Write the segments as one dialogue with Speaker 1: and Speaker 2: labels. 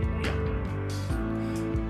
Speaker 1: 模样。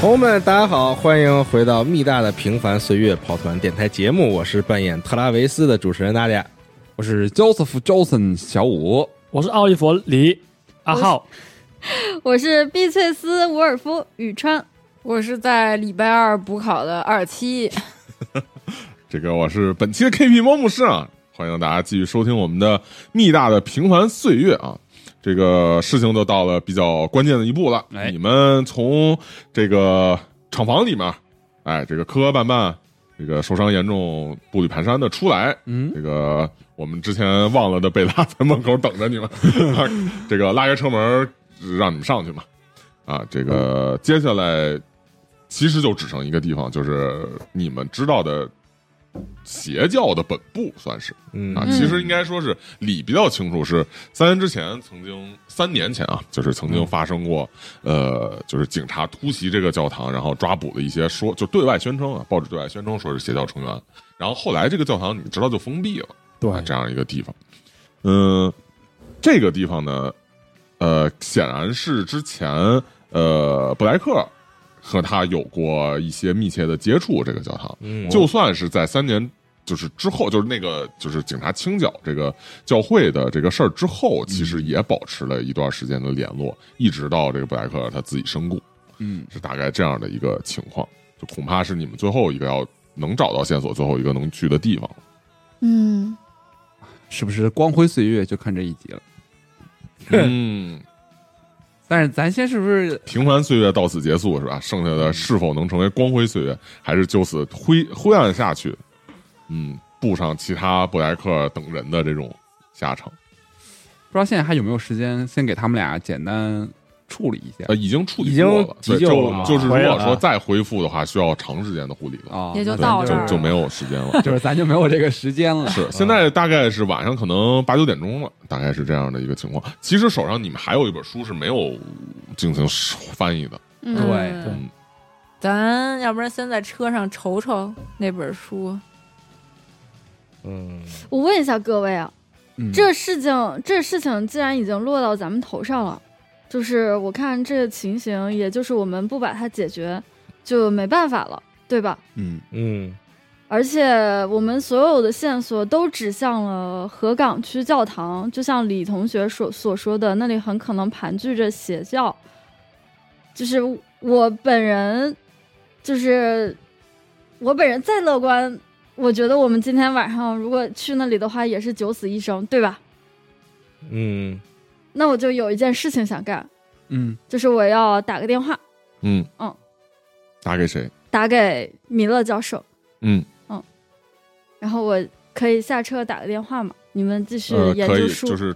Speaker 2: 朋友们，大家好，欢迎回到密大的平凡岁月跑团电台节目，我是扮演特拉维斯的主持人大家。
Speaker 3: 我是 Joseph Johnson 小五，
Speaker 4: 我是奥利弗里阿浩，
Speaker 5: 我是碧翠丝·伍尔夫·宇川，我是在礼拜二补考的二七。
Speaker 6: 这个我是本期的 KP 猫牧师啊，欢迎大家继续收听我们的密大的平凡岁月啊。这个事情都到了比较关键的一步了，
Speaker 3: 哎
Speaker 6: 你们从这个厂房里面，哎，这个磕磕绊绊，这个受伤严重、步履蹒跚的出来，
Speaker 3: 嗯，
Speaker 6: 这个我们之前忘了的贝拉在门口等着你们， 啊这个拉开车门呃让你们上去嘛，啊，这个接下来其实就只剩一个地方，就是你们知道的邪教的本部，算是
Speaker 2: 嗯
Speaker 6: 啊，其实应该说是理比较清楚，是三年之前曾经三年前啊，就是曾经发生过，
Speaker 2: 嗯
Speaker 6: 呃，就是警察突袭这个教堂，然后抓捕了一些说就对外宣称啊，报纸对外宣称说是邪教成员，然后后来这个教堂你知道就封闭了，
Speaker 4: 对
Speaker 6: 啊这样一个地方，嗯、这个地方呢，呃，显然是之前呃布莱克和他有过一些密切的接触，这个教堂。
Speaker 2: 嗯
Speaker 6: 就算是在三年就是之后，就是那个就是警察清剿这个教会的这个事儿之后，其实也保持了一段时间的联络，一直到这个布莱克他自己身故，
Speaker 3: 嗯，
Speaker 6: 是大概这样的一个情况。就恐怕是你们最后一个要能找到线索，最后一个能去的地方。
Speaker 5: 嗯，
Speaker 3: 是不是光辉岁月就看这一集了？
Speaker 6: 嗯，
Speaker 3: 但是咱先是不是
Speaker 6: 平凡岁月到此结束是吧？剩下的是否能成为光辉岁月，还是就此灰灰暗下去？嗯，步上其他布莱克等人的这种下场。
Speaker 3: 不知道现在还有没有时间先给他们俩简单处理一下
Speaker 6: 呃，已经处理过了，
Speaker 2: 已经
Speaker 6: 对
Speaker 2: 急救
Speaker 6: 就
Speaker 2: 了
Speaker 6: 就是如
Speaker 4: 回来
Speaker 6: 果
Speaker 4: 了
Speaker 6: 说再恢复的话，需要长时间的护理了，
Speaker 3: 啊？
Speaker 7: 哦
Speaker 5: 也就
Speaker 3: 那
Speaker 5: 到
Speaker 3: 咱。
Speaker 7: 嗯
Speaker 5: 这儿了
Speaker 6: 就就没有时间了
Speaker 3: 就是咱就没有这个时间了。
Speaker 6: 是，现在大概是晚上可能八九点钟了，大概是这样的一个情况。其实手上你们还有一本书是没有进行翻译的，
Speaker 5: 对
Speaker 3: 对
Speaker 6: 嗯，
Speaker 8: 咱要不然先在车上瞅瞅那本书，
Speaker 2: 嗯，
Speaker 5: 我问一下各位啊，
Speaker 3: 嗯
Speaker 5: 这事情这事情既然已经落到咱们头上了，就是我看这个情形，也就是我们不把它解决，就没办法了，对吧？
Speaker 3: 嗯，
Speaker 2: 嗯，
Speaker 5: 而且我们所有的线索都指向了河港区教堂，就像李同学所所说的，那里很可能盘踞着邪教。就是我本人，就是我本人再乐观，我觉得我们今天晚上如果去那里的话，也是九死一生，对吧？
Speaker 2: 嗯，
Speaker 5: 那我就有一件事情想干，
Speaker 3: 嗯，
Speaker 5: 就是我要打个电话。
Speaker 6: 嗯，打给谁？
Speaker 5: 打给米勒教授，
Speaker 6: 嗯，
Speaker 5: 然后我可以下车打个电话嘛？你们继续
Speaker 6: 呃，
Speaker 5: 研
Speaker 6: 可
Speaker 5: 究
Speaker 6: 以，
Speaker 5: 书。
Speaker 6: 就是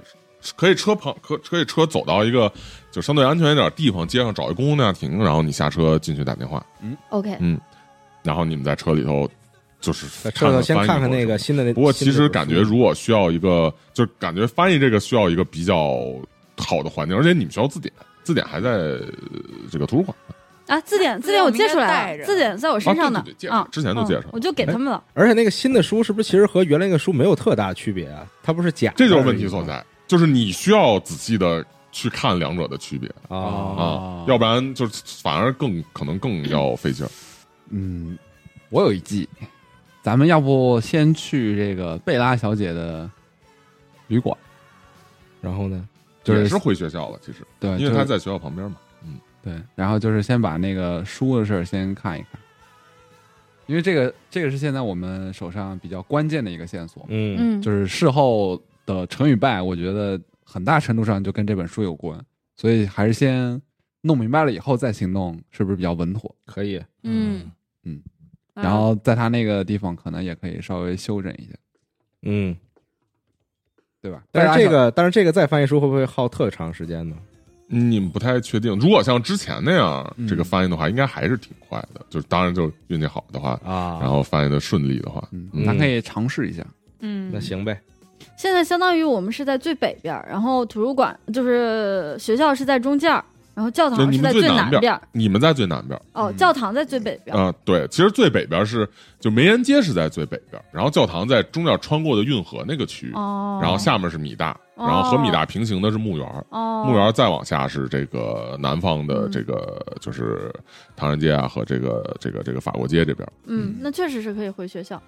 Speaker 6: 可以车旁可可以车走到一个就相对安全一点的地方，街上找一公共电话亭，然后你下车进去打电话，
Speaker 5: OK，
Speaker 6: 然后你们在车里头就是
Speaker 2: 在车上先
Speaker 6: 翻译
Speaker 2: 看看
Speaker 6: 或者
Speaker 2: 那
Speaker 6: 什
Speaker 2: 个
Speaker 6: 么
Speaker 2: 新的那。
Speaker 6: 不过其
Speaker 2: 新的
Speaker 6: 实感觉
Speaker 2: 书
Speaker 6: 如果需要一个，就是感觉翻译这个需要一个比较好的环境，而且你们学校字典，字典还在呃这个图书馆
Speaker 5: 啊，字典字典我借出来了，字典在我身上呢
Speaker 6: 啊对对对借
Speaker 5: 啊，
Speaker 6: 之前就
Speaker 5: 嗯
Speaker 6: 介绍了哎
Speaker 5: 我就给他们了。
Speaker 2: 而且那个新的书是不是其实和原来那个书没有特大区别啊？它不是假的而已吗，
Speaker 6: 这就是问题所在，就是你需要仔细的去看两者的区别
Speaker 2: 啊
Speaker 3: 啊。
Speaker 6: 啊
Speaker 3: 哦，
Speaker 6: 要不然就是反而更可能更要费劲儿。
Speaker 3: 嗯，我有一计，咱们要不先去这个贝拉小姐的旅馆，
Speaker 2: 然后呢？
Speaker 3: 就是
Speaker 6: 也是回学校了，其实，
Speaker 3: 对，
Speaker 6: 因为
Speaker 3: 就
Speaker 6: 他
Speaker 3: 是
Speaker 6: 在学校旁边嘛。
Speaker 3: 对，然后就是先把那个书的事儿先看一看，因为这个这个是现在我们手上比较关键的一个线索，
Speaker 2: 嗯
Speaker 5: 嗯，
Speaker 3: 就是事后的成与败，我觉得很大程度上就跟这本书有关，所以还是先弄明白了以后再行动，是不是比较稳妥？
Speaker 2: 可以。
Speaker 8: 嗯
Speaker 3: 嗯，
Speaker 8: 啊
Speaker 3: 然后在他那个地方可能也可以稍微修整一下，
Speaker 2: 嗯，
Speaker 3: 对吧？
Speaker 2: 但是这
Speaker 3: 大家
Speaker 2: 个，但是这个再翻译书会不会耗特长时间呢？
Speaker 6: 你们不太确定，如果像之前那样、
Speaker 3: 嗯
Speaker 6: 这个翻译的话，应该还是挺快的。就是当然，就是运气好的话，
Speaker 2: 啊
Speaker 6: 然后翻译的顺利的话，
Speaker 3: 想，
Speaker 2: 嗯
Speaker 3: 嗯，咱可以尝试一下。
Speaker 8: 嗯，
Speaker 2: 那行呗，
Speaker 5: 现在相当于我们是在最北边儿，然后图书馆就是学校是在中间儿，然后教
Speaker 6: 就是
Speaker 5: 堂
Speaker 6: 你
Speaker 5: 是
Speaker 6: 们
Speaker 5: 在
Speaker 6: 最
Speaker 5: 最
Speaker 6: 南
Speaker 5: 南边儿。
Speaker 6: 你们在最南边
Speaker 5: 哦，
Speaker 3: 嗯
Speaker 5: 教堂在最北边儿。
Speaker 6: 啊、对，其实最北边是就梅园街是在最北边，然后教堂在中间穿过的运河那个区域，
Speaker 5: 哦，
Speaker 6: 然后下面是米大，
Speaker 5: 哦
Speaker 6: 然后和米大平行的是墓园，
Speaker 5: 哦，
Speaker 6: 墓园再往下是这个南方的
Speaker 5: 嗯
Speaker 6: 这个、就是唐人街啊和这个这个这个法国街这边
Speaker 5: 嗯，那确实是可以回学校。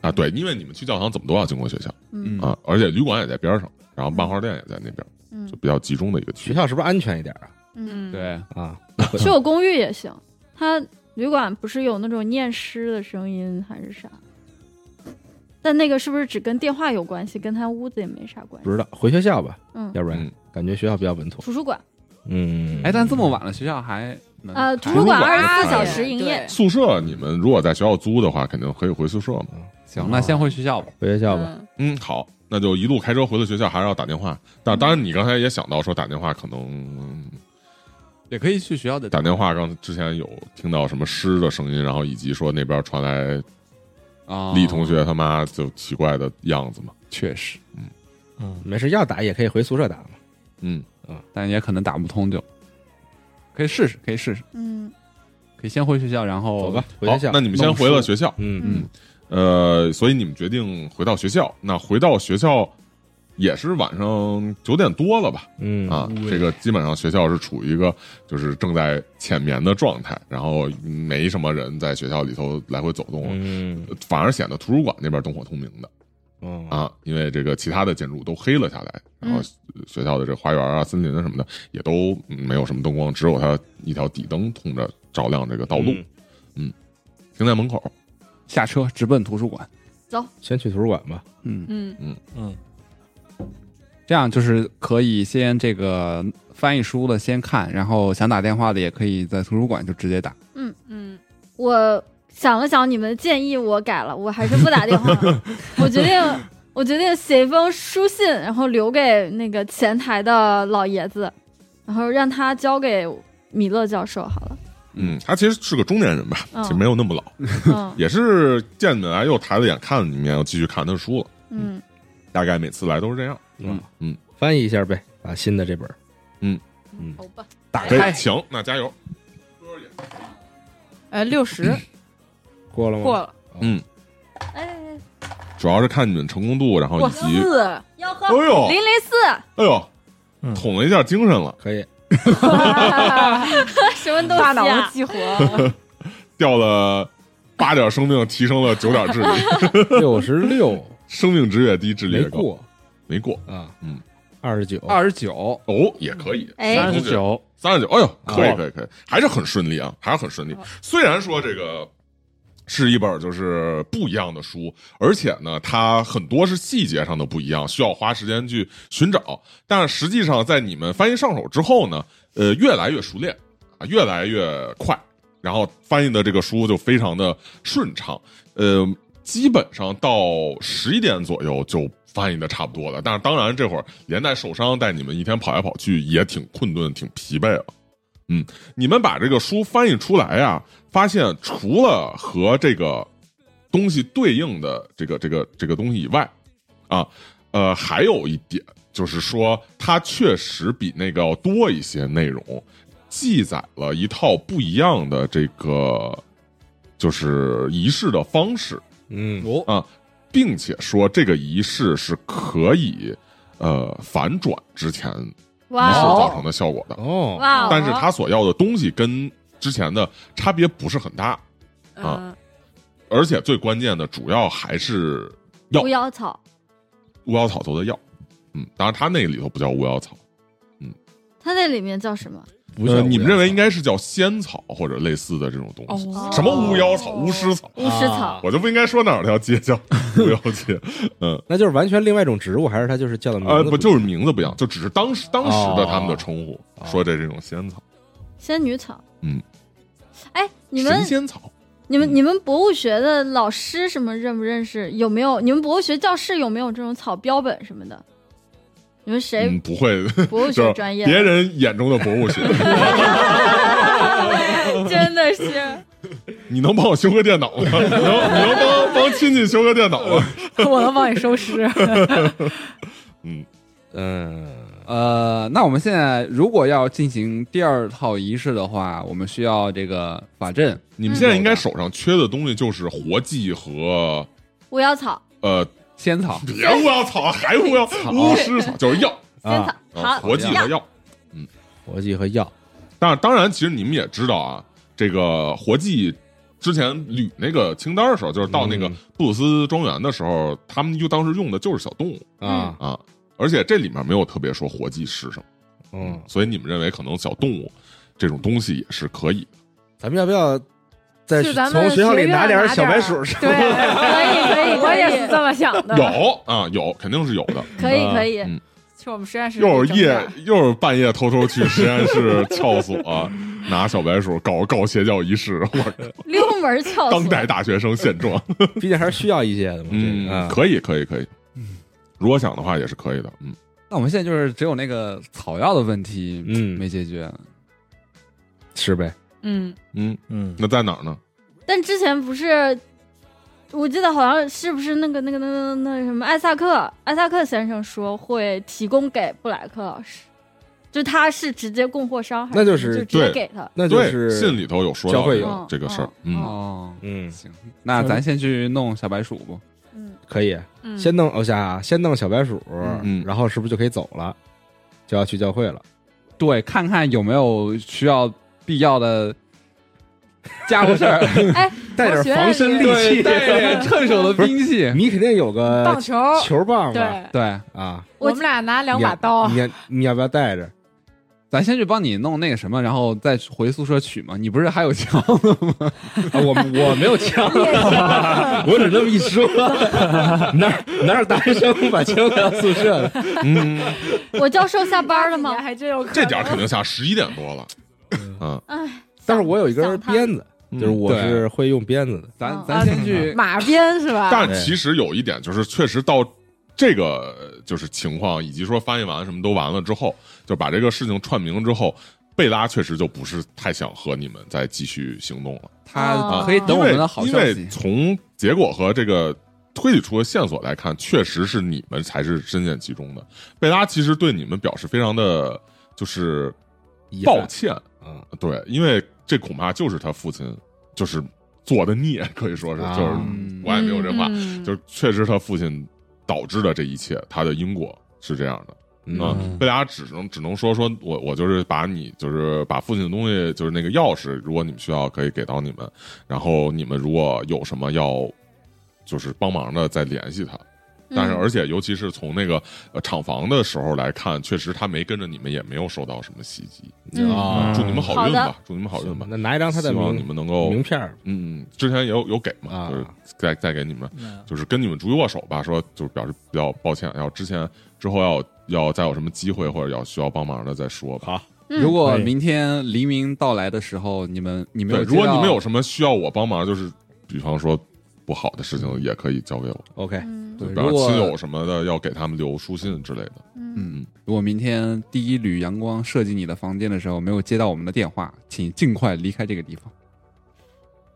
Speaker 6: 啊，对，因为你们去教堂怎么都要经过学校
Speaker 5: 嗯
Speaker 6: 啊，而且旅馆也在边上，然后漫画店也在那边，
Speaker 5: 嗯
Speaker 6: 就比较集中的一个区
Speaker 2: 学
Speaker 6: 域。
Speaker 2: 校是不是安全一点啊？
Speaker 8: 嗯，
Speaker 3: 对，
Speaker 2: 啊，
Speaker 5: 去我公寓也行，他旅馆不是有那种念诗的声音还是啥？但那个是不是只跟电话有关系，跟他屋子也没啥关
Speaker 2: 不
Speaker 5: 系？
Speaker 2: 知道，回学校吧，
Speaker 5: 嗯，
Speaker 2: 要不然
Speaker 6: 嗯
Speaker 2: 感觉学校比较稳妥。
Speaker 5: 图书馆
Speaker 2: 嗯，
Speaker 3: 哎，但这么晚了，学校还能
Speaker 5: 呃，
Speaker 3: 开
Speaker 5: 图书馆
Speaker 6: 图书
Speaker 5: 二
Speaker 6: 馆24
Speaker 5: 十四小时营业
Speaker 8: 对。
Speaker 6: 宿舍你们如果在学校租的话，肯定可以回宿舍嘛。
Speaker 3: 行，那先回学校吧。
Speaker 2: 回学校吧，
Speaker 8: 嗯
Speaker 6: 嗯，好，那就一路开车回到学校，还是要打电话。但当然，你刚才也想到说打电话可能
Speaker 3: 也可以去学校的
Speaker 6: 打电话，刚才之前有听到什么诗的声音，然后以及说那边传来
Speaker 3: 啊，
Speaker 6: 李同
Speaker 2: 哦
Speaker 6: 学他妈就奇怪的样子嘛。
Speaker 3: 确实，
Speaker 2: 没事，要打也可以回宿舍打嘛。
Speaker 6: 嗯，
Speaker 3: 但也可能打不通就，可以试试，可以试试，
Speaker 5: 嗯
Speaker 3: 可以先回学校，然后
Speaker 2: 走吧，，回
Speaker 6: 好
Speaker 2: 学校。，
Speaker 6: 那你们先回了学校。
Speaker 2: 嗯，
Speaker 5: 嗯
Speaker 6: 呃，所以你们决定回到学校。那回到学校也是晚上九点多了吧？
Speaker 2: 嗯
Speaker 6: 啊，
Speaker 3: 嗯
Speaker 6: 这个基本上学校是处于一个就是正在浅眠的状态，然后没什么人在学校里头来回走动，
Speaker 2: 嗯
Speaker 6: 反而显得图书馆那边灯火通明的
Speaker 2: 嗯
Speaker 6: 啊，因为这个其他的建筑都黑了下来，然后学校的这花园啊、森林啊什么的也都没有什么灯光，只有它一条底灯通着照亮这个道路。
Speaker 2: 嗯
Speaker 6: 停在门口，
Speaker 3: 下车直奔图书馆。
Speaker 2: 先去图书馆吧。
Speaker 3: 嗯，
Speaker 8: 嗯
Speaker 4: 嗯，
Speaker 3: 这样就是可以先这个翻译书的先看，然后想打电话的也可以在图书馆就直接打。
Speaker 2: 哦
Speaker 8: 嗯，
Speaker 5: 我想了想你们的建议，我改了，我还是不打电话了。我决定，我决定写一封书信，然后留给那个前台的老爷子，然后让他交给米勒教授好了。
Speaker 6: 嗯，他其实是个中年人吧，
Speaker 5: 嗯
Speaker 2: 哦
Speaker 6: 其实没有那么老，
Speaker 5: 嗯
Speaker 6: 也是见你们来又抬着眼看了你们一眼，又继续看他的书了。
Speaker 5: 嗯
Speaker 6: 大概每次来都是这样，
Speaker 2: 嗯
Speaker 6: 嗯，
Speaker 2: 翻译一下呗，把新的这本。嗯
Speaker 8: 好吧，
Speaker 3: 打
Speaker 6: 可
Speaker 3: 开
Speaker 6: 以，行，那加油。
Speaker 8: 哎，六十
Speaker 2: 过了吗？
Speaker 8: 过了，
Speaker 6: 嗯，
Speaker 5: 哎，
Speaker 6: 主要是看你们成功度，然后
Speaker 8: 过
Speaker 6: 以及，
Speaker 8: 四，
Speaker 5: 吆
Speaker 6: 哎
Speaker 5: 喝
Speaker 6: 呦，
Speaker 5: 零零四，
Speaker 6: 哎呦，
Speaker 4: 嗯
Speaker 6: 捅了一下精神了，
Speaker 2: 可以。
Speaker 5: 什么东
Speaker 8: 大脑
Speaker 5: 西
Speaker 8: 的
Speaker 5: 啊？
Speaker 8: 激活，
Speaker 6: 掉了八点生命，提升了九点智力，
Speaker 2: 六十 六
Speaker 6: 生命值越低，智力
Speaker 2: 没
Speaker 6: 越高，
Speaker 2: 过
Speaker 6: 没过
Speaker 2: 啊，
Speaker 6: 嗯，
Speaker 2: 二十九，
Speaker 3: 二十九，
Speaker 6: 哦，也可以，
Speaker 5: 哎
Speaker 4: 三十九，
Speaker 6: 三十九，哎呦，可以
Speaker 4: 哦
Speaker 6: 可以可以，还是很顺利啊，还是很顺利。虽然说这个是一本就是不一样的书，而且呢，它很多是细节上的不一样，需要花时间去寻找。但实际上，在你们翻译上手之后呢，呃，越来越熟练啊，越来越快。然后翻译的这个书就非常的顺畅，呃，基本上到十一点左右就翻译的差不多了。但是当然这会儿连带受伤，带你们一天跑来跑去也挺困顿、挺疲惫了。嗯，你们把这个书翻译出来呀，发现除了和这个东西对应的这个这个这个东西以外，啊，呃，还有一点就是说，它确实比那个要多一些内容，记载了一套不一样的这个就是仪式的方式
Speaker 2: 嗯，
Speaker 3: 哦，
Speaker 6: 啊，并且说这个仪式是可以呃反转之前仪式
Speaker 5: 哇
Speaker 6: 造
Speaker 5: 哦
Speaker 6: 成的效果的。
Speaker 2: 哦，
Speaker 5: 哇哦，
Speaker 6: 但是他所要的东西跟之前的差别不是很大，啊
Speaker 8: 嗯，
Speaker 6: 而且最关键的主要还是
Speaker 5: 巫妖草
Speaker 6: 巫妖草做的药。嗯，当然他那里头不叫巫妖草，
Speaker 5: 它那里面叫什么？
Speaker 2: 不
Speaker 6: 呃，
Speaker 2: 像
Speaker 6: 你们认为应该是叫仙草或者类似的这种东西，
Speaker 8: 哦
Speaker 6: 什么巫妖草、
Speaker 8: 哦
Speaker 6: 巫师草，
Speaker 5: 巫师草
Speaker 2: 啊，
Speaker 6: 我就不应该说哪儿条街叫巫妖 街，
Speaker 2: 那就是完全另外一种植物，还是它就是叫的名字
Speaker 6: 呃，不就是是名字不一样，就只是当时当时的他们的
Speaker 2: 哦
Speaker 6: 称呼，
Speaker 2: 哦
Speaker 6: 说这这种仙草、
Speaker 5: 仙女草。
Speaker 6: 嗯，
Speaker 5: 哎，你们
Speaker 6: 神仙草，
Speaker 5: 你们你们博物学的老师什么认不认识？有没有你们博物学教室有没有这种草标本什么的？你们
Speaker 6: 嗯，
Speaker 5: 谁
Speaker 6: 不会，
Speaker 5: 博物
Speaker 6: 就
Speaker 5: 学
Speaker 6: 是
Speaker 5: 专业？
Speaker 6: 别人眼中的博物学，
Speaker 5: 真的是，
Speaker 6: 你能帮我修个电脑吗？你能你能帮 帮亲戚修个电脑吗？
Speaker 8: 我能帮你收尸。
Speaker 2: 嗯
Speaker 3: 呃，那我们现在如果要进行第二套仪式的话，我们需要这个法阵，
Speaker 6: 你们现在应该手上缺嗯的东西就是活计和
Speaker 5: 巫妖草、
Speaker 6: 呃，，
Speaker 3: 仙草
Speaker 6: 别巫妖草，啊还巫妖草，巫师草就是 药，
Speaker 5: 仙草
Speaker 2: 啊，。
Speaker 6: 啊，
Speaker 5: 好，
Speaker 6: 活计和药。
Speaker 2: 活计和药
Speaker 6: 但是当然，其实你们也知道啊，这个活计之前捋那个清单的时候，就是到那个
Speaker 2: 嗯
Speaker 6: 布鲁斯庄园的时候，他们就当时用的就是小动物
Speaker 2: 啊，
Speaker 6: 啊，而且这里面没有特别说活计是什么，
Speaker 2: 嗯，
Speaker 6: 所以你们认为可能小动物这种东西也是可以
Speaker 2: 咱们要不要再
Speaker 8: 去咱们
Speaker 2: 从学校里
Speaker 8: 学院
Speaker 2: 拿点
Speaker 8: 拿
Speaker 2: 儿小白
Speaker 8: 点儿
Speaker 2: 鼠什
Speaker 8: 对，
Speaker 2: 么的？
Speaker 8: 可以可以，我也是这么想的。
Speaker 6: 有啊，有肯定是有的。
Speaker 5: 可以可以
Speaker 6: 嗯，
Speaker 8: 去我们实验室
Speaker 6: 又是
Speaker 8: 整点
Speaker 6: 夜
Speaker 8: 儿，
Speaker 6: 又是半夜偷偷去实验室撬锁、 拿小白鼠搞搞邪教仪式，我
Speaker 5: 溜门儿撬
Speaker 6: 当
Speaker 5: 锁。
Speaker 6: 代大学生现状。
Speaker 2: 毕竟还是需要一些的嘛。这
Speaker 6: 嗯，
Speaker 2: 个啊
Speaker 6: 可以，可以，可以。如果想的话，也是可以的。嗯，
Speaker 3: 那我们现在就是只有那个草药的问题，
Speaker 2: 嗯
Speaker 3: 没解决。
Speaker 2: 吃呗。
Speaker 8: 嗯，
Speaker 6: 嗯，
Speaker 4: 嗯，
Speaker 6: 那在哪儿呢？
Speaker 5: 但之前不是，我记得好像是不是那个那个那个那个什么艾萨克艾萨克先生说会提供给布莱克老师，就他是直接供货商，还
Speaker 2: 那就是是
Speaker 5: 就直接
Speaker 6: 对
Speaker 5: 给他？
Speaker 2: 那就
Speaker 6: 对，
Speaker 2: 是
Speaker 6: 信里头有说
Speaker 2: 教
Speaker 6: 到
Speaker 2: 会
Speaker 6: 这
Speaker 2: 有
Speaker 6: 个这个事儿。嗯，
Speaker 3: 哦，
Speaker 2: 嗯，
Speaker 3: 行，那咱先去弄小白鼠吧。
Speaker 5: 嗯，
Speaker 2: 可以
Speaker 8: 嗯
Speaker 2: 先弄我想啊，先弄小白鼠，
Speaker 6: 嗯
Speaker 2: 然后是不是就可以走了？就要去教会了。
Speaker 3: 对，看看有没有需要必要的家伙事儿，
Speaker 2: 带点
Speaker 8: 我学
Speaker 2: 防身利器，
Speaker 3: 带点趁手的兵
Speaker 6: 哎
Speaker 3: 器。
Speaker 2: 你肯定有
Speaker 8: 棒
Speaker 2: 个
Speaker 8: 球，
Speaker 2: 球棒吧？
Speaker 8: 对，
Speaker 3: 对，
Speaker 2: 啊，
Speaker 8: 我们俩拿两
Speaker 2: 你
Speaker 8: 把
Speaker 2: 要
Speaker 8: 刀
Speaker 2: 你，要你要不要带着？
Speaker 3: 咱先去帮你弄那个什么，然后再回宿舍取嘛。你不是还有枪呢吗？
Speaker 2: 啊，我我没有枪，
Speaker 8: 嗯
Speaker 2: 我只这么一 说，哪儿哪有大学生把枪带到宿舍 的？
Speaker 5: 我教授下班了吗？
Speaker 8: 还真有
Speaker 6: 嗯这点儿肯定下十一点多了。嗯，
Speaker 5: 哎，
Speaker 2: 但是我有一根
Speaker 5: 想他
Speaker 2: 鞭子，就是我
Speaker 3: 对
Speaker 2: 是会用鞭子的。
Speaker 3: 咱
Speaker 5: 嗯
Speaker 3: 咱先去，
Speaker 8: 马鞭是
Speaker 7: 啊
Speaker 3: 哎
Speaker 8: 吧？
Speaker 6: 但其实有一点就是，确实到这个就是情况，以及说翻译完什么都完了之后，就把这个事情串明之后，贝拉确实就不是太想和你们再继续行动了。
Speaker 3: 他可以等我们的好
Speaker 6: 因
Speaker 3: 消
Speaker 6: 为因为
Speaker 3: 息。
Speaker 6: 从结果和这个推理出的线索来看，确实是你们才是深陷其中的。贝拉其实对你们表示非常的就是
Speaker 2: 遗憾
Speaker 6: 抱歉，嗯
Speaker 2: 啊，
Speaker 6: 对，因为这恐怕就是他父亲就是做的孽，可以说是，
Speaker 2: 啊
Speaker 6: 就是
Speaker 3: 嗯
Speaker 6: 我也没有这话，
Speaker 8: 嗯
Speaker 6: 就是确实他父亲导致的这一切，他的因果是这样的。啊
Speaker 2: 嗯，
Speaker 6: 贝拉只能只能说说我我就是把你就是把父亲的东西就是那个钥匙，如果你们需要可以给到你们，然后你们如果有什么要就是帮忙的再联系他。但
Speaker 5: 嗯
Speaker 6: 是而且尤其是从那个呃厂房的时候来看，确实他没跟着你们，也没有受到什么袭击。
Speaker 5: 嗯
Speaker 2: 啊
Speaker 6: 祝你们好
Speaker 5: 好
Speaker 6: 运
Speaker 5: 的
Speaker 6: 吧，祝你们好运吧。
Speaker 2: 那拿一张他的
Speaker 6: 希望你
Speaker 2: 名
Speaker 6: 们能够
Speaker 2: 名片儿
Speaker 6: 嗯，之前也有有给嘛，
Speaker 2: 啊
Speaker 6: 就是再再给你们，
Speaker 2: 嗯
Speaker 6: 就是跟你们逐一握手吧，说就是表示比较抱歉，要之前之后要要再有什么机会或者要需要帮忙的再说吧。
Speaker 2: 好，
Speaker 5: 嗯
Speaker 3: 如果
Speaker 4: 可以
Speaker 3: 明天黎明到来的时候，你们你们
Speaker 6: 对，
Speaker 3: 有
Speaker 6: 如果
Speaker 3: 接
Speaker 6: 你
Speaker 3: 到
Speaker 6: 们有什么需要我帮忙，就是比方说不好的事情，也可以交给我。
Speaker 2: OK，
Speaker 5: 嗯
Speaker 3: 对，
Speaker 6: 比
Speaker 3: 如
Speaker 6: 方亲
Speaker 3: 果
Speaker 6: 友什么的，要给他们留书信之类的。
Speaker 5: 嗯，
Speaker 3: 嗯，如果明天第一缕阳光射进你的房间的时候，没有接到我们的电话，请尽快离开这个地方。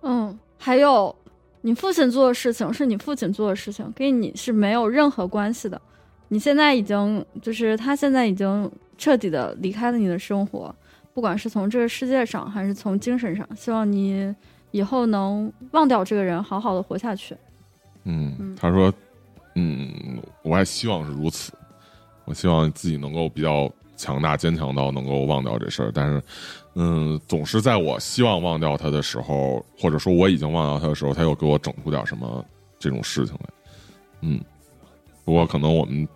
Speaker 5: 嗯，还有你父亲做的事情是你父亲做的事情，跟你是没有任何关系的。你现在已经就是他现在已经彻底的离开了你的生活，不管是从这个世界上还是从精神上，希望你以后能忘掉这个人，好好的活下去。
Speaker 6: 嗯
Speaker 5: 嗯，
Speaker 6: 他说，嗯，我也希望是如此。我希望自己能够比较强大、坚强到能够忘掉这事儿。但是，嗯，总是在我希望忘掉他的时候，或者说我已经忘掉他的时候，他又给我整出点什么这种事情来。嗯，不过可能我们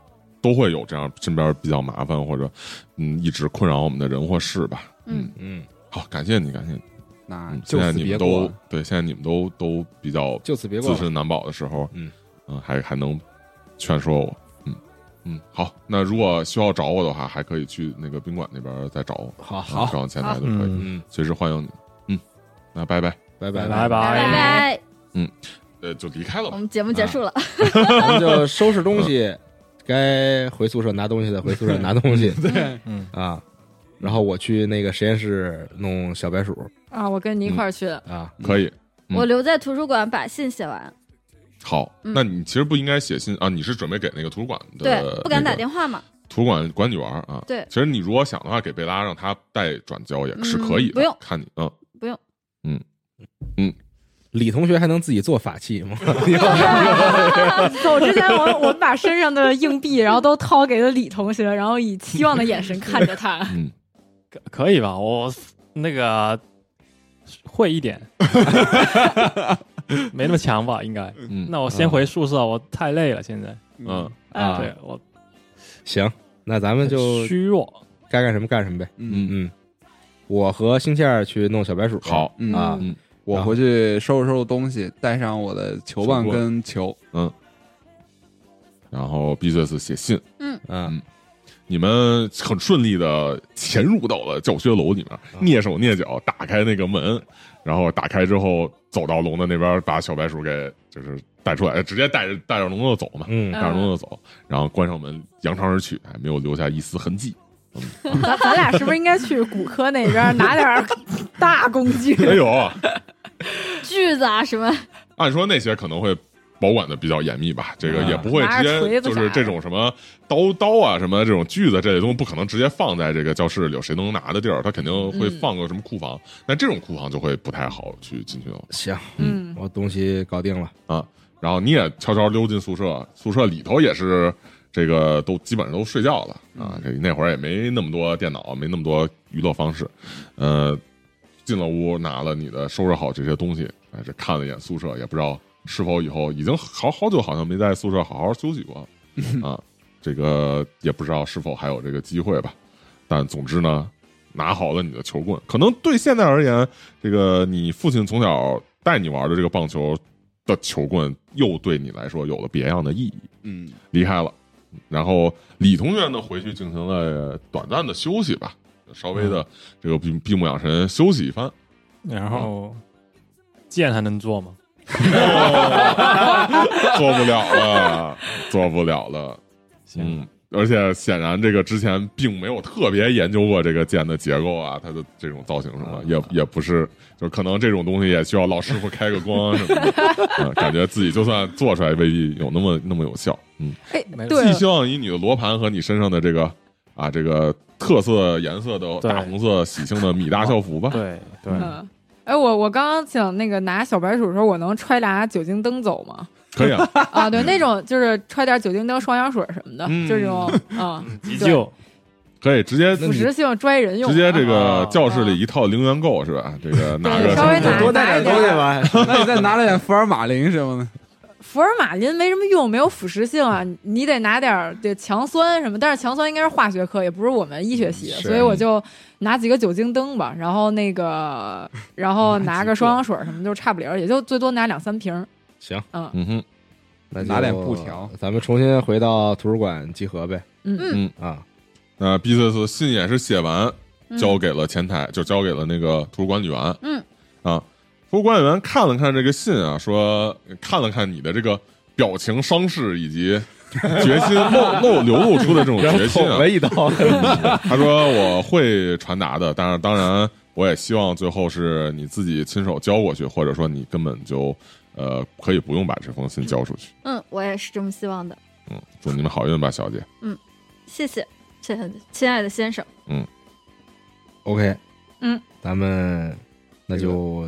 Speaker 6: 都会有这样身边比较麻烦或者嗯一直困扰我们的人或事吧。
Speaker 5: 嗯，
Speaker 2: 嗯，
Speaker 6: 好，感谢你，感谢你。
Speaker 3: 那
Speaker 6: 嗯，
Speaker 3: 啊就
Speaker 6: 现在
Speaker 3: 此
Speaker 6: 你
Speaker 3: 别
Speaker 6: 们都
Speaker 3: 过。
Speaker 6: 对，现在你们都都比较
Speaker 2: 就此别过
Speaker 6: 自。身难保的时候，
Speaker 2: 嗯
Speaker 6: 嗯，还还能劝说我，嗯嗯，好，那如果需要找我的话，还可以去那个宾馆那边再找我，
Speaker 2: 好
Speaker 6: 嗯
Speaker 2: 好，
Speaker 6: 找前台都可以，
Speaker 2: 嗯，
Speaker 1: 嗯，
Speaker 6: 随时欢迎你，嗯，那拜拜，
Speaker 2: 拜拜
Speaker 4: 拜拜
Speaker 5: 拜
Speaker 4: 拜
Speaker 5: 拜，
Speaker 6: 呃，就离开了
Speaker 5: 我
Speaker 6: 嘛，
Speaker 5: 们节目结束了，
Speaker 2: 咱们就收拾东西，该回宿舍拿东西的回宿舍拿东西
Speaker 3: 对，
Speaker 2: 啊。然后我去那个实验室弄小白鼠
Speaker 8: 啊，我跟你一块儿去的，
Speaker 2: 啊，
Speaker 6: 可以，嗯
Speaker 5: 我留在图书馆把信写完。
Speaker 6: 好，
Speaker 5: 嗯
Speaker 6: 那你其实不应该写信啊，你是准备给那个图书馆的，
Speaker 5: 对，不敢打
Speaker 6: 话，
Speaker 5: 电话嘛，
Speaker 6: 图书馆管理员啊，
Speaker 5: 对
Speaker 6: 其实你如果想的话，给贝拉让他代转交也是
Speaker 5: 嗯
Speaker 6: 可以的，
Speaker 5: 不用
Speaker 6: 看你，嗯，
Speaker 5: 不用。
Speaker 2: 李同学还能自己做法器吗？
Speaker 8: 走之前我我们把身上的硬币，然后都掏给了李同学，然后以期望的眼神看着 他。
Speaker 6: 嗯，
Speaker 4: 可可以吧？我那个会一 点，没那么强吧？应该。
Speaker 6: 嗯，
Speaker 4: 那我先回宿舍，我太累了，现在。
Speaker 6: 嗯，
Speaker 2: 啊
Speaker 4: 对我
Speaker 2: 行，那咱们就
Speaker 4: 虚弱，
Speaker 2: 该干什么干什么呗。
Speaker 3: 嗯
Speaker 2: 嗯，我和星倩儿去弄小白鼠。
Speaker 6: 好，
Speaker 3: 嗯
Speaker 2: 啊
Speaker 6: 嗯，
Speaker 3: 我回去收拾收拾东西，带上我的球棒跟球。
Speaker 6: 然后 B 这次写信。
Speaker 2: 啊，
Speaker 6: 你们很顺利的潜入到了教学楼里面，蹑手蹑脚打开那个门，然后打开之后走到龙的那边，把小白鼠给就是带出来，直接带着带着龙就走嘛，
Speaker 2: 嗯
Speaker 6: 带着龙就走，然后关上门扬长而去，还没有留下一丝痕迹。
Speaker 8: 咱咱俩是不是应该去骨科那边拿点儿大工具？
Speaker 6: 哎呦，
Speaker 5: 锯子啊什么，
Speaker 6: 按说那些可能会。保管的比较严密吧，这个
Speaker 2: 啊
Speaker 6: 也不会直
Speaker 8: 拿着
Speaker 6: 接
Speaker 8: 锤子
Speaker 6: 就
Speaker 8: 啥
Speaker 6: 是
Speaker 8: 的
Speaker 6: 这种什么刀刀啊、什么这种锯子这类东西，不可能直接放在这个教室里有谁能拿的地儿，他肯定会
Speaker 8: 嗯
Speaker 6: 放个什么库房，那、这种库房就会不太好去进去了。
Speaker 2: 行，
Speaker 8: 嗯，
Speaker 2: 我东西搞定了。
Speaker 6: 然后你也悄悄溜进宿舍，宿舍里头也是这个都基本上都睡觉了啊。这那会儿也没那么多电脑，没那么多娱乐方式，呃，进了屋拿了你的收拾好这些东西，哎，这看了一眼宿舍，也不知道是否以后已经好好久好像没在宿舍好好休息过了啊。这个也不知道是否还有这个机会吧，但总之呢，拿好了你的球棍，可能对现在而言，这个你父亲从小带你玩的这个棒球的球棍，又对你来说有了别样的意义。
Speaker 3: 嗯，
Speaker 6: 离开了，然后李同学呢回去进行了短暂的休息吧，稍微的这个闭闭目养神休息一番。
Speaker 4: 然后嗯剑还能做吗？
Speaker 6: 做不了了，做不了了。
Speaker 4: 行，
Speaker 6: 嗯，而且显然这个之前并没有特别研究过这个剑的结构啊，它的这种造型什么，也也不是，就是可能这种东西也需要老师傅开个光什么的，嗯，感觉自己就算做出来未必有那么那么有效。嗯，
Speaker 8: 哎，
Speaker 4: 没
Speaker 8: 对
Speaker 6: 寄
Speaker 8: 了，
Speaker 6: 希望于你的罗盘和你身上的这个啊这个特色颜色的
Speaker 4: 对
Speaker 6: 大红色喜庆的米大校服吧。
Speaker 4: 对对，
Speaker 8: 嗯，哎，我我刚刚想那个拿小白鼠的时候，我能揣俩酒精灯走吗？
Speaker 6: 可以啊，
Speaker 8: 啊，对，那种就是揣点酒精灯、双氧水什么的，
Speaker 6: 嗯
Speaker 8: 就这种啊，
Speaker 4: 急救
Speaker 6: 可以直接
Speaker 8: 腐蚀性拽人用
Speaker 6: 直
Speaker 8: 的。
Speaker 6: 接这个
Speaker 4: 啊
Speaker 6: 教室里一套零元购是吧？这 个拿个
Speaker 8: 稍微拿
Speaker 2: 多带点东西吧。
Speaker 3: 那你再拿了点福尔马林什么的。
Speaker 8: 福尔马林没什么用，没有腐蚀性啊，你得拿点儿这强酸什么，但是强酸应该是化学课，也不是我们医学系，
Speaker 2: 是
Speaker 8: 所以我就拿几个酒精灯吧，然后那个，然后拿个双氧水什么，就差不离儿，也就最多拿两三瓶儿。
Speaker 2: 行，
Speaker 8: 嗯
Speaker 6: 嗯哼，
Speaker 2: 那就
Speaker 3: 拿点布条
Speaker 2: 咱们重新回到图书馆集合呗。
Speaker 8: 嗯
Speaker 6: 嗯
Speaker 2: 啊，
Speaker 6: 那 B 四四信也是写完，交给了前台，就交给了那个图书管理员。
Speaker 8: 嗯，
Speaker 6: 啊，图书管理员看了看这个信啊，说看了看你的这个表情、伤势以及决心露露流露出的这种
Speaker 2: 然后
Speaker 6: 决心
Speaker 2: 捅
Speaker 6: 啊
Speaker 2: 了，一刀，
Speaker 6: 他说我会传达的，当然当然，我也希望最后是你自己亲手交过去，或者说你根本就呃可以不用把这封信交出去。
Speaker 5: 嗯，我也是这么希望的。
Speaker 6: 嗯，祝你们好运吧，小姐。
Speaker 5: 谢谢，亲爱的亲爱的先生，
Speaker 2: OK，
Speaker 8: 嗯，
Speaker 2: 咱们那就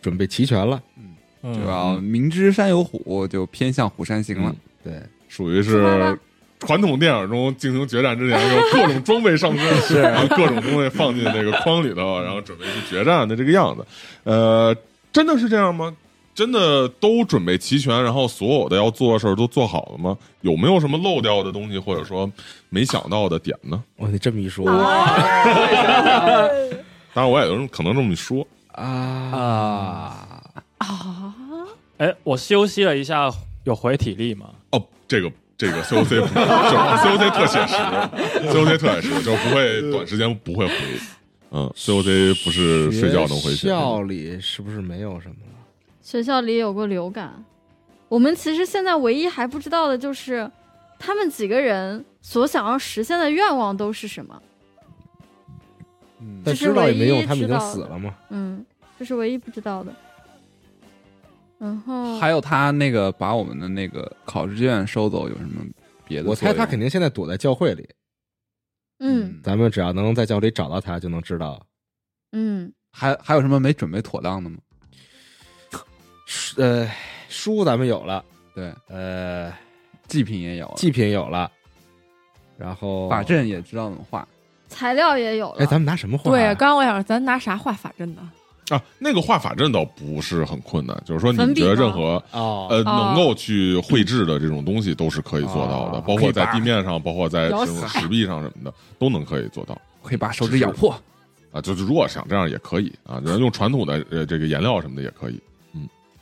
Speaker 2: 准备齐全了。
Speaker 4: 嗯
Speaker 3: 对
Speaker 2: 啊
Speaker 3: 吧？明知山有虎，就偏向虎山行了
Speaker 6: 嗯。
Speaker 2: 对，
Speaker 6: 属于
Speaker 5: 出发吧
Speaker 6: 是传统电影中进行决战之前，就各种装备上身，是各种东西放进这个筐里头，然后准备去决战的这个样子。呃，真的是这样吗？真的都准备齐全，然后所有的要做的事儿都做好了吗？有没有什么漏掉的东西，或者说没想到的点呢？
Speaker 2: 哇，你这么一说
Speaker 6: 当然，我也有人可能这么一说，
Speaker 2: 啊，
Speaker 3: 啊，
Speaker 8: 啊，
Speaker 4: 哎，我休息了一下，有回体力吗？
Speaker 6: 哦，这个这个 COC 不 就是 COC 特写实，COC 特写实，就不会短时间不会回。嗯，COC 不是睡觉能回
Speaker 2: 学
Speaker 6: 血。
Speaker 2: 校里是不是没有什么了？
Speaker 5: 学校里有过流感。我们其实现在唯一还不知道的就是，他们几个人所想要实现的愿望都是什么。
Speaker 3: 嗯
Speaker 2: 但
Speaker 5: 这是
Speaker 2: 知道也没
Speaker 5: 唯
Speaker 2: 用，
Speaker 5: 一
Speaker 2: 他们已
Speaker 5: 知
Speaker 2: 经
Speaker 5: 道
Speaker 2: 死
Speaker 5: 的
Speaker 2: 了嘛。
Speaker 5: 嗯，这是唯一不知道的。然后
Speaker 3: 还有他那个把我们的那个考试卷收走有什么别的作
Speaker 2: 我
Speaker 3: 用？
Speaker 2: 猜他肯定现在躲在教会里，
Speaker 5: 嗯
Speaker 2: 咱们只要能在教会里找到他，就能知道。
Speaker 5: 嗯，
Speaker 3: 还还有什么没准备妥当的吗？
Speaker 2: 书呃，书咱们有了，
Speaker 3: 对，
Speaker 2: 呃，
Speaker 3: 祭品也有了，
Speaker 2: 祭品有了，然后
Speaker 3: 法阵也知道怎么画。
Speaker 5: 材料也有
Speaker 2: 哎，
Speaker 5: 了。
Speaker 2: 咱们拿什么画、
Speaker 5: 啊
Speaker 8: 对，啊刚刚我想说咱拿啥画法阵呢？
Speaker 6: 啊，那个画法阵倒不是很困难，就是说你们
Speaker 5: 粉笔
Speaker 6: 觉得
Speaker 5: 吗
Speaker 6: 任何
Speaker 2: 哦，
Speaker 6: 呃
Speaker 8: 哦
Speaker 6: 能够去绘制的这种东西都是可以做到的，
Speaker 2: 哦
Speaker 6: 包
Speaker 3: 可
Speaker 6: 括
Speaker 3: 以
Speaker 6: 在
Speaker 3: 吧
Speaker 6: 地面上，包括在
Speaker 8: 咬
Speaker 6: 这种
Speaker 8: 死
Speaker 6: 石壁上什么的都能可以做到
Speaker 3: 可以把手指咬破，
Speaker 6: 啊。就是如果想这样也可以啊，然后用传统的呃这个颜料什么的也可以。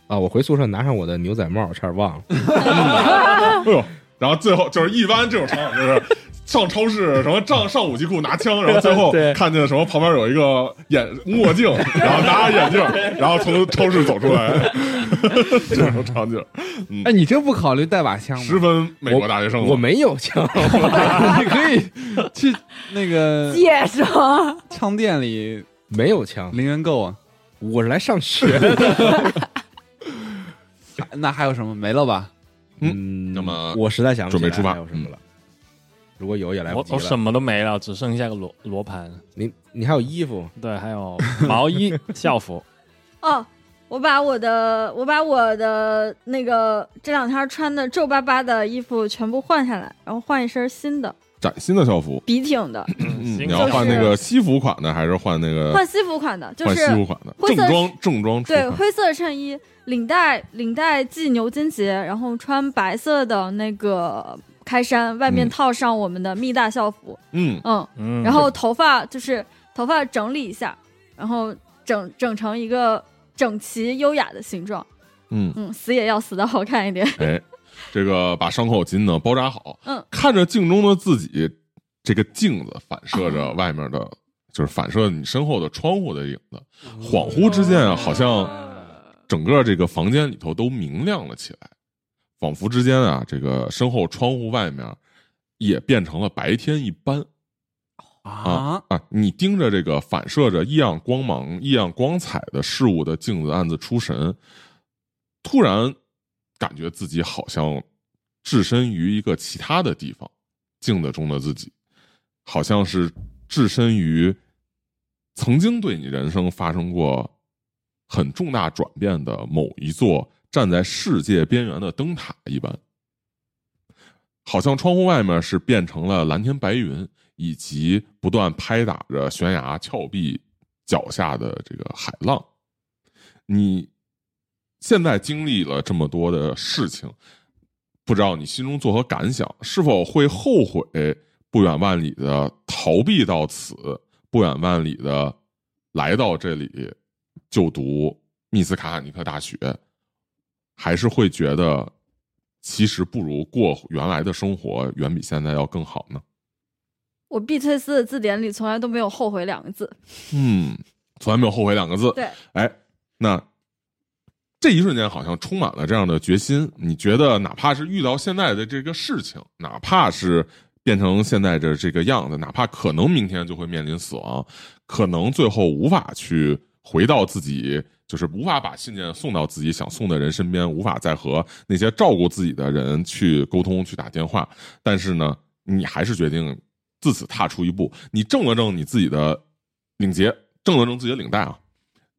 Speaker 2: 啊，我回宿舍拿上我的牛仔帽，差点忘 了。
Speaker 6: 哎呦，然后最后就是一般这种场景就是。上超市什么上上武器库拿枪，然后最后看见什么旁边有一个眼墨镜，然后拿着眼镜，然后从超市走出来， 这种场景
Speaker 3: 哎，你真不考虑带把枪吗？
Speaker 6: 十分美国大学生了。
Speaker 2: 我没有 枪，
Speaker 3: 你可以去那个
Speaker 8: 借着
Speaker 3: 枪店里
Speaker 2: 没有枪，
Speaker 3: 零元购啊。
Speaker 2: 我是来上学的。
Speaker 3: 还那还有什么没了吧？
Speaker 2: 嗯
Speaker 6: 那么
Speaker 2: 我实在想不起来
Speaker 6: 准备出发嗯
Speaker 2: 还有什么了？如果有也来不
Speaker 4: 我
Speaker 2: 及
Speaker 4: 我什
Speaker 2: 了。
Speaker 4: 么都没了，只剩下个罗罗盘，
Speaker 2: 你你还有衣服，
Speaker 4: 对，还有毛 衣、校服。
Speaker 5: 哦，我把我的我把我的那个这两天穿的皱巴巴的衣服全部换下来，然后换一身新的
Speaker 6: 崭新的校服，
Speaker 5: 笔挺的，
Speaker 6: 嗯，
Speaker 4: 行
Speaker 6: 你要换
Speaker 5: 就是
Speaker 6: 那个西服款的还是换那个
Speaker 5: 换西服款的，就
Speaker 6: 换
Speaker 5: 是
Speaker 6: 西服款的？
Speaker 5: 灰
Speaker 6: 正
Speaker 5: 色
Speaker 6: 装正 装出
Speaker 5: 对
Speaker 6: 款。
Speaker 5: 灰色衬衣，领带领带系牛津结，然后穿白色的那个开衫，外面
Speaker 6: 嗯
Speaker 5: 套上我们的密大校服，
Speaker 6: 嗯，
Speaker 5: 嗯
Speaker 4: 嗯，
Speaker 5: 然后头发就是头发整理一下，然后整整成一个整齐优雅的形状。
Speaker 6: 嗯
Speaker 5: 嗯，死也要死的好看一点。
Speaker 6: 哎，这个把伤口巾呢包扎好，
Speaker 5: 嗯，
Speaker 6: 看着镜中的自己，这个镜子反射着外面的，就是反射你身后的窗户的影子，恍惚之间啊，好像整个这个房间里头都明亮了起来，仿佛之间啊，这个身后窗户外面也变成了白天一般。
Speaker 3: 啊，
Speaker 6: 啊，你盯着这个反射着异样光芒、异样光彩的事物的镜子，暗自出神，突然感觉自己好像置身于一个其他的地方，镜子中的自己，好像是置身于曾经对你人生发生过很重大转变的某一座站在世界边缘的灯塔一般。好像窗户外面是变成了蓝天白云，以及不断拍打着悬崖峭壁脚下的这个海浪。你现在经历了这么多的事情，不知道你心中作何感想？是否会后悔不远万里的逃避到此，不远万里的来到这里就读密斯卡塔尼克大学，还是会觉得其实不如过原来的生活远比现在要更好呢？
Speaker 5: 我毕翠丝的字典里从来都没有后悔两个字。
Speaker 6: 嗯，从来没有后悔两个字。
Speaker 5: 对，
Speaker 6: 哎，那这一瞬间好像充满了这样的决心。你觉得，哪怕是遇到现在的这个事情，哪怕是变成现在的这个样子，哪怕可能明天就会面临死亡，可能最后无法去回到自己，就是无法把信念送到自己想送的人身边，无法再和那些照顾自己的人去沟通、去打电话。但是呢，你还是决定自此踏出一步，你正了正你自己的领结，正了正自己的领带啊，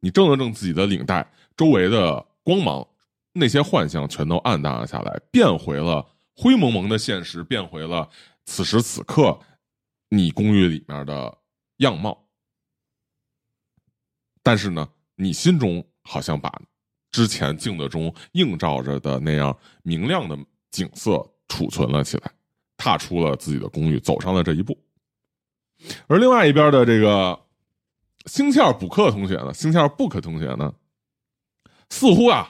Speaker 6: 你正了正自己的领带，周围的光芒，那些幻象全都暗淡了下来，变回了灰蒙蒙的现实，变回了此时此刻你公寓里面的样貌。但是呢，你心中好像把之前镜子中映照着的那样明亮的景色储存了起来，踏出了自己的公寓，走上了这一步。而另外一边的这个星期二补课同学呢，星期二 book 同学呢，似乎啊，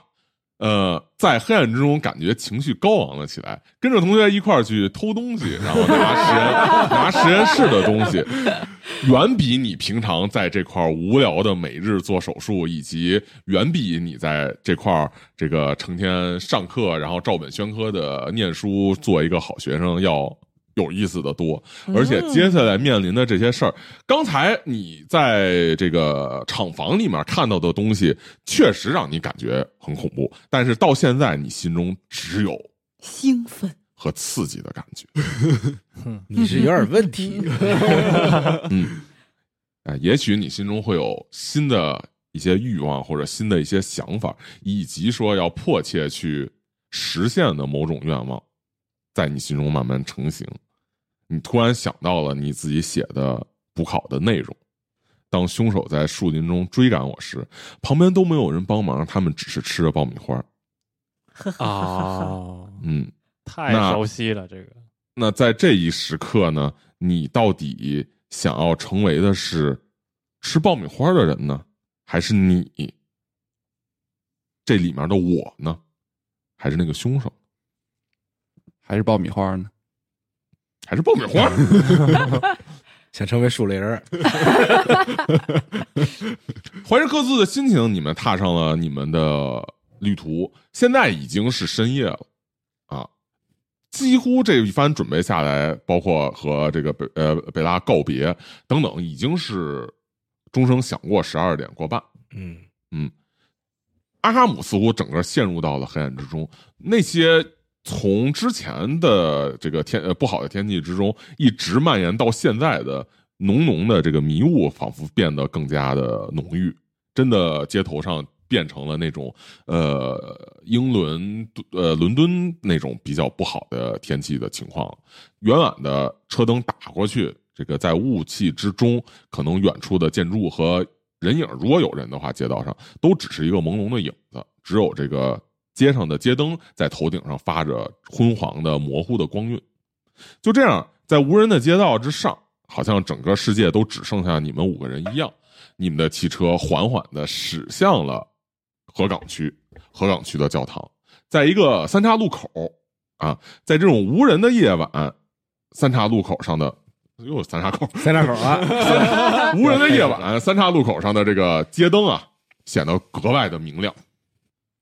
Speaker 6: 呃，在黑暗之中感觉情绪高昂了起来，跟着同学一块儿去偷东西，然后拿实验 拿实验室的东西，远比你平常在这块儿无聊的每日做手术，以及远比你在这块儿这个成天上课，然后照本宣科的念书，做一个好学生要有意思的多。而且接下来面临的这些事儿，刚才你在这个厂房里面看到的东西，确实让你感觉很恐怖，但是到现在你心中只有
Speaker 8: 兴奋。
Speaker 6: 和刺激的感觉。
Speaker 2: 你是有点问 题。
Speaker 6: 嗯，啊，也许你心中会有新的一些欲望，或者新的一些想法，以及说要迫切去实现的某种愿望，在你心中慢慢成型。你突然想到了你自己写的补考的内容。当凶手在树林中追赶我时，旁边都没有人帮忙，他们只是吃着爆米花。
Speaker 4: 啊，
Speaker 6: 嗯，
Speaker 4: 太
Speaker 6: 那
Speaker 4: 熟悉了这个。
Speaker 6: 那在这一时刻呢，你到底想要成为的是吃爆米花的人呢，还是你这里面的我呢，还是那个凶手，
Speaker 3: 还是爆米花呢？
Speaker 6: 还是爆米花？
Speaker 2: 想成为树林儿，
Speaker 6: 怀着各自的心情，你们踏上了你们的旅途。现在已经是深夜了，啊，几乎这一番准备下来，包括和这个北呃北拉告别等等，已经是钟声响过十二点过半。
Speaker 2: 嗯，
Speaker 6: 阿哈姆似乎整个陷入到了黑暗之中。那些从之前的这个天呃不好的天气之中，一直蔓延到现在的浓浓的这个迷雾，仿佛变得更加的浓郁。真的，街头上变成了那种呃英伦呃伦敦那种比较不好的天气的情况。远远的车灯打过去，这个在雾气之中，可能远处的建筑和人影，如果有人的话，街道上都只是一个朦胧的影子，只有这个街上的街灯在头顶上发着昏黄的、模糊的光晕。就这样，在无人的街道之上，好像整个世界都只剩下你们五个人一样。你们的汽车缓缓的驶向了河港区，河港区的教堂，在一个三岔路口啊，在这种无人的夜晚，三岔路口上的又有三岔口，
Speaker 2: 三岔口啊，
Speaker 6: 无人的夜晚，三岔路口上的这个街灯啊，显得格外的明亮。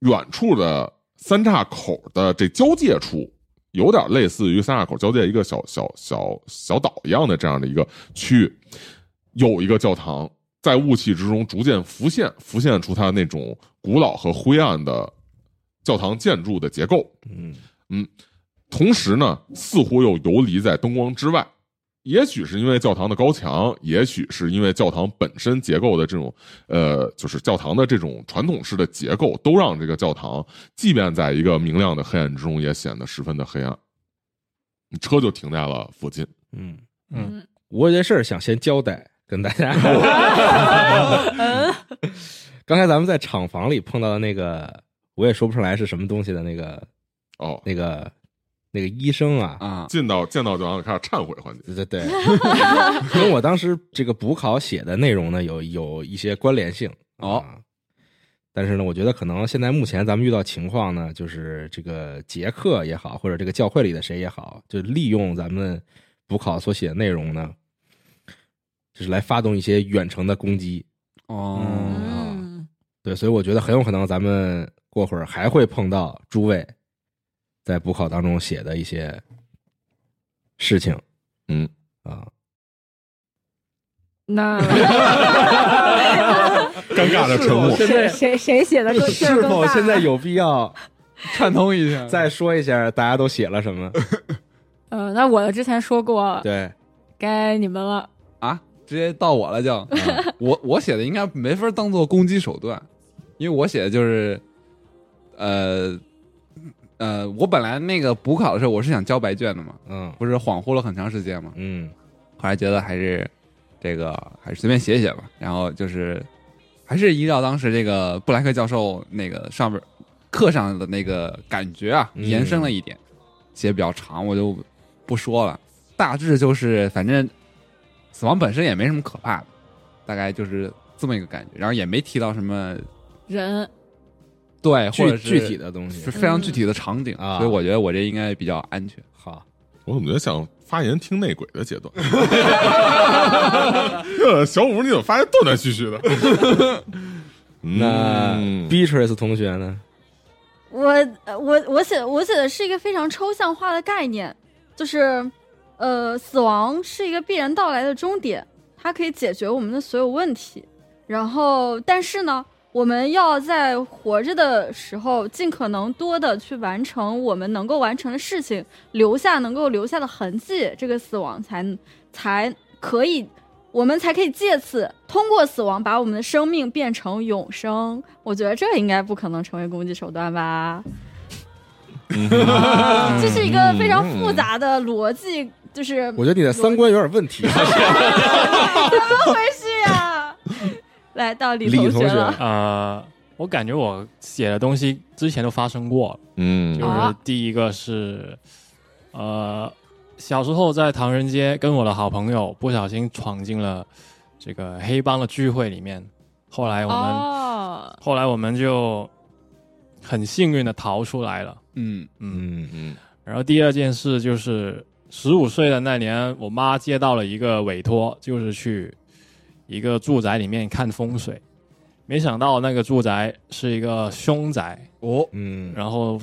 Speaker 6: 远处的三岔口的这交界处，有点类似于三岔口交界一个小小小小岛一样的这样的一个区域，有一个教堂在雾气之中逐渐浮现，浮现出它那种古老和灰暗的教堂建筑的结构。
Speaker 2: 嗯，
Speaker 6: 同时呢，似乎又游离在灯光之外。也许是因为教堂的高墙，也许是因为教堂本身结构的这种，呃，就是教堂的这种传统式的结构，都让这个教堂，即便在一个明亮的黑暗之中，也显得十分的黑暗。你车就停在了附近，
Speaker 2: 嗯
Speaker 8: 嗯，
Speaker 2: 我有件事儿想先交代跟大 家。刚才咱们在厂房里碰到的那个，我也说不出来是什么东西的那个
Speaker 6: 哦，
Speaker 2: 那个那个医生啊，
Speaker 3: 啊，
Speaker 6: 进到见到教堂开始忏悔环节，
Speaker 2: 对对对， 跟我当时这个补考写的内容呢有有一些关联性
Speaker 3: 哦
Speaker 2: 啊但是呢，我觉得可能现在目前咱们遇到情况呢，就是这个杰克也好，或者这个教会里的谁也好，就利用咱们补考所写的内容呢，就是来发动一些远程的攻击。
Speaker 3: 哦，
Speaker 8: 嗯，
Speaker 2: 对，所以我觉得很有可能咱们过会儿还会碰到诸位在补考当中写的一些事情
Speaker 6: 嗯，
Speaker 2: 啊。
Speaker 8: 那
Speaker 6: 尴尬的沉默。
Speaker 2: 现在
Speaker 8: 谁谁谁写的更劲儿
Speaker 2: 是
Speaker 8: 更
Speaker 2: 否
Speaker 8: 大啊
Speaker 2: 现 在有必要
Speaker 3: 串通一下，
Speaker 2: 再说一下大家都写了什么？
Speaker 8: 呃，那我之前说过，
Speaker 2: 对，
Speaker 8: 该你们了。
Speaker 3: 啊，直接到我了就。
Speaker 2: 嗯
Speaker 3: 我我写的应该没法当做攻击手段，因为我写的就是，呃呃，我本来那个补考的时候我是想交白卷的嘛，
Speaker 2: 嗯
Speaker 3: 不是恍惚了很长时间嘛，
Speaker 2: 嗯
Speaker 3: 后来觉得还是这个还是随便写写吧，然后就是还是依照当时这个布莱克教授那个上边课上的那个感觉啊，
Speaker 2: 嗯
Speaker 3: 延伸了一点，写比较长，我就不说了，大致就是反正死亡本身也没什么可怕的，大概就是这么一个感觉，然后也没提到什么
Speaker 8: 人
Speaker 3: 对
Speaker 2: 具
Speaker 3: 或者
Speaker 2: 具
Speaker 3: 是
Speaker 2: 体的东
Speaker 3: 是
Speaker 2: 西。
Speaker 3: 非常具体的场景，
Speaker 2: 啊
Speaker 3: 所以我觉得我这应该比较安全。
Speaker 2: 好，
Speaker 6: 我怎么觉得像发言听内鬼的阶段？ 这小五，你怎么发言断断续续的？
Speaker 2: 那
Speaker 6: 嗯
Speaker 2: Beatrice 同学呢？
Speaker 5: 我呃我我写我写的是一个非常抽象化的概念，就是，呃，死亡是一个必然到来的终点，它可以解决我们的所有问题。然后，但是呢，我们要在活着的时候，尽可能多的去完成我们能够完成的事情，留下能够留下的痕迹，这个死亡才才可以，我们才可以借此通过死亡把我们的生命变成永生。我觉得这应该不可能成为攻击手段吧？ 这是一个非常复杂的逻辑，就是
Speaker 2: 我觉得你的三观有点问题。
Speaker 5: 怎么回事呀？来到李
Speaker 2: 李
Speaker 5: 同
Speaker 2: 同
Speaker 5: 学了
Speaker 2: 学，
Speaker 4: 呃，我感觉我写的东西之前都发生过了，就
Speaker 6: 嗯，
Speaker 4: 是
Speaker 8: 啊
Speaker 4: 第一个是，呃，小时候在唐人街跟我的好朋友不小心闯进了这个黑帮的聚会里面，后来我们、
Speaker 8: 哦，
Speaker 4: 后来我们就很幸运的逃出来了，
Speaker 3: 嗯，
Speaker 4: 嗯。
Speaker 2: 嗯
Speaker 6: 嗯
Speaker 4: 然后第二件事就是十五岁的那年，我妈接到了一个委托，就是去一个住宅里面看风水。没想到那个住宅是一个凶宅，
Speaker 3: 哦，
Speaker 2: 嗯，
Speaker 4: 然后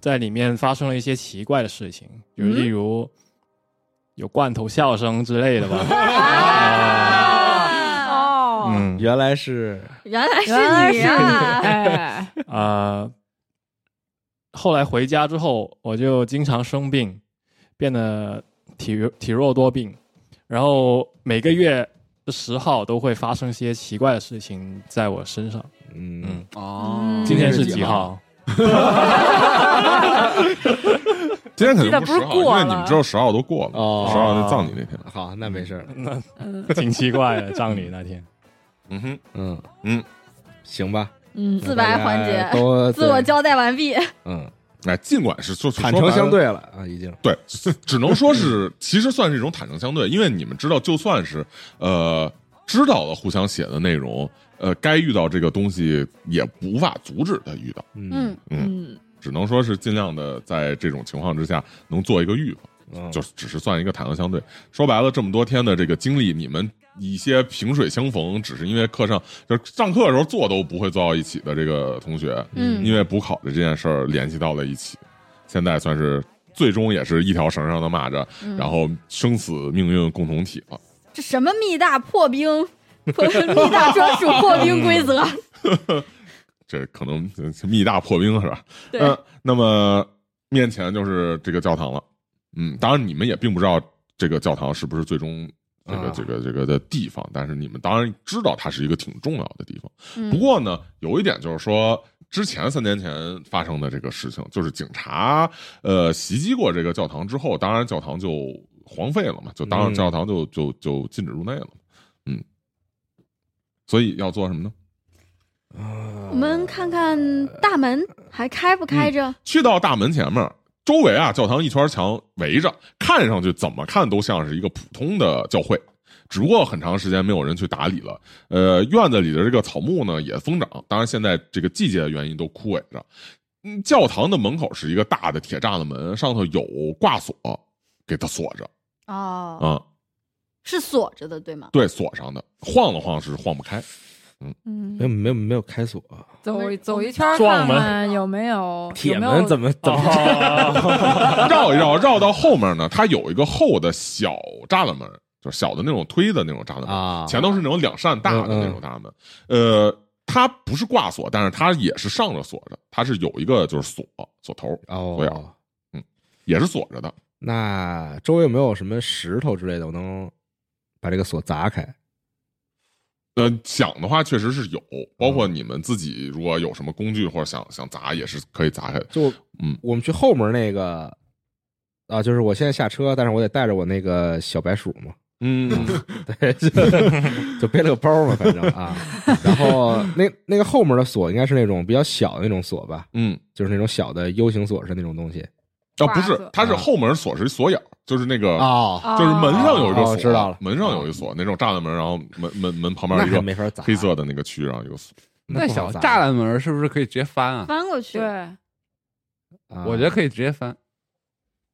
Speaker 4: 在里面发生了一些奇怪的事情，就是例如有罐头笑声之类的吧。
Speaker 5: 啊，
Speaker 8: 哦，
Speaker 4: 嗯
Speaker 2: 原来是
Speaker 5: 原来是
Speaker 8: 原来是
Speaker 5: 你
Speaker 8: 你，
Speaker 5: 啊！
Speaker 8: 哎，
Speaker 4: 呃，后来回家之后，我就经常生病，变得体弱体弱多病，然后每个月十号都会发生些奇怪的事情在我身上。
Speaker 2: 嗯
Speaker 4: 嗯，
Speaker 3: 哦，
Speaker 4: 今天
Speaker 2: 今天是
Speaker 4: 是
Speaker 2: 几
Speaker 4: 几
Speaker 2: 号
Speaker 4: 号？
Speaker 6: 今天肯
Speaker 8: 记得
Speaker 6: 定
Speaker 8: 不
Speaker 6: 十
Speaker 8: 是
Speaker 6: 号，因
Speaker 8: 过
Speaker 6: 为你
Speaker 8: 了
Speaker 6: 们知道十号都过了，
Speaker 2: 哦
Speaker 6: 十号那葬礼那天。
Speaker 2: 好，那没事儿。
Speaker 4: 那
Speaker 8: 嗯
Speaker 4: 挺奇怪的，葬礼那天。
Speaker 6: 嗯哼，
Speaker 2: 嗯
Speaker 6: 嗯，
Speaker 2: 行吧。
Speaker 8: 嗯，
Speaker 5: 自白环节
Speaker 2: 大家都
Speaker 5: 自我交代完毕，
Speaker 2: 嗯，
Speaker 6: 哎，尽管是就就
Speaker 2: 坦
Speaker 6: 说
Speaker 2: 诚
Speaker 6: 白了
Speaker 2: 相对了啊，已经。
Speaker 6: 对，只能说是，其实算是一种坦诚相对，因为你们知道，就算是呃知道了互相写的内容，呃，该遇到这个东西也无法阻止它遇到，
Speaker 5: 嗯，
Speaker 8: 嗯，
Speaker 6: 只能说是尽量的在这种情况之下能做一个预防，
Speaker 2: 嗯，
Speaker 6: 就只是算一个坦诚相对。说白了，这么多天的这个经历，你们一些萍水相逢，只是因为课上就是上课的时候坐都不会坐到一起的这个同学，
Speaker 5: 嗯
Speaker 6: 因为补考的这件事儿联系到了一起，现在算是最终也是一条绳上的蚂蚱，然后生死命运共同体了。
Speaker 5: 这什么密大破冰， 破密大专属破冰规则，
Speaker 6: 这可能密大破冰是吧？
Speaker 5: 对
Speaker 6: 嗯，那么面前就是这个教堂了。嗯，当然你们也并不知道这个教堂是不是最终这个、
Speaker 2: 啊
Speaker 6: 这个这个的地方，但是你们当然知道它是一个挺重要的地方。
Speaker 5: 嗯
Speaker 6: 不过呢，有一点就是说，之前三年前发生的这个事情，就是警察呃袭击过这个教堂之后，当然教堂就荒废了嘛，就当然
Speaker 2: 嗯
Speaker 6: 教堂就、就就禁止入内了嘛。嗯，所以要做什么呢？
Speaker 5: 我们看看大门还开不开着？
Speaker 6: 去到大门前面，周围啊教堂一圈墙围着，看上去怎么看都像是一个普通的教会，只不过很长时间没有人去打理了。呃，院子里的这个草木呢也疯长，当然现在这个季节的原因都枯萎着。嗯，教堂的门口是一个大的
Speaker 2: 嗯
Speaker 6: 铁栅栏门，上头有挂锁给它锁着
Speaker 5: 哦，
Speaker 6: 啊、
Speaker 5: 是锁着的，对吗？
Speaker 6: 对，锁上的，晃了晃是晃不开。
Speaker 2: 没有
Speaker 8: 嗯，
Speaker 2: 没有没有开锁，
Speaker 8: 走走一圈儿
Speaker 4: 撞
Speaker 8: 看
Speaker 4: 门
Speaker 8: 看有没有
Speaker 2: 铁
Speaker 8: 有没
Speaker 2: 门
Speaker 8: 有
Speaker 2: 怎么怎么
Speaker 4: 嗯
Speaker 6: 绕一绕，绕到后面呢，它有一个厚的小栅栏门，就是小的那种推的那种栅栏门，
Speaker 2: 啊？
Speaker 6: 前头是那种两扇大的
Speaker 2: 嗯嗯
Speaker 6: 那种大门。呃，它不是挂锁，但是它也是上着锁的，它是有一个就是锁锁头，对
Speaker 2: 哦
Speaker 6: 啊，也是锁着的。
Speaker 2: 那周围有没有什么石头之类的，我能把这个锁砸开？
Speaker 6: 呃，想的话确实是有，包括你们自己如果有什么工具或者想想砸，也是可以砸开的。
Speaker 2: 就
Speaker 6: 嗯
Speaker 2: 我们去后门那个啊，就是我现在下车，但是我得带着我那个小白鼠嘛，
Speaker 6: 嗯，
Speaker 2: 对， 就就背了个包嘛，反正啊。然后那那个后门的锁应该是那种比较小的那种锁吧，
Speaker 6: 嗯，
Speaker 2: 就是那种小的 U 型锁是那种东西
Speaker 6: 啊，
Speaker 8: 挂
Speaker 6: 不是
Speaker 8: 锁，
Speaker 6: 它是后门锁是锁眼儿，就是那个，
Speaker 2: 哦，
Speaker 6: 就是门上有一个
Speaker 2: 哦
Speaker 6: 锁，
Speaker 2: 知道了哦
Speaker 6: 门上有一锁，那种栅栏门，然后门门门旁边
Speaker 2: 那
Speaker 6: 一
Speaker 2: 还
Speaker 6: 个
Speaker 2: 没法砸，
Speaker 6: 黑色的那个区，然后有锁。
Speaker 2: 那
Speaker 3: 那
Speaker 2: 不好
Speaker 3: 小
Speaker 2: 砸
Speaker 3: 栅栏门是不是可以直接翻啊？
Speaker 5: 翻过去，
Speaker 8: 对，嗯
Speaker 2: 啊
Speaker 3: 我觉得可以直接翻。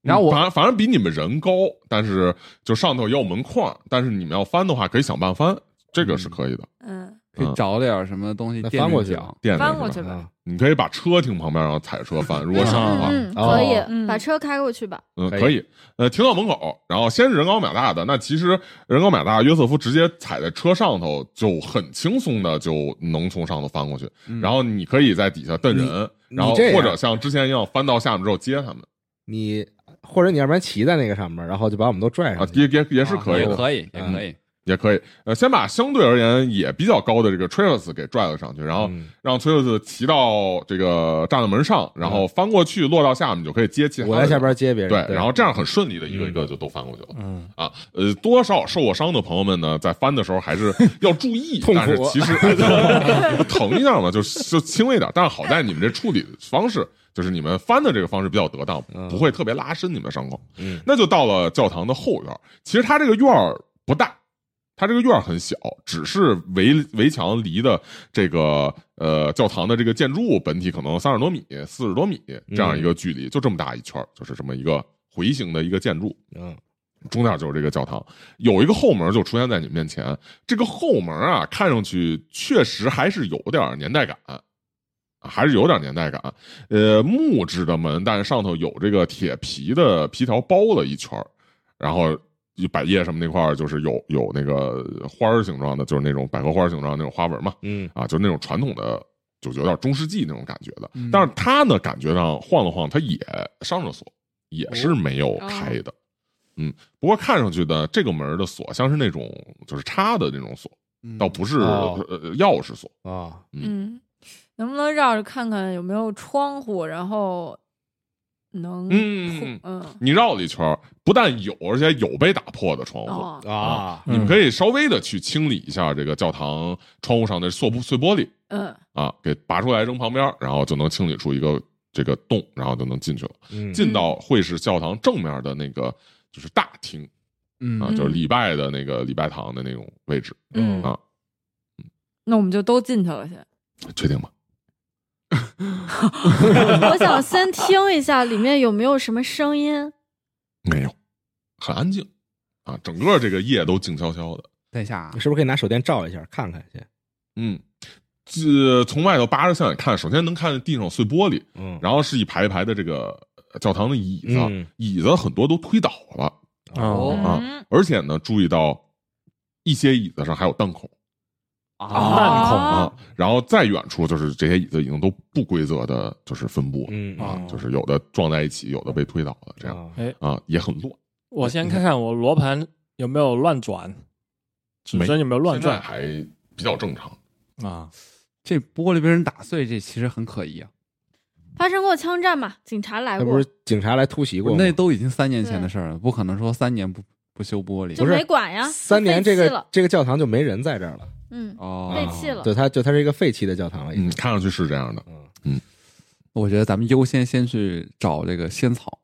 Speaker 3: 然后
Speaker 6: 嗯反
Speaker 3: 我
Speaker 6: 正反正比你们人高，但是就上头也有门框，但是你们要翻的话，可以想办法翻，这个是可以的。
Speaker 8: 嗯，
Speaker 3: 可以找点什么东西
Speaker 2: 那
Speaker 3: 垫
Speaker 2: 翻过
Speaker 3: 着
Speaker 2: 去
Speaker 3: 脚，
Speaker 6: 垫着
Speaker 8: 翻
Speaker 6: 是
Speaker 8: 过
Speaker 6: 吧
Speaker 8: 去吧。
Speaker 2: 啊
Speaker 6: 你可以把车停旁边，然后踩着车翻。如果想的话，
Speaker 5: 嗯，嗯
Speaker 2: 哦
Speaker 5: 可以、
Speaker 8: 嗯
Speaker 5: 把车开过去吧。
Speaker 6: 嗯，
Speaker 2: 可以
Speaker 6: 可以。呃，停到门口，然后先是人高马大的，那其实人高马大，约瑟夫直接踩在车上头就很轻松的就能从上头翻过去。然后你可以在底下蹬人，
Speaker 2: 你
Speaker 6: 然后
Speaker 2: 这样
Speaker 6: 或者像之前一样翻到下面之后接他们
Speaker 2: 你或者你要不然骑在那个上面，然后就把我们都拽
Speaker 6: 啊
Speaker 2: 上，去。
Speaker 6: 也也也是
Speaker 3: 啊
Speaker 6: 可以
Speaker 3: 也
Speaker 6: 的，
Speaker 3: 可以，也
Speaker 2: 嗯
Speaker 3: 可以。
Speaker 6: 也可以。呃，先把相对而言也比较高的这个 Travis 给拽了上去，然后
Speaker 2: 嗯
Speaker 6: 让 Travis 骑到这个栅栏门上，然后翻过去落到下面就可以接其
Speaker 2: 嗯
Speaker 6: 他
Speaker 2: 我在
Speaker 6: 人
Speaker 2: 下边接别人，
Speaker 6: 对，
Speaker 2: 对
Speaker 6: 然后这样很顺利的一个一个
Speaker 2: 嗯
Speaker 6: 就都翻过去了。
Speaker 4: 嗯，
Speaker 6: 啊，呃，多少受过伤的朋友们呢，在翻的时候还是 要注意，
Speaker 2: 痛苦
Speaker 6: 但是其实、哎、疼一下嘛，就就轻微一点。但是好在你们这处理方式，就是你们翻的这个方式比较得当，
Speaker 2: 嗯
Speaker 6: 不会特别拉伸你们的伤口。
Speaker 2: 嗯
Speaker 6: 那就到了教堂的后院儿，其实它这个院儿不大。它这个院儿很小，只是围围墙离的这个呃教堂的这个建筑物本体可能三十多米、四十多米这样一个距离，就这么大一圈儿，就是这么一个回形的一个建筑。
Speaker 2: 嗯
Speaker 6: 中间就是这个教堂，有一个后门就出现在你面前。这个后门啊，看上去确实还是有点年代感，啊还是有点年代感。呃，木质的门，但是上头有这个铁皮的皮条包了一圈儿然后一百叶什么那块儿就是有有那个花儿形状的，就是那种百合花儿形状的那种花纹嘛。
Speaker 2: 嗯
Speaker 6: 啊，就是那种传统的，就有点中世纪那种感觉的。但是他呢，感觉上晃了晃，他也上着锁，也是没有开的。嗯，不过看上去呢，这个门的锁像是那种就是插的那种锁，
Speaker 3: 嗯
Speaker 6: 倒不是、
Speaker 2: 哦
Speaker 6: 呃钥匙锁。
Speaker 2: 啊，
Speaker 8: 嗯，能不能绕着看看有没有窗户，然后能
Speaker 6: 嗯
Speaker 8: 碰嗯
Speaker 6: 你绕了一圈儿，不但有，而且有被打破的窗户。
Speaker 8: 哦
Speaker 2: 啊，
Speaker 6: 你们可
Speaker 4: 以
Speaker 6: 以稍微的去清理一下这个教堂窗户上的碎玻碎玻璃
Speaker 8: 嗯
Speaker 6: 啊，给拔出来扔旁边儿，然后就能清理出一个这个洞，然后就能进去了。
Speaker 2: 嗯
Speaker 6: 进到会士教堂正面的那个就是大厅啊，
Speaker 3: 嗯
Speaker 8: 嗯
Speaker 6: 就是礼拜的那个礼拜堂的那种位置，
Speaker 8: 嗯
Speaker 6: 啊，
Speaker 8: 那我们就都进去了先。
Speaker 6: 确定吗？
Speaker 5: 我想先听一下里面有没有什么声音。
Speaker 6: 没有，很安静啊，整个这个夜都静悄悄的。
Speaker 3: 等一下啊
Speaker 2: 你，是不是可以拿手电照一下看看去？
Speaker 6: 嗯，这从外头扒着向里看，首先能看见地上碎玻璃，
Speaker 2: 嗯，
Speaker 6: 然后是一排一排的这个呃教堂的椅子，
Speaker 2: 嗯
Speaker 6: 椅子很多都推倒了，
Speaker 4: 哦
Speaker 6: 啊
Speaker 8: 嗯
Speaker 6: 而且呢，注意到一些椅子上还有弹孔。
Speaker 8: 哦
Speaker 4: 弹孔
Speaker 6: 啊，然后再远处就是这些椅子已经都不规则的，就是分布了，
Speaker 2: 嗯
Speaker 6: 啊
Speaker 4: 哦，
Speaker 6: 就是有的撞在一起，有的被推倒了，这样
Speaker 2: 样
Speaker 6: 啊也很乱。
Speaker 4: 我先看看我罗盘有没有乱转，指针有没有乱
Speaker 6: 现在
Speaker 4: 转
Speaker 6: 还比较正常，
Speaker 4: 啊？
Speaker 3: 这玻璃被人打碎，这其实很可疑啊。
Speaker 5: 发生过枪战嘛？警察来
Speaker 2: 那
Speaker 5: 过
Speaker 2: 哎不是，警察来突袭过吗？
Speaker 3: 那都已经三年前的事儿了，不可能说三年不不修玻璃
Speaker 5: 就
Speaker 2: 不是
Speaker 5: 没管呀。
Speaker 2: 三年
Speaker 5: 就
Speaker 2: 这
Speaker 5: 啊废弃
Speaker 2: 个
Speaker 5: 了
Speaker 2: 这个教堂就没人在这儿了，啊
Speaker 5: 嗯，
Speaker 3: 哦。
Speaker 5: 废弃了。
Speaker 2: 对，它就它是一个废弃的教堂了，已
Speaker 6: 嗯
Speaker 2: 经，
Speaker 6: 看上去是这样的。
Speaker 3: 我觉得咱们优先先去找这个仙草，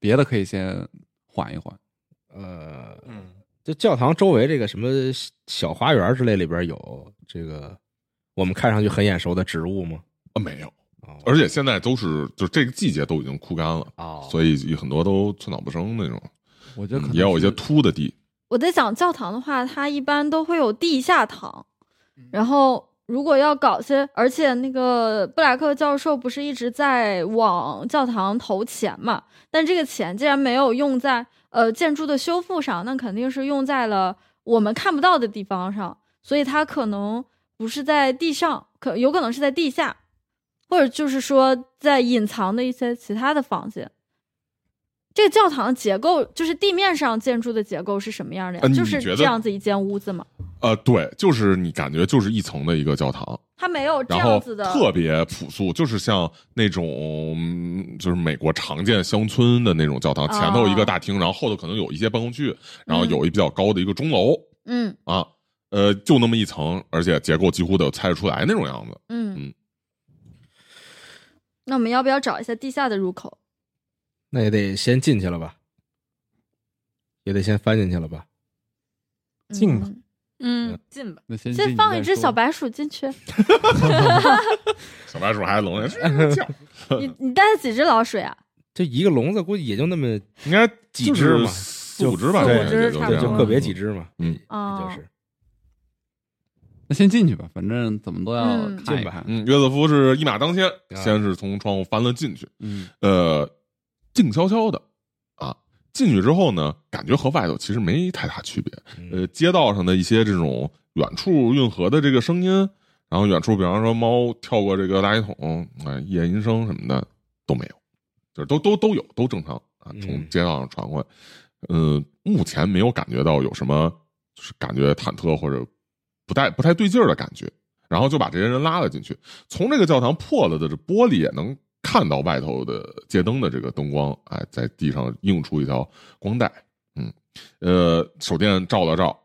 Speaker 3: 别的可以先缓一缓。
Speaker 2: 呃，
Speaker 4: 嗯，
Speaker 2: 就教堂周围这个什么小花园之类里边有这个我们看上去很眼熟的植物吗？
Speaker 6: 啊，没有，
Speaker 2: 哦
Speaker 6: 而且现在都是就这个季节都已经枯干了，
Speaker 2: 哦，
Speaker 6: 所以有很多都寸草不生那种，嗯
Speaker 3: 我觉得可能
Speaker 6: 也有一些
Speaker 3: 是
Speaker 6: 秃的地。
Speaker 5: 我在讲教堂的话，它一般都会有地下堂，然后如果要搞些，而且那个布莱克教授不是一直在往教堂投钱嘛？但这个钱既然没有用在呃建筑的修复上，那肯定是用在了我们看不到的地方上，所以它可能不是在地上，可有可能是在地下，或者就是说在隐藏的一些其他的房间。这个教堂的结构就是地面上建筑的结构是什么样的呀？
Speaker 6: 呃你
Speaker 5: 就是
Speaker 6: 觉得
Speaker 5: 这样子一间屋子嘛，
Speaker 6: 呃，对，就是你感觉就是一层的一个教堂，
Speaker 5: 它没有这
Speaker 6: 然
Speaker 5: 样
Speaker 6: 后
Speaker 5: 子的
Speaker 6: 特别朴素，就是像那种嗯就是美国常见乡村的那种教堂，
Speaker 5: 哦
Speaker 6: 前头一个大厅，然后后头可能有一些办公区，然后有一比较高的一个钟楼、
Speaker 5: 嗯
Speaker 6: 啊，呃，就那么一层，而且结构几乎都猜得出来那种样子。
Speaker 5: 嗯
Speaker 6: 嗯，
Speaker 5: 那我们要不要找一下地下的入口？
Speaker 2: 那也得先进去了吧，也得先翻进去了吧。
Speaker 4: 进吧
Speaker 5: 嗯
Speaker 8: 嗯，进吧。
Speaker 3: 那先进
Speaker 5: 先
Speaker 3: 你
Speaker 5: 放
Speaker 3: 再
Speaker 5: 一只
Speaker 3: 说
Speaker 5: 小白鼠进去。
Speaker 6: 小白鼠还聋了，吱哎 叫
Speaker 5: 你你带了几只老鼠呀？
Speaker 2: 这一个笼子估计也就那么
Speaker 6: 应该
Speaker 2: 几只嘛
Speaker 6: 就是四五只吧，
Speaker 2: 就
Speaker 6: 这
Speaker 5: 四五只
Speaker 6: 也就
Speaker 5: 差
Speaker 6: 这
Speaker 5: 不
Speaker 2: 对，
Speaker 5: 多
Speaker 6: 样，
Speaker 2: 就
Speaker 6: 嗯
Speaker 2: 个别几只嘛，
Speaker 5: 啊、
Speaker 2: 也就是
Speaker 3: 那先进去吧，反正怎么都要
Speaker 5: 嗯
Speaker 3: 看一
Speaker 2: 进吧
Speaker 3: 看。
Speaker 6: 嗯，约瑟夫是一马当先，
Speaker 2: 啊
Speaker 6: 先是从窗户翻了进去，
Speaker 3: 嗯，
Speaker 6: 呃，静悄悄的啊。进去之后呢，感觉和外头其实没太大区别。
Speaker 2: 嗯
Speaker 6: 呃，街道上的一些这种远处运河的这个声音，然后远处比方说猫跳过这个垃圾桶啊、夜音声什么的都没有，就是都都都有，都正常啊，从
Speaker 2: 嗯
Speaker 6: 街道上传过来。嗯、目前没有感觉到有什么就是感觉忐忑或者不太不太对劲儿的感觉，然后就把这些人拉了进去。从这个教堂破了的这玻璃也能看到外头的街灯的这个灯光，哎，在地上映出一条光带。嗯，呃，手电照了照，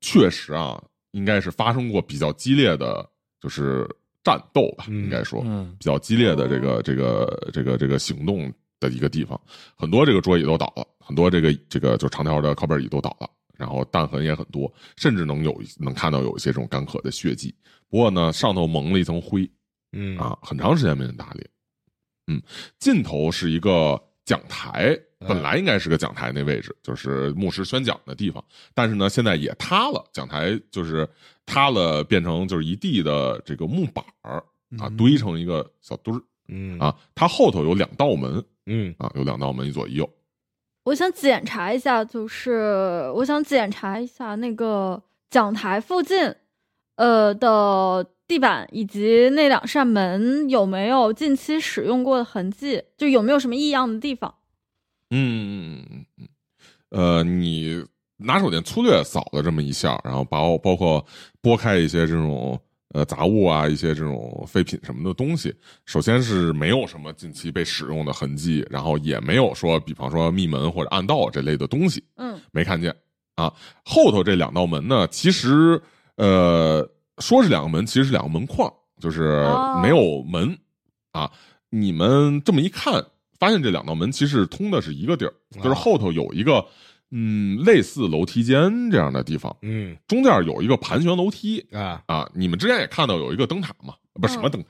Speaker 6: 确实啊，应该是发生过比较激烈的，就是战斗吧，
Speaker 2: 嗯
Speaker 6: 应该说，
Speaker 4: 嗯
Speaker 6: 比较激烈的这个这个这个这个行动的一个地方，很多这个桌椅都倒了，很多这个这个就长条的靠背椅都倒了，然后弹痕也很多，甚至能有能看到有一些这种干渴的血迹。不过呢，上头蒙了一层灰
Speaker 2: 嗯
Speaker 6: 啊，很长时间没人打理。嗯，尽头是一个讲台，
Speaker 2: 嗯
Speaker 6: 本来应该是个讲台那位置，就是牧师宣讲的地方，但是呢，现在也塌了，讲台就是塌了，变成就是一地的这个木板儿啊，堆成一个小堆儿。
Speaker 2: 嗯
Speaker 6: 啊，它后头有两道门
Speaker 2: 嗯
Speaker 6: 啊，有两道门，一左一右。
Speaker 5: 我想检查一下，就是我想检查一下那个讲台附近，呃的地板以及那两扇门有没有近期使用过的痕迹，就有没有什么异样的地方。
Speaker 6: 嗯嗯嗯嗯嗯，呃，你拿手电粗略扫了这么一下，然后把我包括拨开一些这种呃杂物啊，一些这种废品什么的东西，首先是没有什么近期被使用的痕迹，然后也没有说，比方说密门或者暗道这类的东西。
Speaker 5: 嗯
Speaker 6: 没看见啊。后头这两道门呢，其实呃说是两个门，其实是两个门框，就是
Speaker 5: 哦
Speaker 6: 没有门、啊。你们这么一看，发现这两道门其实通的是一个地儿，就是
Speaker 2: 啊
Speaker 6: 后头有一个嗯类似楼梯间这样的地方，
Speaker 2: 嗯
Speaker 6: 中间有一个盘旋楼梯
Speaker 2: 啊，
Speaker 6: 啊。你们之前也看到有一个灯塔嘛，不是
Speaker 5: 嗯
Speaker 6: 什么灯塔，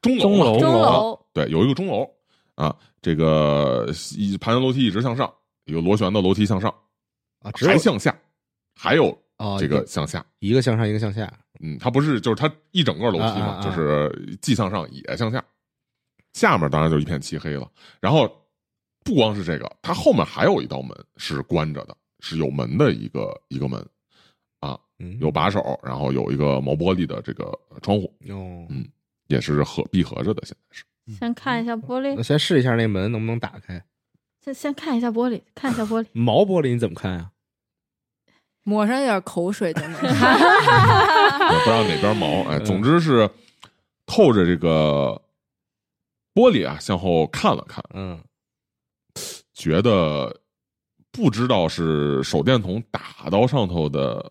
Speaker 6: 钟楼
Speaker 4: 钟
Speaker 6: 嘛
Speaker 4: 楼
Speaker 5: 钟楼，
Speaker 6: 对，有一个钟楼啊，这个一盘旋楼梯一直向上，有螺旋的楼梯向上。
Speaker 2: 啊，只有
Speaker 6: 还向下，还有
Speaker 2: 哦
Speaker 6: 这个向下。
Speaker 2: 一个向上，一个向下，
Speaker 6: 嗯，它不是，就是它一整个楼梯
Speaker 2: 啊
Speaker 6: 嘛，
Speaker 2: 啊啊
Speaker 6: 就是既向上也向下。下面当然就是一片漆黑了。然后不光是这个，它后面还有一道门是关着的，是有门的一个一个门啊，
Speaker 2: 嗯
Speaker 6: 有把手，然后有一个毛玻璃的这个窗户，
Speaker 2: 哦
Speaker 6: 嗯也是合闭合着的。现在是，
Speaker 5: 先
Speaker 3: 嗯
Speaker 5: 看一下玻璃
Speaker 2: 那，先试一下那门能不能打开？
Speaker 5: 先先看一下玻璃，看一下玻璃。
Speaker 2: 毛玻璃你怎么看啊？
Speaker 7: 抹上一点口水就能 看。
Speaker 6: 也不知道哪边毛，哎，
Speaker 2: 嗯
Speaker 6: 总之是透着这个玻璃啊，向后看了看。
Speaker 2: 嗯
Speaker 6: 觉得不知道是手电筒打到上头的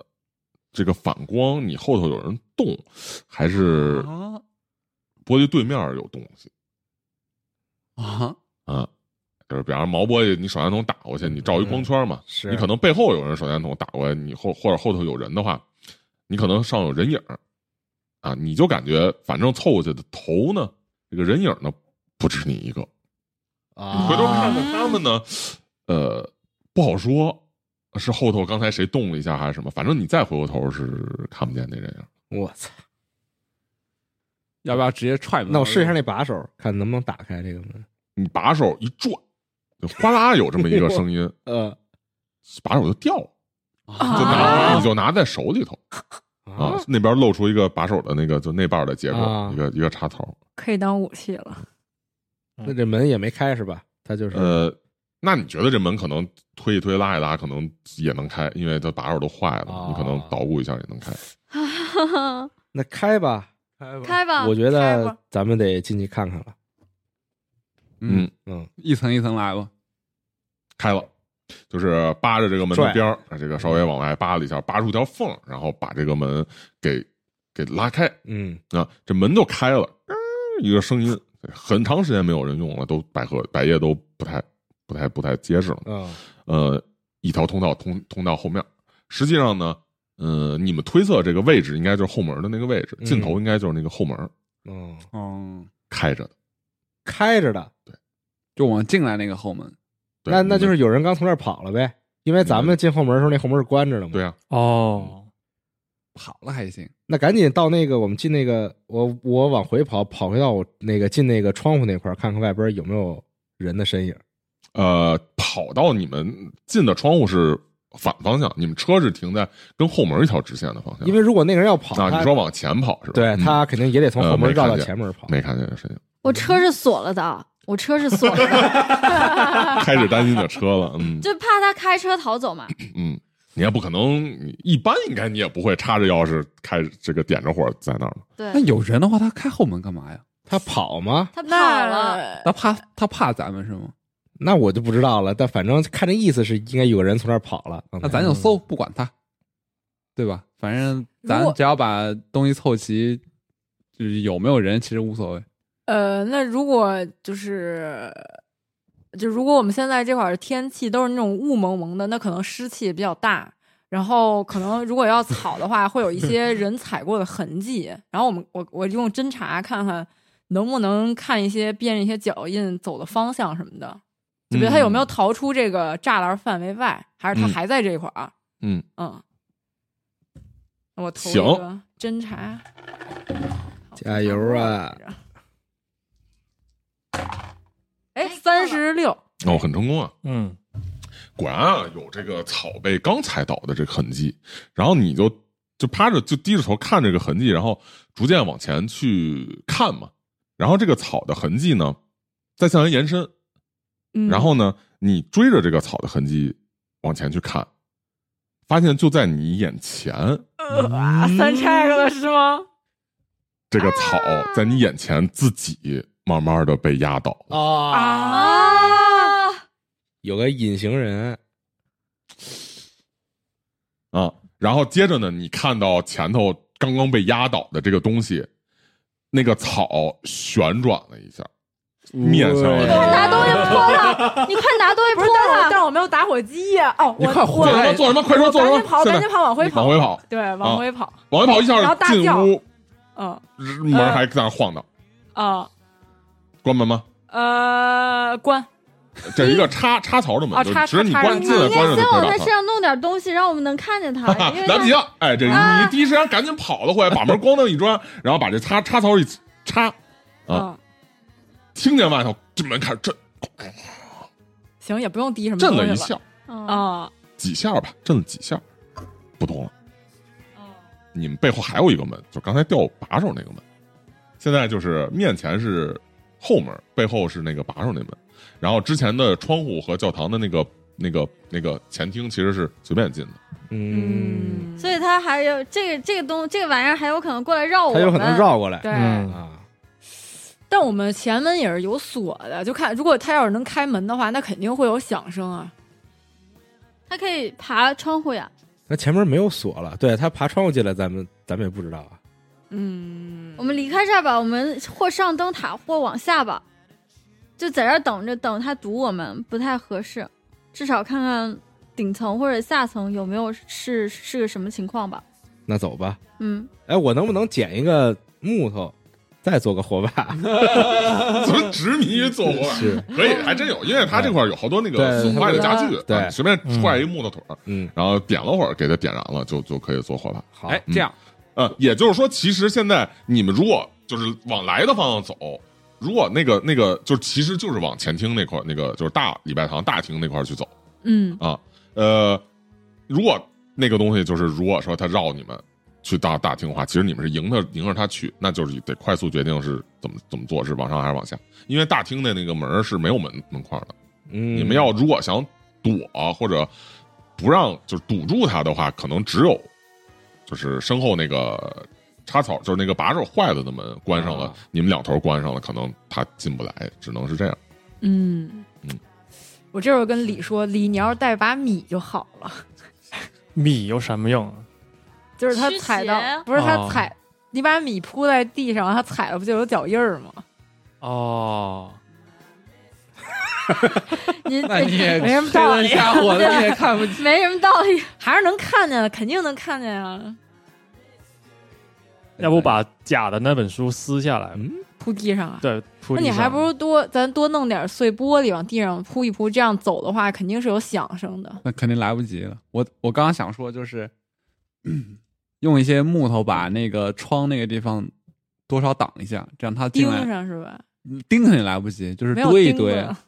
Speaker 6: 这个反光，你后头有人动，还是
Speaker 3: 啊
Speaker 6: 玻璃对面有东西
Speaker 3: 啊，
Speaker 6: 啊？就是比方说毛玻璃，你手电筒打过去，你照一光圈嘛，
Speaker 2: 是
Speaker 6: 你可能背后有人手电筒打过来，你后或者后头有人的话，你可能上有人影儿啊，你就感觉反正凑过去的头呢，这个人影呢不止你一个，
Speaker 2: 啊，
Speaker 6: 回头看看他们呢，呃，不好说是后头刚才谁动了一下还是什么，反正你再回过头是看不见那人影。
Speaker 2: 我操！
Speaker 3: 要不要直接踹门？
Speaker 2: 那我试一下那把手，看能不能打开这个门。
Speaker 6: 你把手一转，就哗啦有这么一个声音，
Speaker 2: 呃
Speaker 6: 把手就掉了，
Speaker 8: 哦
Speaker 6: 就
Speaker 4: 嗯
Speaker 7: 啊
Speaker 6: 拿你就拿在手里头啊
Speaker 2: 啊，，
Speaker 6: 那边露出一个把手的那个就那半的结构
Speaker 2: 啊，
Speaker 6: 一个一个插头。
Speaker 7: 可以当武器了。
Speaker 2: 那这门也没开是吧？他就是
Speaker 6: 呃，那你觉得这门可能推一推拉一拉，可能也能开，因为它把手都坏了
Speaker 2: 哦，
Speaker 6: 你可能捣鼓一下也能开。
Speaker 2: 那开吧，开吧
Speaker 5: 啊开吧
Speaker 2: 我觉
Speaker 7: 开
Speaker 2: 得
Speaker 7: 吧
Speaker 2: 咱们得进去看看了。
Speaker 3: 嗯，
Speaker 2: 嗯，
Speaker 3: 一层一层来吧。
Speaker 6: 开了，就是扒着这个门的
Speaker 2: 拽
Speaker 6: 边儿，这个稍微往外扒了一下，扒出条缝儿，然后把这个门给给拉开
Speaker 2: 嗯，
Speaker 6: 啊，这门就开了，嗯一个声音，很长时间没有人用了，都百合百叶都不太不太不太结实了。
Speaker 2: 啊，
Speaker 6: 呃，一条通道通通到后面，实际上呢，呃，你们推测这个位置应该就是后门的那个位置，
Speaker 2: 嗯
Speaker 6: 尽头应该就是那个后门
Speaker 2: 哦，
Speaker 3: 哦，
Speaker 6: 开着的。
Speaker 2: 开着的，
Speaker 3: 就往进来那个后门。
Speaker 6: 对
Speaker 2: 那那就
Speaker 6: 你
Speaker 2: 是
Speaker 6: 们
Speaker 2: 有人刚从这儿跑了呗。因为咱们进后门的时候，那后门是关着的嘛。
Speaker 6: 对啊，
Speaker 4: 哦，
Speaker 3: 跑了还行，
Speaker 2: 那赶紧到那个，我们进那个，我我往回跑，跑回到我那个进那个窗户那块儿，看看外边有没有人的身影。
Speaker 6: 呃，跑到你们进的窗户是反方向，你们车是停在跟后门一条直线的方向。
Speaker 2: 因为如果那个人要跑，
Speaker 6: 啊，
Speaker 2: 他
Speaker 6: 你说往前跑是吧？
Speaker 2: 对
Speaker 6: 嗯
Speaker 2: 他肯定也得从后
Speaker 6: 呃
Speaker 2: 门
Speaker 6: 没
Speaker 2: 绕
Speaker 6: 看
Speaker 2: 到
Speaker 6: 见
Speaker 2: 前门跑。
Speaker 6: 没看见这身影，
Speaker 2: 嗯
Speaker 5: 我车是锁了的，啊我车是锁了的，
Speaker 6: 开始担心你的车了。嗯
Speaker 5: 就怕他开车逃走嘛。
Speaker 6: 嗯，你也不可能，你一般应该你也不会插着钥匙开这个点着火在那儿嘛。
Speaker 5: 对
Speaker 2: 哎
Speaker 3: 那，有人的话，他开后门干嘛呀？
Speaker 2: 他跑吗？
Speaker 5: 他跑了，
Speaker 3: 他
Speaker 7: 那
Speaker 3: 怕他怕咱们是吗？
Speaker 2: 那我就不知道了。但反正看这意思是应该有个人从那儿跑了。嗯
Speaker 3: 那
Speaker 4: 嗯
Speaker 3: 咱就搜，不管他，对吧？反正咱
Speaker 7: 如果
Speaker 3: 只要把东西凑齐，就是有没有人其实无所谓。
Speaker 7: 呃，那如果就是。就如果我们现在这块儿天气都是那种雾蒙蒙的，那可能湿气也比较大，然后可能如果要草的话，会有一些人踩过的痕迹。然后我们我我用侦查看看能不能看一些辨认一些脚印走的方向什么的，就比如他有没有逃出这个栅栏范围外，还是他
Speaker 6: 嗯
Speaker 7: 还在这块儿？
Speaker 6: 嗯
Speaker 7: 嗯，我投一
Speaker 6: 行
Speaker 7: 个侦查，
Speaker 2: 加油啊！
Speaker 7: 哎，三十六，
Speaker 6: 哦，很成功啊！
Speaker 4: 嗯，
Speaker 6: 果然啊，有这个草被刚踩倒的这个痕迹，然后你就就趴着就低着头看这个痕迹，然后逐渐往前去看嘛。然后这个草的痕迹呢，再向前延伸，
Speaker 7: 嗯，
Speaker 6: 然后呢，你追着这个草的痕迹往前去看，发现就在你眼前，
Speaker 7: 啊，
Speaker 6: 嗯
Speaker 7: 三 check 了是吗？
Speaker 6: 这个草
Speaker 7: 啊
Speaker 6: 在你眼前自己慢慢的被压倒。
Speaker 2: 啊，
Speaker 7: 啊，
Speaker 5: 啊，
Speaker 2: 有个隐形人，
Speaker 6: 啊，然后接着呢，你看到前头刚刚被压倒的这个东西，那个草旋转了一下，面向了
Speaker 2: 喂
Speaker 6: 你
Speaker 5: 拿东西泼他，你快拿东西
Speaker 7: 不
Speaker 5: 泼
Speaker 7: 是，但是我
Speaker 5: 他，
Speaker 7: 但我没有打火机呀，哦，
Speaker 3: 你
Speaker 7: 我
Speaker 3: 快回
Speaker 7: 我
Speaker 3: 来
Speaker 6: 做什么做什么？快说
Speaker 7: 我
Speaker 6: 做什
Speaker 7: 赶
Speaker 6: 么
Speaker 7: 紧？跑，
Speaker 6: 现
Speaker 7: 赶
Speaker 6: 在
Speaker 7: 紧跑，往回跑，
Speaker 6: 往回跑，
Speaker 7: 对，往回跑，
Speaker 6: 往回跑！一
Speaker 7: 然
Speaker 6: 下
Speaker 7: 后大
Speaker 6: 进
Speaker 7: 叫
Speaker 6: 屋，啊
Speaker 7: 嗯
Speaker 6: 门还在那晃荡，
Speaker 7: 啊
Speaker 6: 关门吗？
Speaker 7: 呃，关，
Speaker 6: 这是一个插插槽的
Speaker 7: 啊
Speaker 6: 门，就
Speaker 7: 插
Speaker 6: 只是你
Speaker 7: 插
Speaker 6: 关
Speaker 7: 插
Speaker 6: 进来
Speaker 5: 你应该
Speaker 6: 关上
Speaker 5: 先
Speaker 6: 就可以
Speaker 5: 往他
Speaker 6: 打
Speaker 5: 身
Speaker 6: 开。
Speaker 5: 上弄点东西，让我们能看见他，啊 因为
Speaker 6: 来
Speaker 5: 啊他
Speaker 6: 不
Speaker 2: 啊
Speaker 6: 及了，哎，这你第一时间赶紧跑了回来，把门咣当一砖，然后把这插插槽一插，啊
Speaker 7: 嗯，
Speaker 6: 听见外头这门开始震
Speaker 7: 行，也不用滴什么
Speaker 6: 震
Speaker 7: 东
Speaker 6: 了
Speaker 7: 西
Speaker 6: 一
Speaker 7: 了
Speaker 6: 下，
Speaker 5: 啊，
Speaker 7: 啊，
Speaker 6: 几下吧，震了几下，不动了。
Speaker 7: 嗯
Speaker 6: 你们背后还有一个门，就刚才掉把手那个门。现在就是面前是后门，背后是那个把手那门。然后之前的窗户和教堂的那个、那个、那个前厅其实是随便进的。
Speaker 2: 嗯，
Speaker 7: 嗯，
Speaker 5: 所以他还有这个这个东这个玩意儿还有可能过来绕我
Speaker 2: 他
Speaker 5: 们，
Speaker 2: 有可能绕过来
Speaker 7: 对，
Speaker 4: 嗯
Speaker 2: 啊。
Speaker 7: 但我们前门也是有锁的，就看如果他要是能开门的话，那肯定会有响声啊。
Speaker 5: 他可以爬窗户呀。
Speaker 2: 那前面没有锁了，对他爬窗户进来，咱们咱们也不知道啊。
Speaker 7: 嗯，
Speaker 5: 我们离开这儿吧，我们或上灯塔，或往下吧，就在这儿等着，等他堵我们不太合适，至少看看顶层或者下层有没有是是个什么情况吧。
Speaker 2: 那走吧。
Speaker 5: 嗯，
Speaker 2: 哎，我能不能捡一个木头，再做个火把，
Speaker 6: 怎么执迷于做活？
Speaker 2: 是，
Speaker 6: 可以，还真有，因为它这块有好多那
Speaker 2: 对
Speaker 6: 个损坏的家具，
Speaker 2: 对
Speaker 6: 啊随便踹一木头腿儿，
Speaker 2: 嗯，
Speaker 6: 然后点了会儿，给它点燃了，就就可以做火把。
Speaker 2: 好，嗯
Speaker 3: 哎，这样
Speaker 6: 呃，也就是说，其实现在你们如果就是往来的方向走，如果那个那个就是其实就是往前厅那块儿那个就是大礼拜堂大厅那块儿去走
Speaker 7: 嗯，
Speaker 6: 啊。呃，如果那个东西就是如果说他绕你们去到大厅的话，其实你们是迎着迎着他去，那就是得快速决定是怎么怎么做，是往上还是往下，因为大厅的那个门儿是没有门门框的。
Speaker 2: 嗯，
Speaker 6: 你们要如果想躲或者不让就是堵住它的话，可能只有就是身后那个插草，就是那个把手坏了的门关上了，
Speaker 2: 啊
Speaker 6: 你们两头关上了，可能它进不来，只能是这样。
Speaker 7: 嗯
Speaker 6: 嗯，
Speaker 7: 我这会儿跟李说，李，你要是带把米就好了，
Speaker 4: 米有什么用啊？
Speaker 7: 就是他
Speaker 5: 驱邪
Speaker 7: 踩到，不是他
Speaker 4: 哦
Speaker 7: 踩，你把米铺在地上，他踩了不就有脚印儿吗？
Speaker 4: 哦，
Speaker 5: 您
Speaker 3: 那你
Speaker 5: 哎
Speaker 3: 也
Speaker 7: 没什么
Speaker 3: 黑
Speaker 7: 道
Speaker 3: 灯
Speaker 7: 理，
Speaker 3: 瞎 火的你也看不见。
Speaker 5: 没什么道理。
Speaker 7: 还是能看见的，肯定能看见啊，
Speaker 4: 要不把假的那本书撕下来？
Speaker 2: 嗯
Speaker 7: 铺地上啊。
Speaker 4: 对，铺
Speaker 7: 那
Speaker 4: 地
Speaker 7: 你还
Speaker 4: 上
Speaker 7: 不如多，咱多弄点碎玻璃往地上铺一铺，这样走的话肯定是有响声的。
Speaker 3: 那肯定来不及了。我我刚刚想说就是， 嗯用一些木头把那个窗那个地方多少挡一下，这样他进
Speaker 7: 钉
Speaker 3: 来嗯
Speaker 7: 上是吧？
Speaker 3: 钉肯定来不及，就是
Speaker 7: 没有
Speaker 3: 堆一
Speaker 7: 钉
Speaker 3: 堆。啊
Speaker 7: 子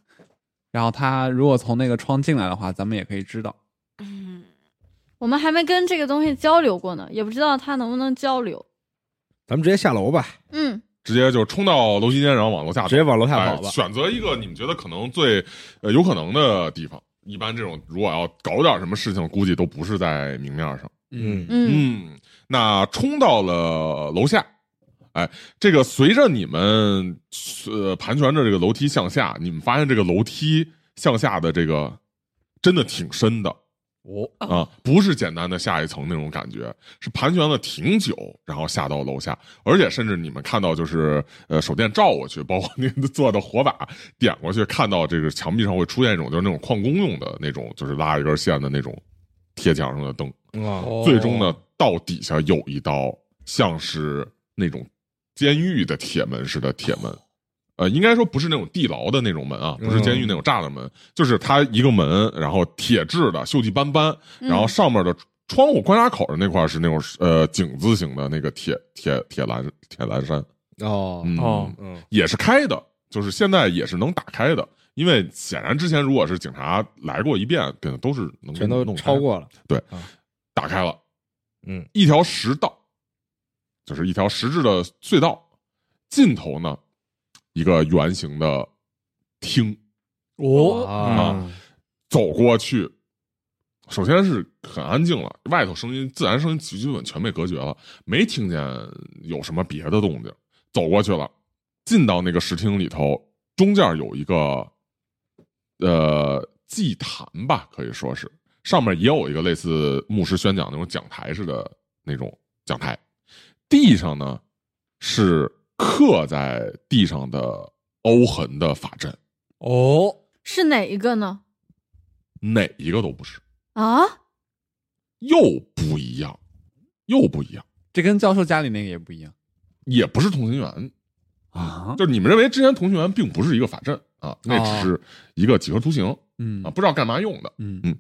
Speaker 3: 然后他如果从那个窗进来的话，咱们也可以知道。
Speaker 7: 嗯，
Speaker 5: 我们还没跟这个东西交流过呢，也不知道它能不能交流。
Speaker 2: 咱们直接下楼吧，
Speaker 5: 嗯，
Speaker 6: 直接就冲到楼梯间，然后往楼下走
Speaker 2: 直接往楼下
Speaker 6: 哎
Speaker 2: 跑吧。
Speaker 6: 选择一个你们觉得可能最呃有可能的地方。一般这种如果要搞点什么事情，估计都不是在明面上。
Speaker 2: 嗯，
Speaker 5: 嗯，
Speaker 6: 嗯，那冲到了楼下，哎，这个随着你们呃盘旋着这个楼梯向下，你们发现这个楼梯向下的这个真的挺深的。
Speaker 2: 哦
Speaker 6: 啊，不是简单的下一层那种感觉，是盘旋了挺久，然后下到楼下，而且甚至你们看到就是呃手电照过去，包括那个做的火把点过去，看到这个墙壁上会出现一种就是那种矿工用的那种，就是拉一根线的那种贴墙上的灯。
Speaker 2: 哦，
Speaker 6: 最终呢，到底下有一道像是那种监狱的铁门似的铁门，呃，应该说不是那种地牢的那种门
Speaker 2: 嗯
Speaker 6: 啊，不是监狱那种栅栏门，就是它一个门，然后铁质的，锈迹斑斑，
Speaker 2: 嗯
Speaker 5: 嗯
Speaker 6: 然后上面的窗户关闸口的那块是那种呃井字形的那个铁铁铁栏铁栏栅，
Speaker 2: 哦，
Speaker 6: 嗯
Speaker 4: 哦
Speaker 2: 嗯，
Speaker 6: 也是开的，就是现在也是能打开的。因为显然之前如果是警察来过一遍，跟都是能
Speaker 2: 全都
Speaker 6: 弄开
Speaker 2: 超过了。
Speaker 6: 打开了，
Speaker 2: 嗯，
Speaker 6: 一条石道，就是一条石质的隧道，尽头呢，一个圆形的厅，哦
Speaker 2: 啊，
Speaker 4: 嗯
Speaker 6: 走过去，首先是很安静了，外头声音自然声音基本全被隔绝了，没听见有什么别的动静。走过去了，进到那个石厅里头，中间有一个呃祭坛吧，可以说是上面也有一个类似牧师宣讲那种讲台似的那种讲台，地上呢是刻在地上的凹痕的法阵，
Speaker 3: 哦，
Speaker 5: 是哪一个呢？
Speaker 6: 哪一个都不是。
Speaker 5: 啊，
Speaker 6: 又不一样，又不一样，
Speaker 3: 这跟教授家里那个也不一样
Speaker 6: 也不是同心圆。
Speaker 3: 啊。
Speaker 6: 就是你们认为之前同心圆并不是一个法阵啊，那只是一个几何图形
Speaker 3: 嗯
Speaker 6: 啊，不知道干嘛用的。
Speaker 3: 嗯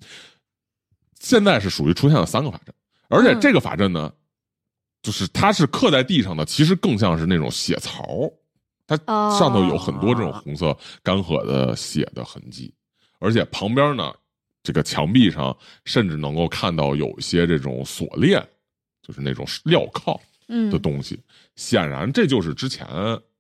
Speaker 6: 现在是属于出现了三个法阵，而且
Speaker 5: 嗯
Speaker 6: 这个法阵呢，就是它是刻在地上的，其实更像是那种血槽，它
Speaker 5: 哦
Speaker 6: 上头有很多这种红色干涸的血的痕迹，而且旁边呢，这个墙壁上甚至能够看到有一些这种锁链，就是那种镣铐。
Speaker 5: 嗯
Speaker 6: 的，东西。显然，这就是之前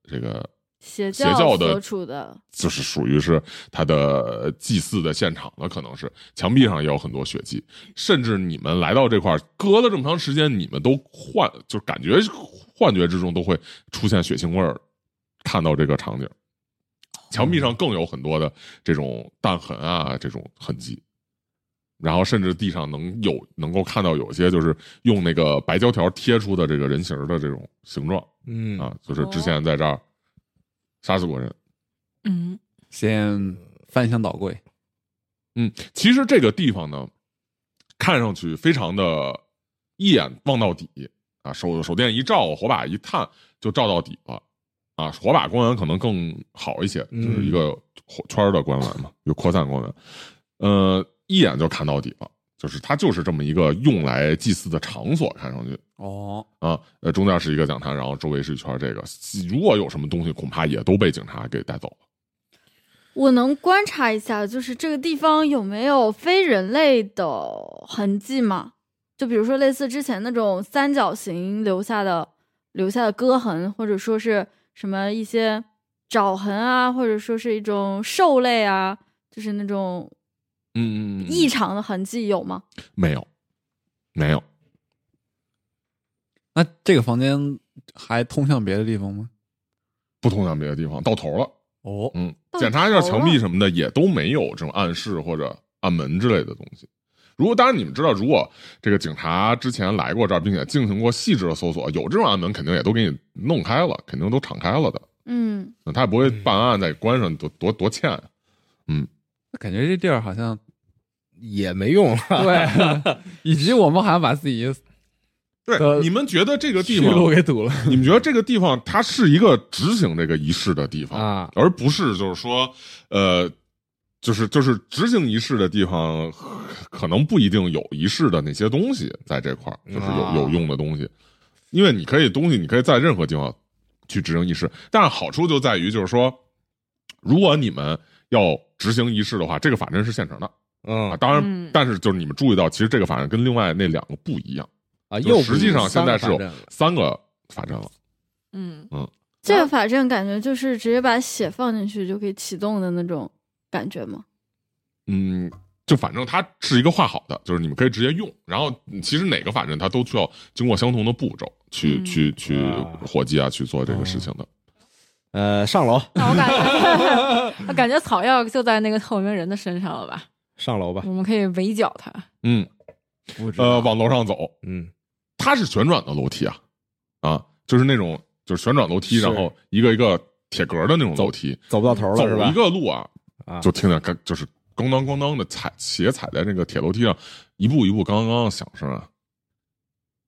Speaker 6: 这个
Speaker 5: 邪
Speaker 6: 邪教的
Speaker 5: 所处的，
Speaker 6: 就是属于是他的祭祀的现场了，可能是墙壁上也有很多血迹，甚至你们来到这块儿隔了这么长时间，你们都幻就感觉幻觉之中都会出现血腥味儿，看到这个场景。墙壁上更有很多的这种弹痕啊，这种痕迹，然后甚至地上能有能够看到有些就是用那个白胶条贴出的这个人形儿的这种形状
Speaker 2: 嗯
Speaker 6: 啊，就是之前在这儿杀死过人。
Speaker 7: 嗯，
Speaker 3: 先翻箱倒柜，
Speaker 6: 嗯，其实这个地方呢，看上去非常的一眼望到底啊，手手电一照，火把一探就照到底了。啊，火把官员可能更好一些，
Speaker 2: 嗯
Speaker 6: 就是一个火圈儿的官员嘛，有扩散官员，呃，一眼就看到底了，就是它就是这么一个用来祭祀的场所，看上去
Speaker 3: 哦，
Speaker 6: 啊，呃，中间是一个讲坛，然后周围是一圈儿这个，如果有什么东西，恐怕也都被警察给带走了。
Speaker 5: 我能观察一下，就是这个地方有没有非人类的痕迹吗？就比如说类似之前那种三角形留下的留下的割痕，或者说是什么一些爪痕啊，或者说是一种兽类啊，就是那种
Speaker 6: 嗯
Speaker 5: 异常的痕迹有吗？
Speaker 6: 没有，没有，
Speaker 3: 那这个房间还通向别的地方吗？
Speaker 6: 不通向别的地方，到头了。
Speaker 3: 哦，
Speaker 6: 嗯，
Speaker 5: 到
Speaker 6: 检查一下
Speaker 5: 头
Speaker 6: 墙壁
Speaker 5: 了
Speaker 6: 什么的，也都没有这种暗示或者暗门之类的东西。如果当然你们知道，如果这个警察之前来过这儿，并且进行过细致的搜索，有这种暗门，肯定也都给你弄开了，肯定都敞开了的。
Speaker 5: 嗯，
Speaker 6: 嗯他也不会办案再关上，多多多欠啊。
Speaker 3: 那感觉这地儿好 像
Speaker 2: 也没用，
Speaker 3: 对，以及我们好像把自 己
Speaker 6: 对，
Speaker 3: 呃
Speaker 6: 你们觉得这个地
Speaker 3: 去 路
Speaker 6: 方，
Speaker 3: 给堵了。
Speaker 6: 你们觉得这个地方它是一个执行这个仪式的地方
Speaker 2: 啊
Speaker 6: 而不是就是说，呃，就是就是执行仪式的地方，可能不一定有仪式的那些东西在这块儿，就是
Speaker 2: 啊
Speaker 6: 有有用的东西，因为你可以东西，你可以在任何地方去执行仪式，但是好处就在于就是说，如果你们要执行仪式的话，这个法阵是现成的啊，
Speaker 2: 嗯
Speaker 6: 当然，
Speaker 7: 嗯
Speaker 6: 但是就是你们注意到，其实这个法阵跟另外那两个不一样，
Speaker 2: 啊，
Speaker 6: 就
Speaker 2: 又不
Speaker 6: 实际上现在是
Speaker 2: 三个
Speaker 6: 有
Speaker 2: 反正
Speaker 6: 三个法阵了。
Speaker 7: 嗯，
Speaker 5: 这个法阵感觉就是直接把血放进去就可以启动的那种感觉吗？
Speaker 6: 嗯，就反正它是一个画好的，就是你们可以直接用。然后其实哪个法阵它都需要经过相同的步骤去、
Speaker 7: 嗯
Speaker 6: 去去
Speaker 2: 啊哦
Speaker 6: 火计啊去做这个事情的。
Speaker 2: 呃，上楼
Speaker 7: 那我感觉， 我感觉草药就在那个透明人的身上了吧？
Speaker 2: 上楼吧
Speaker 7: 我，们可以围剿他。
Speaker 6: 嗯，呃，往楼上走，
Speaker 2: 嗯，
Speaker 6: 它是旋转的楼梯啊，啊，就是那种就是旋转楼梯，
Speaker 2: 是
Speaker 6: 然后一个一个铁格的那种楼梯，
Speaker 2: 走不到头
Speaker 6: 走
Speaker 2: 了是吧
Speaker 6: 一？个路啊，
Speaker 2: 啊，
Speaker 6: 就听见嘎就是咣当咣当的踩鞋踩在那个铁楼梯上，一步一步刚刚响声啊，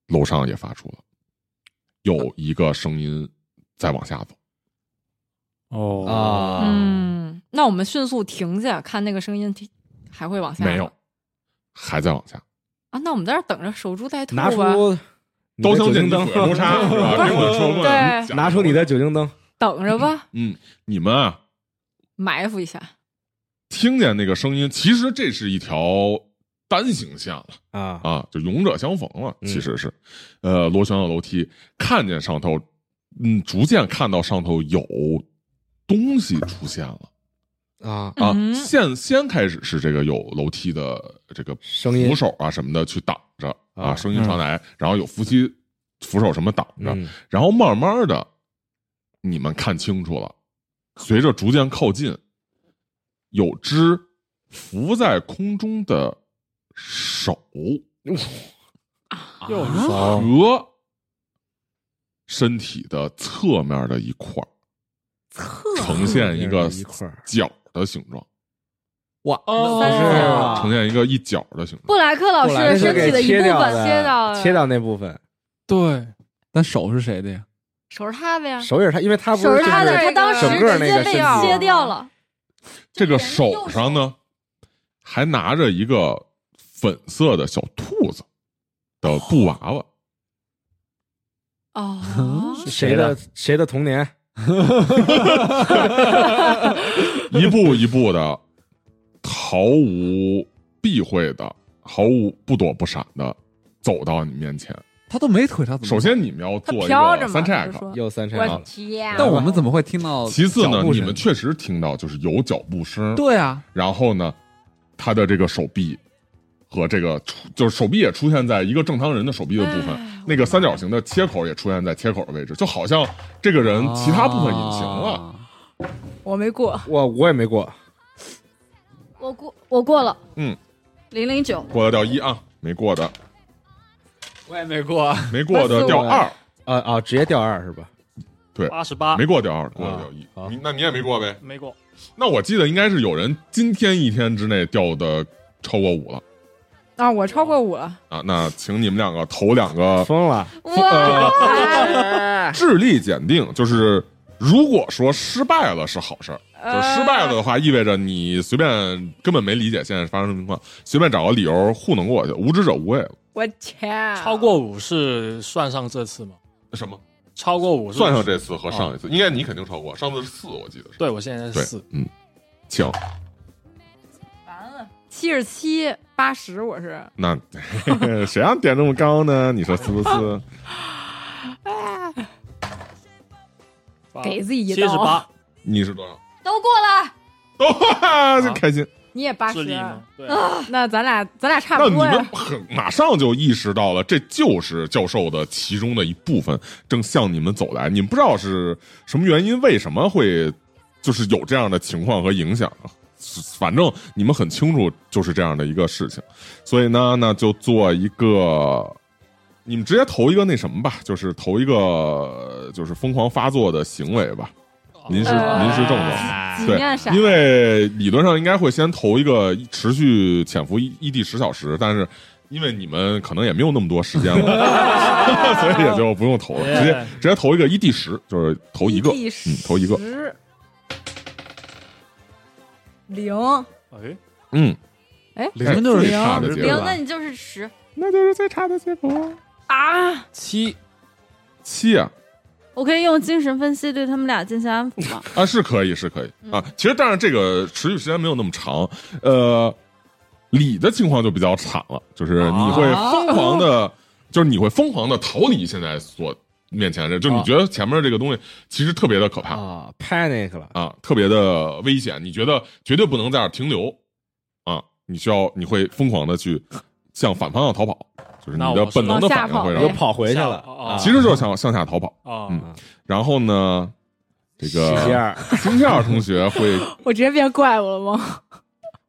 Speaker 6: 楼上也发出了，有一个声音在往下走，
Speaker 4: 哦，
Speaker 2: 啊，
Speaker 7: 嗯，那我们迅速停下，看那个声音还会往下吗
Speaker 6: 没有，还在往下，
Speaker 7: 啊？那我们在这儿等着，守株待兔吧。
Speaker 2: 拿出你的
Speaker 6: 都想
Speaker 2: 酒精
Speaker 6: 进你的
Speaker 2: 灯
Speaker 6: 鬼谋杀 是吧？听我说
Speaker 7: 对
Speaker 6: 问，
Speaker 2: 拿出你的，酒精灯，
Speaker 7: 等着吧，
Speaker 6: 嗯，你们啊，
Speaker 7: 埋伏一下。
Speaker 6: 听见那个声音，其实这是一条单行线了。
Speaker 2: 啊
Speaker 6: 啊，就勇者相逢了，
Speaker 2: 嗯
Speaker 6: 其实是，呃，螺旋的楼梯，看见上头，嗯，逐渐看到上头有东西出现了
Speaker 2: 啊，
Speaker 6: 啊。
Speaker 7: 嗯
Speaker 6: 先先开始是这个有楼梯的这个
Speaker 2: 声音
Speaker 6: 扶手啊什么的去挡着啊，
Speaker 2: 啊
Speaker 6: 声音传来，然后有扶梯扶手什么挡着，
Speaker 2: 嗯
Speaker 6: 然后慢慢的，你们看清楚了，随着逐渐靠近，有只浮在空中的手。
Speaker 4: 又
Speaker 5: 啊
Speaker 2: 啊
Speaker 6: 和身体的侧面的一块儿
Speaker 7: 侧
Speaker 6: 呈现一个
Speaker 2: 一块儿
Speaker 6: 角的形状，
Speaker 3: 哇
Speaker 4: 哦
Speaker 2: 是啊
Speaker 6: 呈现一个一角的形状。
Speaker 5: 布莱克老师
Speaker 2: 后来
Speaker 5: 的身体
Speaker 2: 给
Speaker 5: 的一部
Speaker 2: 切掉
Speaker 5: 分
Speaker 2: 切
Speaker 5: 到
Speaker 2: 切掉那部分，
Speaker 4: 对，
Speaker 3: 那手是谁的呀？
Speaker 7: 守着他呗。
Speaker 2: 手也是他，因为他不
Speaker 5: 手
Speaker 2: 是
Speaker 5: 是
Speaker 2: 就
Speaker 5: 他的，
Speaker 2: 是
Speaker 5: 他当时
Speaker 2: 整个
Speaker 5: 直
Speaker 2: 那个
Speaker 5: 接
Speaker 2: 身
Speaker 5: 被
Speaker 2: 体
Speaker 7: 啊
Speaker 5: 切掉
Speaker 7: 哦
Speaker 5: 了。
Speaker 6: 这个手上呢，还拿着一个粉色的小兔子的布娃 娃，
Speaker 7: 哦，
Speaker 2: 谁的谁的童年
Speaker 6: 一步一步的，毫无避讳的，毫无不躲不闪的走到你面前。
Speaker 3: 他都没腿，他怎么？
Speaker 6: 首，先，你们要
Speaker 7: 他
Speaker 6: 做一
Speaker 7: 飘着
Speaker 6: 个
Speaker 7: 嘛，
Speaker 6: 三
Speaker 7: 就
Speaker 6: check，
Speaker 7: 是说
Speaker 2: 又啊三
Speaker 7: 我
Speaker 2: 山了？
Speaker 7: 天，啊
Speaker 3: 但我们怎么会听到？
Speaker 6: 其次呢，你们
Speaker 3: 去
Speaker 6: 确实听到就是有脚步声，
Speaker 3: 对啊，
Speaker 6: 然后呢，他的这个手臂和这个出就是手臂也出现在一个正常人的手臂的部分，
Speaker 7: 哎
Speaker 6: 那个三角形的切口也出现在切口的位置，就好像这个人其他部分隐形了。
Speaker 3: 啊。
Speaker 7: 我没过，
Speaker 2: 我我也没过，
Speaker 5: 我过，我过了，
Speaker 6: 嗯，
Speaker 5: 零零九，
Speaker 6: 过的掉一啊，没过的，
Speaker 3: 我也没过，
Speaker 6: 没过的掉二，
Speaker 2: 啊啊，直接掉二是吧？
Speaker 4: 八十八
Speaker 6: 没过掉二，过的掉一
Speaker 2: 啊好。
Speaker 6: 你那你也没过呗？
Speaker 4: 没过，
Speaker 6: 那我记得应该是有人今天一天之内掉的超过五了
Speaker 7: 啊，我超过五了，
Speaker 6: 啊，那请你们两个投两个
Speaker 2: 疯了，
Speaker 5: 哇，
Speaker 2: 哎
Speaker 6: 智力检定，就是如果说失败了是好事儿，
Speaker 2: 呃
Speaker 6: 就是失败了的话，意味着你随便根本没理解现在发生什么情况，随便找个理由糊弄过去，无知者无畏了。
Speaker 7: 我天，啊
Speaker 4: 超过五是算上这次吗？
Speaker 6: 什么？啊
Speaker 4: 超过五是
Speaker 6: 算上这次和上一次，应该你肯定超过，上次是四，我记得是。
Speaker 4: 对我现在是四，
Speaker 6: 请，
Speaker 7: 七十七八十，我是
Speaker 6: 那谁让点这么高呢？你说是不是？
Speaker 7: 给自己一
Speaker 4: 七十
Speaker 7: 刀，
Speaker 4: 八，
Speaker 6: 你是多少？
Speaker 5: 都过了，
Speaker 6: 都哈，这开心。
Speaker 7: 你也哦八
Speaker 4: 智
Speaker 7: 十
Speaker 4: 力，吗？对，
Speaker 7: 那咱俩咱俩差
Speaker 6: 那
Speaker 7: 不
Speaker 6: 你
Speaker 7: 多
Speaker 6: 们
Speaker 7: 呀。
Speaker 6: 很马上就意识到了，这就是教授的其中的一部分，正向你们走来。你们不知道是什么原因，为什么会就是有这样的情况和影响啊？反正你们很清楚，就是这样的一个事情。所以呢，那就做一个，你们直接投一个那什么吧，就是投一个就是疯狂发作的行为吧，临时
Speaker 7: 呃
Speaker 6: 临时症状。
Speaker 7: 几
Speaker 6: 对
Speaker 7: 面闪
Speaker 6: 因为理论上应该会先投一个持续潜伏一异地十小时，但是因为你们可能也没有那么多时间了，所以也就不用投了，直接直接投一个一地十，就是投一个，
Speaker 7: 第
Speaker 6: 嗯，投一个，
Speaker 7: 十零
Speaker 4: 哎，
Speaker 6: 嗯，
Speaker 7: 哎
Speaker 6: 零
Speaker 3: 就是
Speaker 6: 最差的结
Speaker 5: 零
Speaker 6: 果，，
Speaker 5: 那你就是十，
Speaker 6: 那就是最差的结果，
Speaker 7: 啊，
Speaker 4: 七
Speaker 6: 七啊，
Speaker 5: 我可以用精神分析对他们俩进行安抚 吗？
Speaker 6: 啊，是可以，是可以
Speaker 7: 嗯
Speaker 6: 啊。其实，但是这个持续时间没有那么长。呃，李的情况就比较惨了，就是
Speaker 7: 啊
Speaker 6: 你会疯狂的，就是你会疯狂的逃离现在所面前的，就是你觉得前面这个东西其实特别的可怕
Speaker 2: 啊，panic 了，
Speaker 6: 啊，特别的危险，你觉得绝对不能在这儿停留啊，你需要你会疯狂的去向反方向逃跑，就是你
Speaker 4: 那
Speaker 6: 的
Speaker 4: 我是
Speaker 6: 本能的反应会
Speaker 7: 往下跑
Speaker 6: 让
Speaker 2: 又
Speaker 6: 你，
Speaker 7: 呗
Speaker 2: 跑回去
Speaker 4: 下
Speaker 2: 了
Speaker 4: 哦
Speaker 2: 啊。
Speaker 6: 其实就是向向下逃跑。
Speaker 4: 啊，
Speaker 6: 嗯然后呢，这个
Speaker 2: 喜儿
Speaker 6: 星期二同学会
Speaker 7: 我直接变怪物了 吗？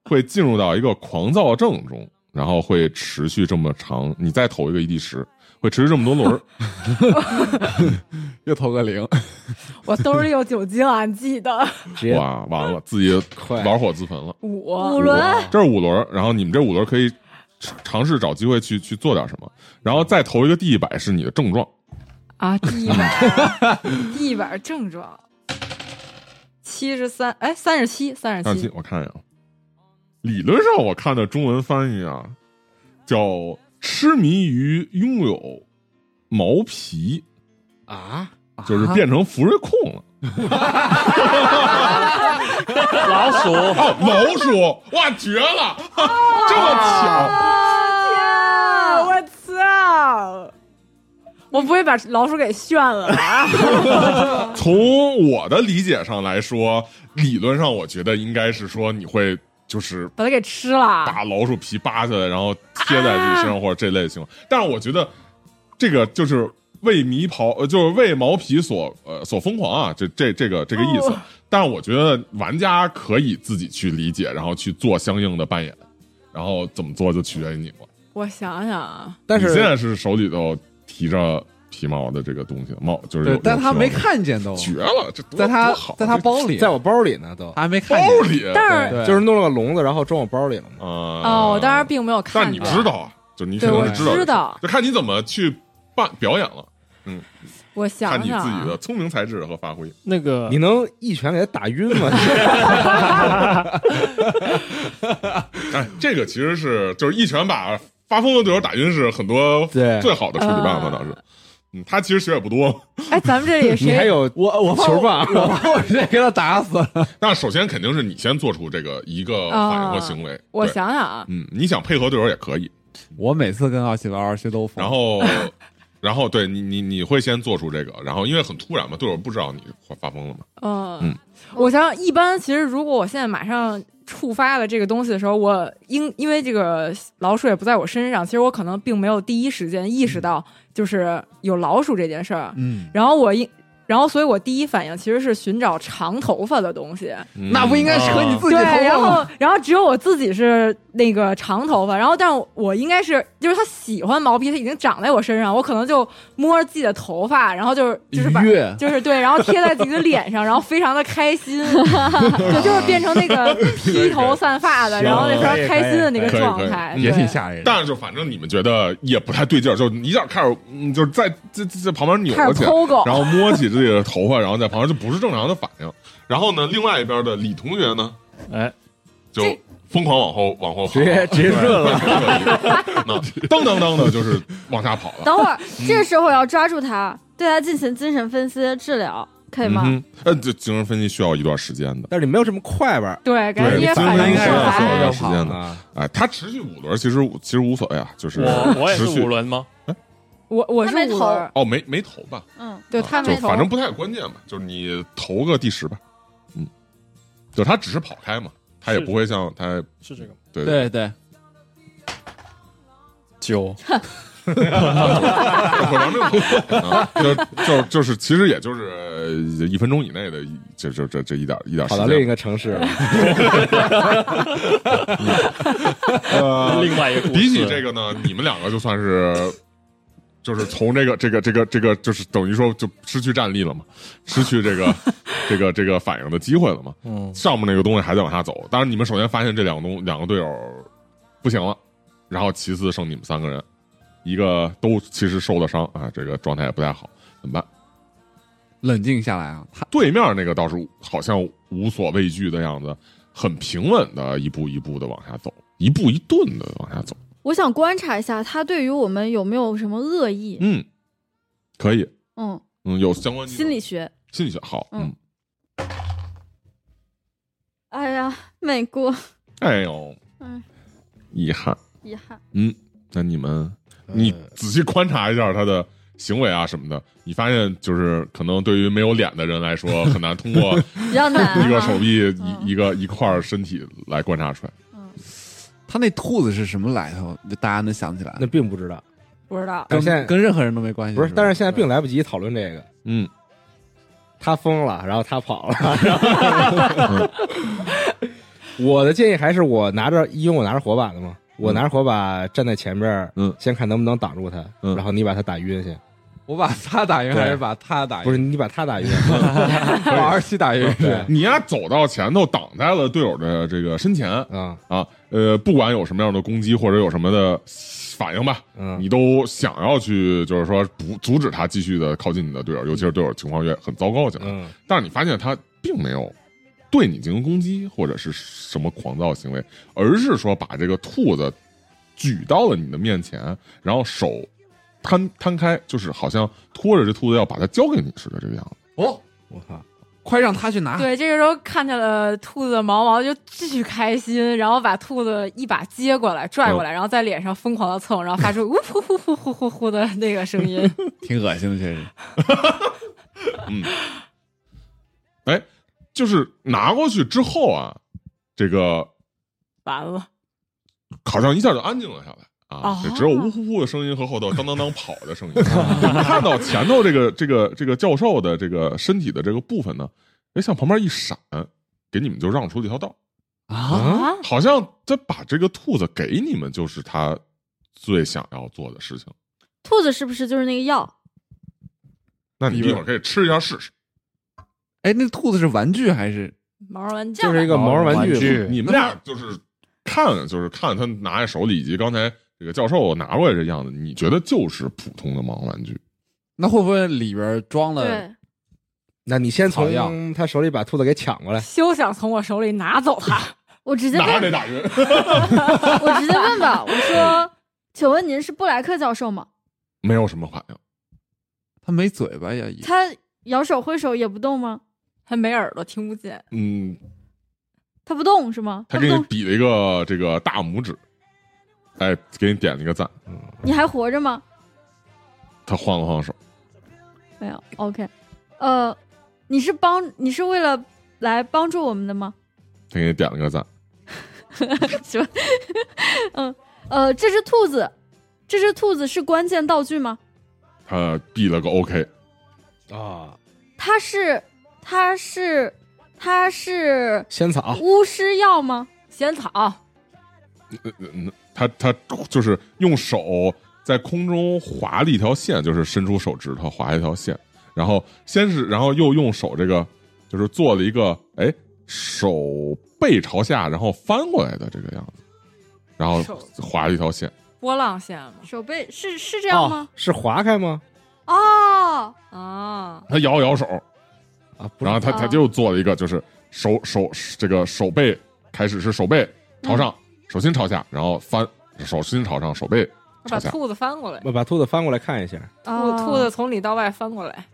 Speaker 6: 会进入到一个狂躁症中，然后会持续这么长。你再投一个一 d 十，会持续这么多轮儿。
Speaker 3: 又投个零，
Speaker 7: 我兜里有酒精啊，你记 得
Speaker 2: 直接
Speaker 6: 哇，完了，自己
Speaker 2: 快
Speaker 6: 玩火自焚了。
Speaker 7: 五
Speaker 5: 五轮，
Speaker 6: 这是五轮儿，然后你们这五轮儿可以尝尝试找机会去去做点什么，然后再投一个第一百是你的症状。
Speaker 7: 啊，地 板地板症状七十三，哎，三十七，三
Speaker 6: 但
Speaker 7: 十
Speaker 6: 其
Speaker 7: 七
Speaker 6: 我看一眼啊，理论上我看的中文翻译啊，叫痴迷于拥有毛皮，
Speaker 2: 啊，
Speaker 6: 就是变成福瑞控了。
Speaker 4: 老鼠，
Speaker 6: 哦，老鼠，哇，绝了！这么巧，
Speaker 7: 啊！我操！我不会把老鼠给炫了啊吧？
Speaker 6: 从我的理解上来说，理论上我觉得应该是说你会就是
Speaker 7: 把它给吃了。啊
Speaker 6: 把老鼠皮扒下来，然后贴在自己身上或者这类的情况。但是我觉得这个就是为迷袍，呃，就是为毛皮所呃所疯狂啊，这这这个这个意思。
Speaker 7: 哦
Speaker 6: 但是我觉得玩家可以自己去理解，然后去做相应的扮演，然后怎么做就取决于你了。
Speaker 7: 我想想啊，
Speaker 2: 但是
Speaker 6: 你现在是手里头提着皮毛的这个东西，毛就是有
Speaker 3: 对，但
Speaker 6: 有
Speaker 3: 他
Speaker 6: 皮毛
Speaker 3: 没
Speaker 6: 的
Speaker 3: 看见都，
Speaker 6: 绝了，这多
Speaker 3: 在他
Speaker 6: 多好啊
Speaker 3: 在他
Speaker 6: 这
Speaker 3: 包里，
Speaker 2: 在我包里呢，都
Speaker 3: 他还没看
Speaker 6: 包
Speaker 3: 见，
Speaker 6: 里，
Speaker 7: 但是
Speaker 3: 对，
Speaker 2: 就是弄了个笼子，然后装我包里了嘛。
Speaker 6: 啊、
Speaker 7: 哦，我当时并没有看
Speaker 6: 但
Speaker 7: 见。
Speaker 6: 你知道啊，就你肯
Speaker 7: 对，
Speaker 6: 定
Speaker 7: 我
Speaker 6: 是知道的，
Speaker 7: 知道。
Speaker 6: 就看你怎么去办表演了，
Speaker 7: 我
Speaker 6: 看
Speaker 7: 想
Speaker 6: 你
Speaker 7: 想
Speaker 6: 自己
Speaker 7: 啊
Speaker 6: 的，聪明才智和发挥。
Speaker 4: 那个
Speaker 2: 你能一拳给他打晕 吗？
Speaker 6: 哎，这个其实是就是一拳把发疯的队友打晕是很多
Speaker 2: 对
Speaker 6: 最好的处理办法，倒是。嗯，他其实学也不多，
Speaker 7: 哎，咱们这里
Speaker 2: 你还
Speaker 7: 谁？
Speaker 2: 有
Speaker 3: 我我怕
Speaker 2: 球棒
Speaker 3: 我怕我直接给他打死了。
Speaker 6: 但首先肯定是你先做出这个一个反应和行为。
Speaker 7: 我
Speaker 6: 对，
Speaker 7: 想想啊，
Speaker 6: 嗯，你想配合队友也可以，
Speaker 3: 我每次跟奥奇玩儿，谁都疯
Speaker 6: 然后，然后对你你你会先做出这个，然后因为很突然嘛，队友不知道你发疯了嘛，嗯
Speaker 7: 嗯，我想想，一般其实如果我现在马上触发了这个东西的时候，我因因为这个老鼠也不在我身上，其实我可能并没有第一时间意识到就是有老鼠这件事儿。
Speaker 3: 嗯，
Speaker 7: 然后我一，然后所以我第一反应其实是寻找长头发的东西。
Speaker 3: 那不应该扯
Speaker 4: 嗯
Speaker 3: 你自己
Speaker 7: 对，
Speaker 3: 头发
Speaker 7: 然
Speaker 3: 吗？
Speaker 7: 后然后只有我自己是那个长头发，然后但我应该是就是他喜欢毛皮，他已经长在我身上，我可能就摸着自己的头发，然后就是就是把
Speaker 3: 愉 悦
Speaker 7: 就是对，然后贴在自己的脸上，然后非常的开心，对，就是变成那 个披头散发的，
Speaker 2: 行
Speaker 7: 然后那非常开心的那个
Speaker 6: 可以可以
Speaker 7: 状态，
Speaker 3: 也挺
Speaker 7: 对
Speaker 3: 吓人的，
Speaker 6: 嗯但是就反正你们觉得也不太对劲儿，就你一下开始，嗯就是在这这这旁边扭
Speaker 7: 开
Speaker 6: 了
Speaker 7: 始
Speaker 6: 起来，
Speaker 2: 哦
Speaker 7: 剖狗
Speaker 6: 然后摸起自己的头发，然后在旁边就不是正常的反应。然后呢，另外一边的李同学呢，
Speaker 4: 哎，
Speaker 6: 就疯狂往后往后跑，
Speaker 2: 直 接直 接润了，
Speaker 6: 那噔噔噔的，就是往下跑 了。
Speaker 5: 等会儿，
Speaker 6: 嗯
Speaker 5: 这时候我要抓住他，对他进行精神分析治疗，可以吗？
Speaker 6: 嗯哼，呃，这精神分析需要一段时间的，
Speaker 2: 但是你没有这么快吧？
Speaker 7: 对，感觉
Speaker 6: 对，
Speaker 7: 你
Speaker 6: 精
Speaker 7: 也
Speaker 6: 神
Speaker 7: 反
Speaker 6: 分
Speaker 7: 应
Speaker 6: 析
Speaker 7: 过
Speaker 6: 需要需
Speaker 7: 来
Speaker 6: 要一段
Speaker 7: 了。
Speaker 6: 时间的。
Speaker 2: 啊，
Speaker 6: 哎，他持续五轮，其实其实无所谓啊，就是
Speaker 4: 我我也
Speaker 6: 持
Speaker 4: 是
Speaker 6: 续
Speaker 4: 五轮吗？
Speaker 7: 我我是
Speaker 5: 他没
Speaker 7: 五
Speaker 5: 投
Speaker 7: 轮，
Speaker 6: 哦，没没投吧，
Speaker 5: 嗯，
Speaker 7: 对
Speaker 6: 啊
Speaker 7: 他
Speaker 6: 就
Speaker 7: 没投，
Speaker 6: 反正不太关键吧，就是你投个第十吧，嗯，就他只是跑开嘛，他也
Speaker 4: 是
Speaker 6: 不会像他
Speaker 4: 是这个吗？
Speaker 6: 对
Speaker 3: 对对，
Speaker 4: 九，
Speaker 6: 火长命跑啊，就就就是其实也就是呃一分钟以内的一，就就这这一点一点时
Speaker 2: 跑到另一
Speaker 6: 间，
Speaker 2: 个城市了，
Speaker 6: 呃
Speaker 4: 另外一个故事
Speaker 6: 比起这个呢，你们两个就算是，就是从这个这个这个这个，就是等于说就失去战力了嘛，失去这 个这个这个反应的机会了嘛。
Speaker 4: 嗯，
Speaker 6: 上面那个东西还在往下走，当然你们首先发现这两个东两个队友不行了，然后其次剩你们三个人，一个都其实受了伤啊，这个状态也不太好，怎么办？
Speaker 3: 冷静下来啊，他
Speaker 6: 对面那个倒是好像无所畏惧的样子，很平稳的一步一步的往下走，一步一顿的往下走。
Speaker 5: 我想观察一下他对于我们有没有什么恶意。
Speaker 6: 嗯，可以，
Speaker 5: 嗯，
Speaker 6: 嗯，有相关技能
Speaker 5: 心理学。
Speaker 6: 心理学好，
Speaker 5: 嗯
Speaker 6: 嗯，
Speaker 5: 哎呀，美国，
Speaker 6: 哎呦，
Speaker 5: 嗯，
Speaker 6: 遗憾，
Speaker 5: 遗憾。
Speaker 6: 嗯，那你们，你仔细观察一下他的行为啊什么的，你发现就是可能对于没有脸的人来说，很难通 过
Speaker 5: 比 较难、啊。
Speaker 6: 一个手臂一
Speaker 5: 嗯
Speaker 6: 一个一块身体来观察出来。
Speaker 3: 他那兔子是什么来头？就大家能想起来？
Speaker 2: 那并不知道。
Speaker 7: 不知道
Speaker 2: 但是现在
Speaker 3: 跟任何人都没关系。
Speaker 2: 不是，
Speaker 3: 吧
Speaker 2: 但是现在并来不及讨论这个。
Speaker 6: 嗯，
Speaker 2: 他疯了，然后他跑了。然后 我的建议还是我拿着，因为我拿着火把的嘛，我拿着火把站在前边儿，
Speaker 6: 嗯
Speaker 2: 先看能不能挡住他，
Speaker 6: 嗯
Speaker 2: 然后你把他打晕先，
Speaker 3: 我把他打晕
Speaker 2: 对
Speaker 3: 还是把他打晕？
Speaker 2: 不是你把他打晕，
Speaker 3: 把二七打晕
Speaker 2: 对
Speaker 3: 是。
Speaker 6: 你呀走到前头，挡在了队友的这个身前
Speaker 2: 啊，
Speaker 6: 啊，呃，不管有什么样的攻击或者有什么的反应吧，
Speaker 2: 嗯
Speaker 6: 你都想要去，就是说不阻止他继续的靠近你的队友，尤其是队友情况越很糟糕起来。
Speaker 2: 嗯，
Speaker 6: 但是你发现他并没有对你进行攻击或者是什么狂躁行为，而是说把这个兔子举到了你的面前，然后手摊摊开，就是好像拖着这兔子要把它交给你似的这个样子。
Speaker 3: 哦，
Speaker 2: 我操，
Speaker 3: 快让他去拿。
Speaker 7: 对，这个时候看见了兔子的毛毛就巨开心，然后把兔子一把接过来拽过来，然后在脸上疯狂的蹭，然后发出 呜呼呼呼呼呼呼的那个声音。
Speaker 3: 挺恶心的，确实。
Speaker 6: 哎，就是拿过去之后啊，这个
Speaker 7: 完了，
Speaker 6: 好像一下就安静了下来啊
Speaker 7: 哦，
Speaker 6: 就只有呜呼呼的声音和后头当当当跑的声音。 看到前头这个这个这个教授的这个身体的这个部分呢，哎，向旁边一闪，给你们就让出了一条道，
Speaker 3: 啊，
Speaker 6: 好像他把这个兔子给你们，就是他最想要做的事情。
Speaker 5: 兔子是不是就是那个药？
Speaker 6: 那你一会儿可以吃一下试试。
Speaker 3: 哎，那兔子是玩具还是？
Speaker 7: 毛绒玩具
Speaker 2: 就是一个毛绒玩
Speaker 4: 玩具
Speaker 2: 具，
Speaker 6: 你们俩就是看，就是看他拿在手里，以及刚才这个教授拿过来这样子，你觉得就是普通的毛绒玩具。
Speaker 3: 那会不会里边装了？
Speaker 5: 对，
Speaker 2: 那你先
Speaker 3: 草药
Speaker 2: 从他手里把兔子给抢过来，
Speaker 7: 休想从我手里拿走它。
Speaker 5: 我直接
Speaker 6: 哪得
Speaker 5: 问，
Speaker 6: 打晕？
Speaker 5: 我 直接问吧。我说，请问您是布莱克教授吗？
Speaker 6: 没有什么反应。
Speaker 3: 它没嘴巴 呀，也
Speaker 5: 他摇手挥手也不动吗？
Speaker 7: 它没耳朵，听不见。
Speaker 6: 嗯，
Speaker 5: 他不动是吗？
Speaker 6: 他
Speaker 5: 不
Speaker 6: 给你
Speaker 5: 动，
Speaker 6: 比了一个这个大拇指，哎，给你点了一个赞。
Speaker 5: 你还活着吗？
Speaker 6: 他晃了晃手，
Speaker 5: 没有，OK，呃，你是帮你是为了来帮助我们的吗？
Speaker 6: 他给你点了个赞。
Speaker 5: 行， 嗯，呃，这只兔子，这只兔子是关键道具吗？
Speaker 6: 他比了个 OK，
Speaker 2: 啊，
Speaker 5: 它是，它是，它是
Speaker 2: 仙草，
Speaker 5: 巫师药吗？
Speaker 7: 仙草，
Speaker 6: 他他就是用手在空中划了一条线，就是伸出手指头划一条线，然后先是然后又用手这个就是做了一个哎手背朝下，然后翻过来的这个样子，然后
Speaker 7: 手
Speaker 6: 划了一条线。
Speaker 7: 波浪线嘛。
Speaker 5: 手背是是这样
Speaker 2: 哦
Speaker 5: 吗？
Speaker 2: 是划开吗？
Speaker 5: 哦，
Speaker 7: 啊，
Speaker 6: 他摇了摇手，
Speaker 2: 啊，不
Speaker 6: 然后他他
Speaker 5: 啊
Speaker 6: 就做了一个就是手手这个手背开始是手背
Speaker 7: 嗯
Speaker 6: 朝上，手心朝下，然后翻手心朝上，手背
Speaker 7: 把
Speaker 6: 朝下。
Speaker 7: 兔子翻过来，
Speaker 2: 我把兔子翻过来看一下，
Speaker 7: 兔兔子从里到外翻过来，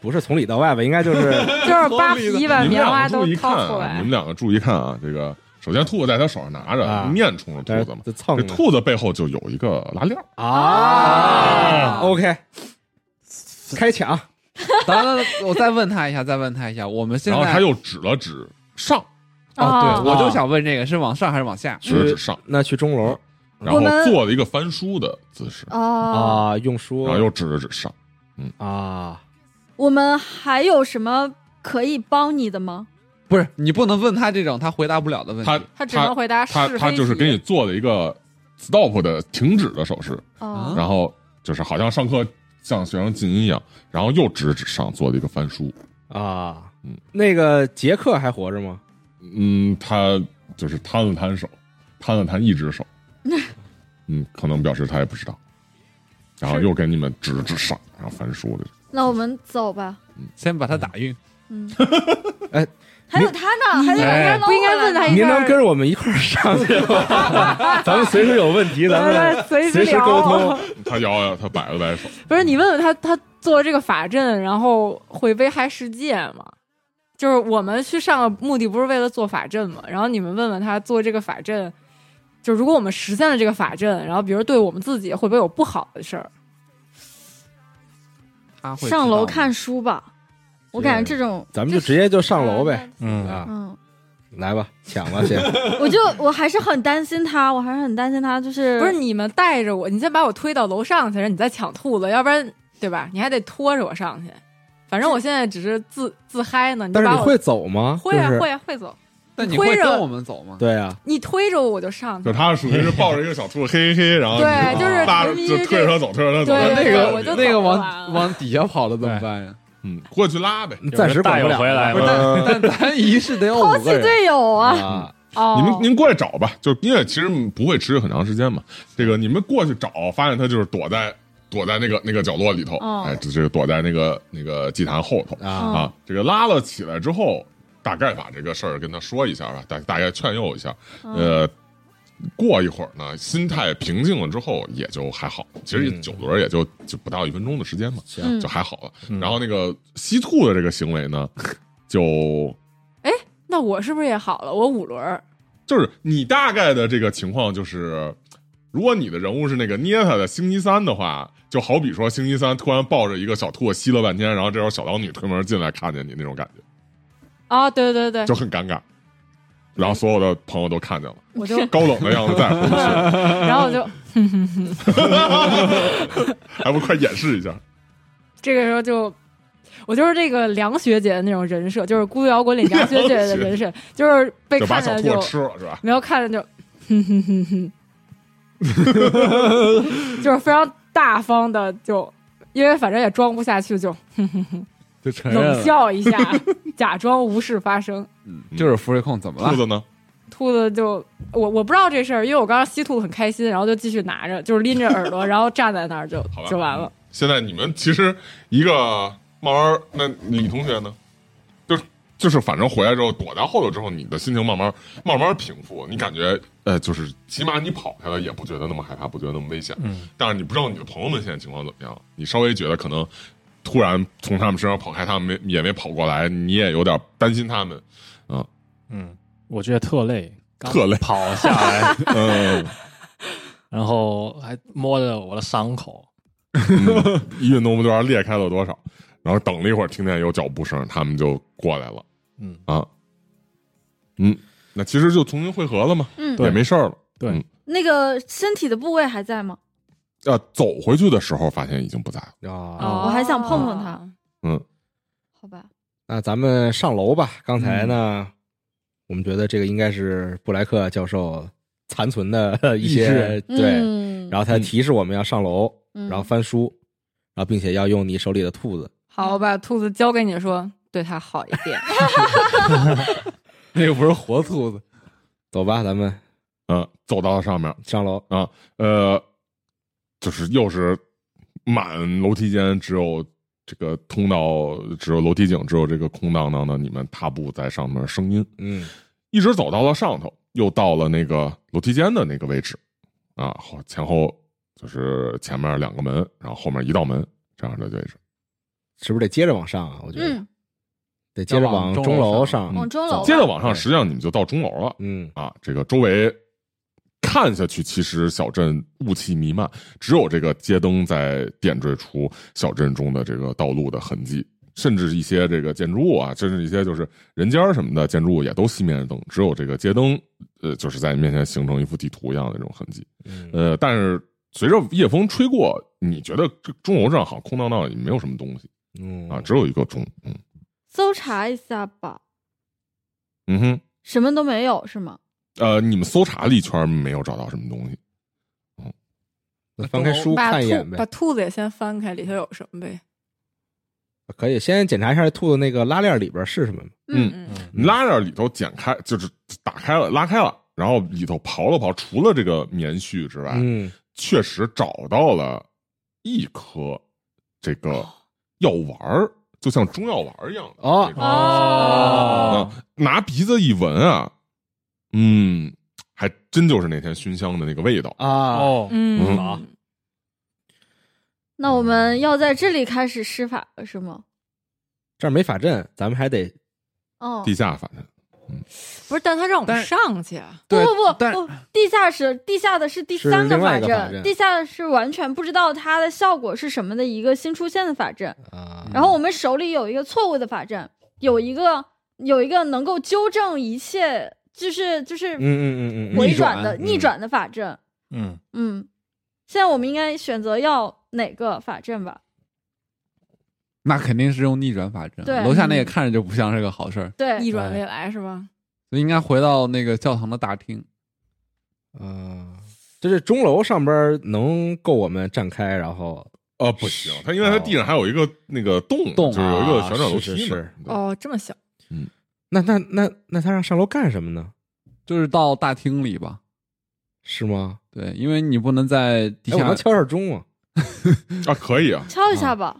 Speaker 2: 不是从里到外吧？应该就是
Speaker 7: 就是扒皮把
Speaker 6: 你们
Speaker 7: 棉
Speaker 6: 两
Speaker 7: 花
Speaker 6: 个注
Speaker 7: 都
Speaker 6: 意看
Speaker 7: 掏出
Speaker 6: 啊，你
Speaker 7: 来
Speaker 6: 们。两个注意看啊，这个首先兔子在他手上拿
Speaker 2: 啊
Speaker 6: 着，面冲着
Speaker 2: 在
Speaker 6: 兔子嘛，
Speaker 2: 这蹭
Speaker 6: 这
Speaker 2: 呢
Speaker 6: 兔子背后就有一个拉链儿，
Speaker 2: 啊，OK，开抢，
Speaker 3: 等等，等我再问他一下，再问他一下，我们现
Speaker 6: 然后
Speaker 3: 在
Speaker 6: 他又指了指上，
Speaker 3: 哦，对，
Speaker 2: 啊
Speaker 3: 我就想问这个是往上还是往下？
Speaker 6: 指了
Speaker 7: 嗯
Speaker 6: 指上，
Speaker 2: 那去钟楼
Speaker 6: 然后
Speaker 5: 我们
Speaker 6: 做了一个翻书的姿势，
Speaker 5: 哦，
Speaker 2: 啊，用书
Speaker 6: 然后又指了指上。
Speaker 2: 啊，
Speaker 5: 我们还有什么可以帮你的吗？
Speaker 3: 不是，你不能问他这种他回答不了的问
Speaker 6: 他
Speaker 3: 题。
Speaker 7: 他只能回答
Speaker 6: 他
Speaker 7: 是
Speaker 6: 他
Speaker 7: 非
Speaker 6: 就是给你
Speaker 7: 题。
Speaker 6: 做了一个 stop 的停止的手势，
Speaker 5: 哦，
Speaker 3: 啊
Speaker 6: 然后就是好像上课向学生静音一样，然后又指指上做了一个翻书。
Speaker 2: 啊
Speaker 6: 嗯，
Speaker 2: 那个杰克还活着吗？，
Speaker 6: 嗯，他就是摊了摊手，摊了摊一 只手，嗯，可能表示他也不知道。然后又给你们指了指上，然后翻书了。
Speaker 5: 那我们走吧。
Speaker 3: 先把他打晕，
Speaker 5: 嗯
Speaker 2: 哎，
Speaker 5: 还有他呢，还有
Speaker 2: 哎
Speaker 5: 他
Speaker 7: 不应该问他一
Speaker 2: 您能
Speaker 7: 下
Speaker 2: 跟着我们一块儿上去吗？咱们随时有问题，咱们
Speaker 7: 随
Speaker 2: 随时
Speaker 7: 聊
Speaker 2: 沟通。
Speaker 6: 他摇摇，他摆了摆手，
Speaker 7: 不是你问问他，他做这个法阵，然后会危害世界吗？就是我们去上个目的不是为了做法阵嘛？然后你们问问他做这个法阵，就如果我们实现了这个法阵，然后比如对我们自己会不会有不好的事儿？
Speaker 3: 他会
Speaker 5: 上楼看
Speaker 3: 知
Speaker 5: 书吧。我感觉这种，
Speaker 2: 咱们就直接就上楼呗。
Speaker 4: 嗯，
Speaker 2: 啊，
Speaker 5: 嗯，
Speaker 2: 来吧，抢吧 先。
Speaker 5: 我就我还是很担心他，我还是很担心他，就是
Speaker 7: 不是你们带着我，你先把我推到楼上去，然后你再抢兔子，要不然对吧？你还得拖着我上去。反正我现在只是自自嗨呢，你就
Speaker 2: 但是
Speaker 7: 把
Speaker 2: 你
Speaker 7: 我
Speaker 2: 会走吗？
Speaker 7: 会啊
Speaker 2: 就是
Speaker 7: 会啊会走，
Speaker 3: 道吗，但你
Speaker 7: 推
Speaker 3: 会
Speaker 7: 着
Speaker 3: 跟我们走吗？
Speaker 2: 对啊，
Speaker 7: 你推着我我就上
Speaker 2: 嗯
Speaker 7: 去
Speaker 6: 就。他属于是抱着一个小兔子，嘿嘿嘿，然后
Speaker 7: 对，就是
Speaker 6: 拉着
Speaker 7: 沉迷
Speaker 6: 就
Speaker 7: 于
Speaker 6: 推
Speaker 7: 这
Speaker 6: 着他走，推着他走，
Speaker 7: 对
Speaker 3: 那
Speaker 7: 对
Speaker 3: 个
Speaker 7: 我就
Speaker 3: 那个
Speaker 7: 走
Speaker 3: 往
Speaker 7: 完了
Speaker 3: 往底下跑了怎么办呀？
Speaker 6: 嗯，过去拉呗。
Speaker 2: 暂时管不了。
Speaker 4: 有人带我回来
Speaker 3: 不是，但但咱一是得有
Speaker 5: 抛
Speaker 3: 五
Speaker 5: 弃
Speaker 3: 个人，
Speaker 5: 队友啊，
Speaker 2: 啊，
Speaker 7: 哦，
Speaker 6: 你们您过来找吧，就因为其实不会持续很长时间嘛。这个你们过去找，发现他就是躲在躲在那个那个角落里头，
Speaker 5: 哦
Speaker 6: 哎，这就是躲在那个那个祭坛后头
Speaker 2: 啊
Speaker 6: 啊。这个拉了起来之后，大概把这个事儿跟他说一下吧，大大概劝诱一下。
Speaker 5: 嗯
Speaker 6: 呃，过一会儿呢，心态平静了之后也就还好。其实
Speaker 2: 嗯
Speaker 6: 九轮也就就不到一分钟的时间嘛，
Speaker 5: 嗯
Speaker 6: 就还好了。然后那个吸兔的这个行为呢，就
Speaker 7: 那我是不是也好了？我五轮儿，
Speaker 6: 就是你大概的这个情况就是，如果你的人物是那个捏他的星期三的话，就好比说星期三突然抱着一个小兔子吸了半天，然后这时候小狼女推门进来看见你那种感觉，
Speaker 7: 啊，对对 对，
Speaker 6: 就很尴尬。然后所有的朋友都看见了，
Speaker 7: 我就，
Speaker 6: 高冷的样子再也回 不去了，
Speaker 7: 嗯然后我就
Speaker 6: 还哎不快演示一下？
Speaker 7: 这个时候就，我就是这个梁学姐的那种人设，就是孤独摇滚里梁学姐的人设，就是被
Speaker 6: 就把
Speaker 7: 看
Speaker 6: 小
Speaker 7: 见
Speaker 6: 兔
Speaker 7: 就
Speaker 6: 子吃了是吧？
Speaker 7: 没有看见就， 哼哼哼哼，就是非常大方的就。因为反正也装不下去，就
Speaker 3: 就承认
Speaker 7: 冷
Speaker 3: 了，
Speaker 7: 笑一下，
Speaker 2: 哎
Speaker 7: 假装无事发生。
Speaker 3: 就是福瑞控怎么
Speaker 6: 兔
Speaker 3: 了？
Speaker 6: 子呢？
Speaker 7: 兔子就我我不知道这事儿，因为我刚刚吸兔子很开心，然后就继续拿着，就是拎着耳朵，然后站在那 儿就
Speaker 6: 好吧
Speaker 7: 就完了。
Speaker 6: 现在你们其实一个慢慢，那李同学呢？就是就是，反正回来之后躲在后头之后，你的心情慢慢慢慢平复，你感觉呃，就是起码你跑下来也不觉得那么害怕，不觉得那么危险。
Speaker 4: 嗯，
Speaker 6: 但是你不知道你的朋友们现在情况怎么样，你稍微觉得可能突然从他们身上跑开，他们没也没跑过来，你也有点担心他们。
Speaker 4: 嗯，我觉得特累，刚
Speaker 6: 特累
Speaker 4: 跑下来，
Speaker 6: 嗯，
Speaker 4: 然后还摸着我的伤口，
Speaker 6: 一运动不知道裂开了多少。然后等了一会儿，听见有脚步声，他们就过来了。
Speaker 4: 嗯，
Speaker 6: 啊，嗯，那其实就重新汇合了嘛，
Speaker 5: 嗯，
Speaker 6: 也没事儿了。
Speaker 5: 那个身体的部位还在吗？
Speaker 6: 啊，走回去的时候发现已经不在了。
Speaker 2: 啊，
Speaker 5: 哦我还想碰碰他。
Speaker 6: 嗯，
Speaker 5: 好吧，
Speaker 2: 那咱们上楼吧。刚才呢，我们觉得这个应该是布莱克教授残存的一些对，
Speaker 5: 嗯
Speaker 2: 然后他提示我们要上楼，
Speaker 5: 嗯
Speaker 2: 然后翻书，然后并且要用你手里的兔子。
Speaker 7: 好，我把兔子交给你说，对它好一 点。
Speaker 3: 那个不是活兔子，
Speaker 2: 走吧，咱们
Speaker 6: 呃，走到了上面，
Speaker 2: 上楼。
Speaker 6: 呃，就是又是满楼梯间只有这个通道，只有楼梯井，只有这个空荡荡的你们踏步在上面的声音。
Speaker 2: 嗯，
Speaker 6: 一直走到了上头，又到了那个楼梯间的那个位置，啊，后前后就是前面两个门，然后后面一道门这样的位置。
Speaker 2: 是不是得接着往上啊？我觉得、
Speaker 5: 嗯，
Speaker 2: 得接着往钟楼上，
Speaker 5: 往钟楼
Speaker 6: 接着
Speaker 5: 吧，
Speaker 6: 往上，实际上你们就到钟楼了
Speaker 2: 嗯
Speaker 6: 啊。这个周围看下去，其实小镇雾气弥漫，只有这个街灯在点缀出小镇中的这个道路的痕迹，甚至一些这个建筑物啊，甚至一些就是人家儿什么的建筑物也都熄灭了灯，只有这个街灯，呃，就是在你面前形成一幅地图一样的这种痕迹。
Speaker 2: 嗯
Speaker 6: 呃，但是随着夜风吹过，你觉得这钟楼上好像空荡荡，也没有什么东西
Speaker 2: 嗯
Speaker 6: 啊，只有一个钟。嗯
Speaker 5: 搜查一下吧，
Speaker 6: 嗯哼，
Speaker 5: 什么都没有是吗？
Speaker 6: 呃，你们搜查了一圈，没有找到什么东西。
Speaker 2: 嗯那翻开书
Speaker 7: 把
Speaker 2: 看一
Speaker 7: 兔
Speaker 2: 眼呗
Speaker 7: 把，兔子也先翻开，里头有什么呗？
Speaker 2: 可以先检查一下兔子那个拉链里边是什么。
Speaker 6: 嗯
Speaker 7: 嗯，
Speaker 6: 你拉链里头剪开，就是打开了，拉开了，然后里头刨了刨，除了这个棉絮之外，
Speaker 2: 嗯，
Speaker 6: 确实找到了一颗这个药丸儿，就像中药丸儿一样的
Speaker 2: 哦
Speaker 6: 那种
Speaker 4: 哦，
Speaker 6: 啊拿鼻子一闻啊，嗯，还真就是那天熏香的那个味道。
Speaker 2: 啊，
Speaker 4: 哦，
Speaker 7: 嗯，
Speaker 4: 好
Speaker 5: 那我们要在这里开始施法了是吗？
Speaker 2: 这儿没法阵，咱们还得
Speaker 5: 哦，
Speaker 6: 地下反正
Speaker 7: 不是，但他让我
Speaker 3: 但
Speaker 7: 们上去啊，
Speaker 5: 不
Speaker 3: 对
Speaker 5: 不不
Speaker 3: 但
Speaker 5: 不，地下室地下的是第
Speaker 2: 是
Speaker 5: 三
Speaker 2: 另外
Speaker 5: 法
Speaker 2: 一个
Speaker 5: 阵，
Speaker 2: 法阵
Speaker 5: 地下是完全不知道它的效果是什么的一个新出现的法阵。
Speaker 2: 啊，
Speaker 5: 然后我们手里有一个错误的法阵，有一个有一个能够纠正一切，就是就是
Speaker 2: 嗯嗯嗯嗯，
Speaker 5: 回转的
Speaker 2: 嗯
Speaker 5: 逆转的法阵。
Speaker 4: 嗯，
Speaker 5: 嗯，现在我们应该选择要哪个法阵吧？
Speaker 3: 那肯定是用逆转法阵。
Speaker 5: 对
Speaker 3: 楼下那个看着就不像是个好事儿，
Speaker 5: 对，
Speaker 7: 逆
Speaker 6: 哎
Speaker 7: 转未来是吧？
Speaker 3: 所以应该回到那个教堂的大厅。
Speaker 2: 啊，就是钟楼上边能够我们站开，然后
Speaker 6: 呃不行，它因为它地上还有一个那个洞，
Speaker 3: 洞
Speaker 6: 就是有一个
Speaker 2: 啊
Speaker 6: 旋转楼
Speaker 2: 是
Speaker 6: 梯
Speaker 2: 是
Speaker 6: 嘛
Speaker 2: 是。
Speaker 6: 对
Speaker 7: 哦，这么小，
Speaker 2: 那那那那他让上楼干什么呢？
Speaker 3: 就是到大厅里吧。
Speaker 2: 是吗？
Speaker 3: 对，因为你不能在地
Speaker 2: 哎，我
Speaker 3: 下
Speaker 2: 能。敲下钟吗？
Speaker 6: 啊，可以啊，
Speaker 5: 敲一下吧。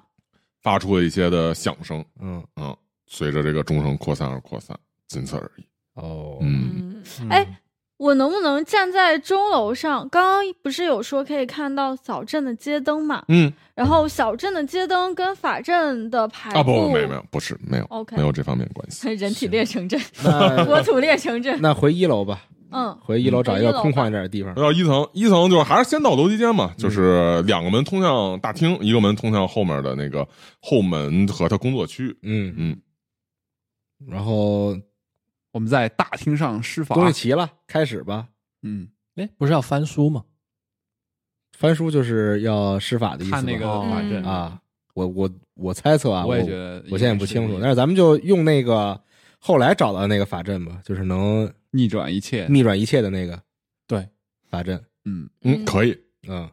Speaker 6: 发出了一些的响声，
Speaker 2: 嗯，
Speaker 6: 嗯，随着这个钟声扩散而扩散，仅此而已。
Speaker 2: 哦，
Speaker 6: 嗯，
Speaker 7: 嗯，
Speaker 5: 哎我能不能站在钟楼上？刚刚不是有说可以看到小镇的街灯嘛？
Speaker 6: 嗯
Speaker 5: 然后小镇的街灯跟法阵的排布
Speaker 6: 啊，不，没有没有，不是没有
Speaker 5: OK
Speaker 6: 没有这方面关系。
Speaker 5: 人体列成阵，国
Speaker 2: 那
Speaker 5: 土列成阵。
Speaker 2: 那回一楼吧，
Speaker 5: 嗯，
Speaker 2: 回一楼找一个
Speaker 5: 回一楼吧
Speaker 2: 空旷一点的地方。
Speaker 6: 到一层，一层就是还是先到楼梯间嘛，就是两个门通向大厅，一个门通向后面的那个后门和他工作区。
Speaker 2: 嗯，
Speaker 6: 嗯，
Speaker 3: 嗯
Speaker 2: 然后
Speaker 3: 我们在大厅上施法。
Speaker 2: 东西齐了，开始吧。
Speaker 3: 嗯，
Speaker 4: 哎，不是要翻书吗？
Speaker 2: 翻书就是要施法的意思吧
Speaker 3: 看那个
Speaker 4: 哦
Speaker 3: 法阵
Speaker 5: 嗯
Speaker 2: 啊，我我我猜测啊，
Speaker 3: 我
Speaker 2: 我
Speaker 3: 也觉得
Speaker 2: 我现在也不清楚，但是咱们就用那个后来找到的那个法阵吧，就是能
Speaker 3: 逆转一切。
Speaker 2: 逆转一切的那个
Speaker 4: 对
Speaker 2: 法阵。
Speaker 3: 嗯，
Speaker 6: 嗯，
Speaker 5: 嗯
Speaker 6: 可以。
Speaker 2: 嗯，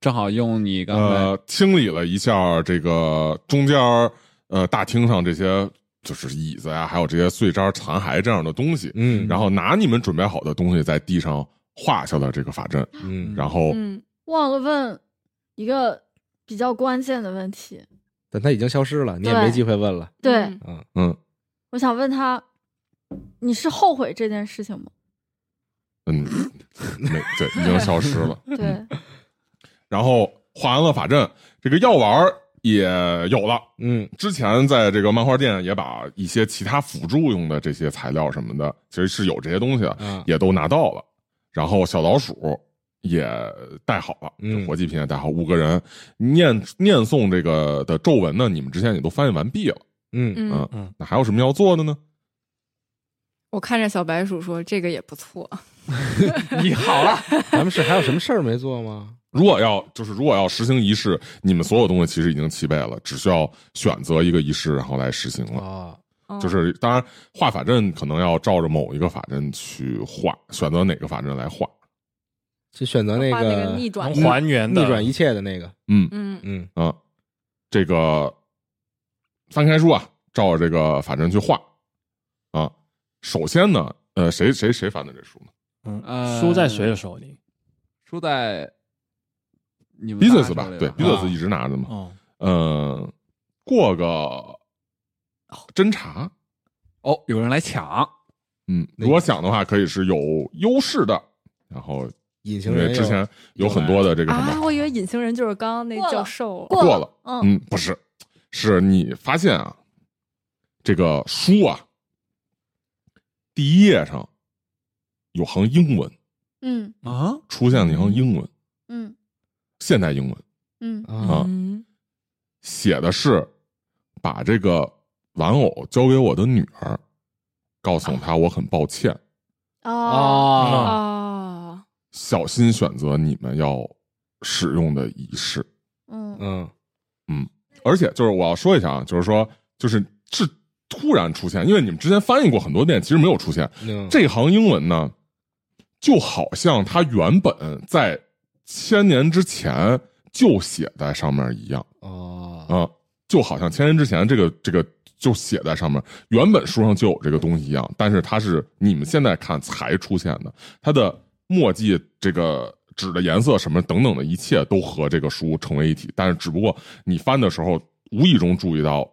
Speaker 3: 正好用你刚才
Speaker 6: 呃，清理了一下这个中间儿呃大厅上这些就是椅子呀、还有这些碎渣、残骸这样的东西，
Speaker 2: 嗯，
Speaker 6: 然后拿你们准备好的东西在地上画下了这个法阵，
Speaker 2: 嗯，
Speaker 6: 然后
Speaker 7: 嗯，
Speaker 5: 忘了问一个比较关键的问题。
Speaker 2: 但他已经消失了，你也
Speaker 5: 对
Speaker 2: 没机会问了。
Speaker 5: 对，
Speaker 7: 嗯
Speaker 2: 嗯
Speaker 6: 嗯
Speaker 5: 我想问他，你是后悔这件事情吗？
Speaker 6: 嗯，没对，已经消失了。
Speaker 5: 对，
Speaker 6: 然后画完了法阵，这个药丸儿也有了。
Speaker 2: 嗯
Speaker 6: 之前在这个漫画店也把一些其他辅助用的这些材料什么的，其实是有这些东西的，
Speaker 2: 啊，
Speaker 6: 也都拿到了。然后小老鼠也带好了，
Speaker 2: 嗯
Speaker 6: 这活祭品也带好，五个人念念诵这个的咒文呢，你们之前也都翻译完毕了。
Speaker 2: 嗯
Speaker 7: 嗯
Speaker 6: 嗯那还有什么要做的呢？
Speaker 7: 我看着小白鼠说这个也不错，
Speaker 3: 你好了，
Speaker 2: 咱们是还有什么事儿没做 吗？
Speaker 6: 如果要就是如果要实行仪式，你们所有东西其实已经齐备了，只需要选择一个仪式然后来实行了。
Speaker 2: 啊，
Speaker 7: 嗯
Speaker 6: 就是当然画法阵可能要照着某一个法阵去画，选择哪个法阵来画。
Speaker 2: 就选择那
Speaker 7: 画那
Speaker 2: 个
Speaker 7: 逆转
Speaker 4: 能
Speaker 7: 的，
Speaker 4: 还原的
Speaker 2: 逆转一切的那个。
Speaker 6: 嗯
Speaker 7: 嗯
Speaker 2: 嗯
Speaker 6: 啊、这个翻开书啊，照着这个法阵去画啊。首先呢，呃，谁谁谁翻的这书呢？
Speaker 4: 嗯，
Speaker 3: 呃
Speaker 4: 书在谁的手里？
Speaker 3: 输在你们
Speaker 6: 比
Speaker 3: 大
Speaker 6: 嘴
Speaker 3: 手
Speaker 6: 斯吧
Speaker 3: 里，啊
Speaker 6: 对，比嘴斯一直拿着嘛。
Speaker 4: 哦，
Speaker 6: 嗯，过个侦查，
Speaker 3: 哦，有人来抢，
Speaker 6: 嗯，如果想的话，可以是有优势的。然后
Speaker 2: 隐
Speaker 6: 因
Speaker 2: 形
Speaker 6: 为
Speaker 2: 人
Speaker 6: 之前有很多的这个什
Speaker 7: 啊，
Speaker 6: 么
Speaker 7: 我以为隐形人就是刚刚那
Speaker 5: 过了
Speaker 7: 教授。
Speaker 5: 过
Speaker 6: 过了，
Speaker 5: 嗯，
Speaker 6: 嗯，不是，是你发现啊，这个书啊，第一页上有行英文
Speaker 5: 嗯
Speaker 3: 啊，
Speaker 6: 出现了一行英文，
Speaker 5: 嗯
Speaker 6: 现代英文
Speaker 5: 嗯
Speaker 2: 有啊，
Speaker 6: 啊，
Speaker 7: 嗯，
Speaker 6: 写的是把这个玩偶交给我的女儿，告诉她我很抱歉，
Speaker 5: 哦，
Speaker 4: 啊
Speaker 7: 哦，
Speaker 6: 小心选择你们要使用的仪式。
Speaker 5: 嗯
Speaker 2: 嗯
Speaker 6: 而且就是我要说一下啊，就是说，就是是突然出现，因为你们之前翻译过很多遍，其实没有出现。
Speaker 2: 嗯，
Speaker 6: 这行英文呢，就好像它原本在千年之前就写在上面一样
Speaker 2: 哦
Speaker 6: 啊、就好像千年之前这个这个就写在上面，原本书上就有这个东西一样，但是它是你们现在看才出现的，它的墨迹这个。纸的颜色什么等等的一切都和这个书成为一体，但是只不过你翻的时候无意中注意到，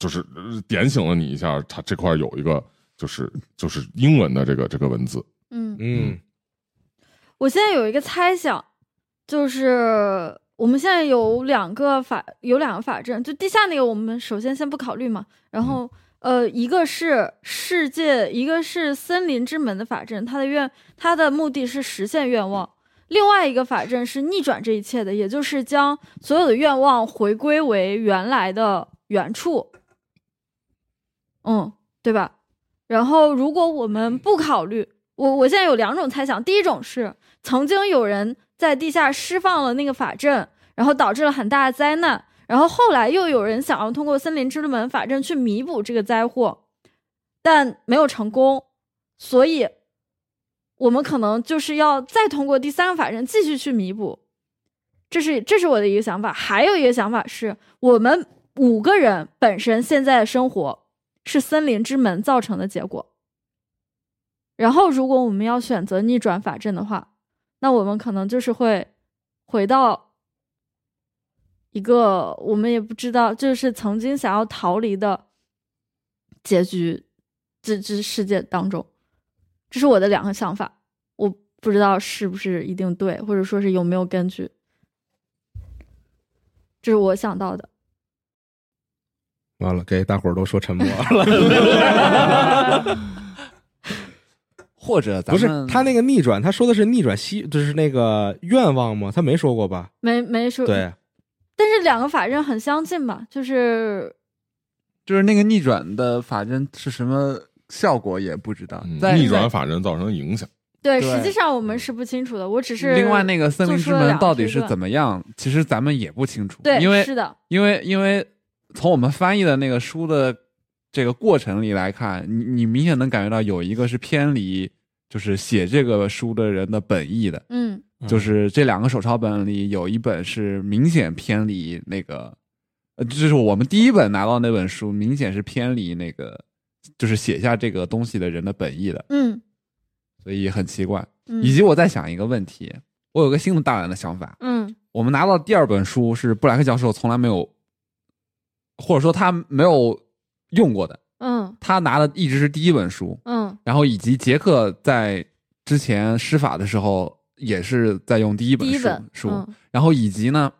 Speaker 6: 就是呃点醒了你一下，它这块有一个就是就是英文的这个这个文字，
Speaker 5: 嗯，
Speaker 2: 嗯
Speaker 5: 我现在有一个猜想，就是我们现在有两个法，有两个法阵，就地下那个我们首先先不考虑嘛，然后。呃，一个是世界，一个是森林之门的法阵，它的愿，它的目的是实现愿望；另外一个法阵是逆转这一切的，也就是将所有的愿望回归为原来的原处，嗯，对吧？然后，如果我们不考虑，我我现在有两种猜想，第一种是曾经有人在地下释放了那个法阵，然后导致了很大的灾难，然后后来又有人想要通过森林之门法阵去弥补这个灾祸，但没有成功，所以我们可能就是要再通过第三个法阵继续去弥补。这是这是我的一个想法，还有一个想法是我们五个人本身现在的生活是森林之门造成的结果。然后，如果我们要选择逆转法阵的话，那我们可能就是会回到一个我们也不知道，就是曾经想要逃离的结局这这世界当中。这是我的两个想法，我不知道是不是一定对，或者说是有没有根据。这是我想到的。
Speaker 2: 完了，给大伙儿都说沉默了。
Speaker 3: 或者 咱
Speaker 2: 不是
Speaker 3: 们
Speaker 2: 他那个逆转，他说的是逆转希，就是那个愿望吗？他没说过吧？
Speaker 5: 没没说，
Speaker 2: 对，
Speaker 5: 但是两个法阵很相近吧？就是
Speaker 3: 就是那个逆转的法阵是什么效果也不知道
Speaker 6: 嗯，
Speaker 3: 在
Speaker 6: 逆转法人造成影响。
Speaker 5: 对，
Speaker 3: 对嗯
Speaker 5: 实际上我们是不清楚的。我只是
Speaker 3: 另外那个森林之门到底
Speaker 5: 做出了两个推
Speaker 3: 是
Speaker 5: 断
Speaker 3: 怎么样，其实咱们也不清楚，
Speaker 5: 对，
Speaker 3: 因为
Speaker 5: 是的，
Speaker 3: 因为因为从我们翻译的那个书的这个过程里来看，你你明显能感觉到有一个是偏离，就是写这个书的人的本意的，
Speaker 5: 嗯
Speaker 3: 就是这两个手抄本里有一本是明显偏离那个，呃，就是我们第一本拿到那本书，明显是偏离那个，就是写下这个东西的人的本意的，
Speaker 5: 嗯
Speaker 3: 所以很奇怪。
Speaker 5: 嗯，
Speaker 3: 以及我在想一个问题，我有个新的大胆的想法，
Speaker 5: 嗯
Speaker 3: 我们拿到第二本书是布莱克教授从来没有，或者说他没有用过的，
Speaker 5: 嗯
Speaker 3: 他拿的一直是第一本书，
Speaker 5: 嗯
Speaker 3: 然后以及杰克在之前施法的时候也是在用第一本
Speaker 5: 第一
Speaker 3: 书
Speaker 5: 本
Speaker 3: 书，
Speaker 5: 嗯
Speaker 3: 然后以及呢，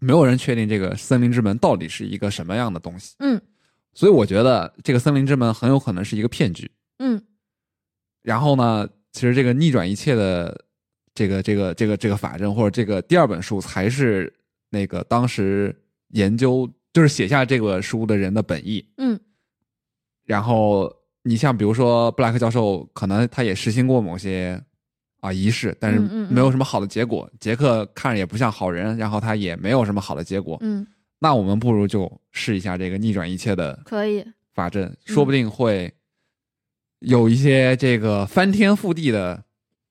Speaker 3: 没有人确定这个森林之门到底是一个什么样的东西，
Speaker 5: 嗯
Speaker 3: 所以我觉得这个森林之门很有可能是一个骗局。
Speaker 5: 嗯
Speaker 3: 然后呢，其实这个逆转一切的这个这个这个这个法阵或者这个第二本书才是那个当时研究就是写下这个书的人的本意。
Speaker 5: 嗯
Speaker 3: 然后你像比如说布莱克教授，可能他也实行过某些啊仪式，但是
Speaker 5: 嗯嗯嗯
Speaker 3: 没有什么好的结果。杰克看着也不像好人，然后他也没有什么好的结果。
Speaker 5: 嗯，
Speaker 3: 那我们不如就试一下这个逆转一切的
Speaker 5: 可以，
Speaker 3: 法阵，说
Speaker 5: 嗯
Speaker 3: 不定会有一些这个翻天覆地的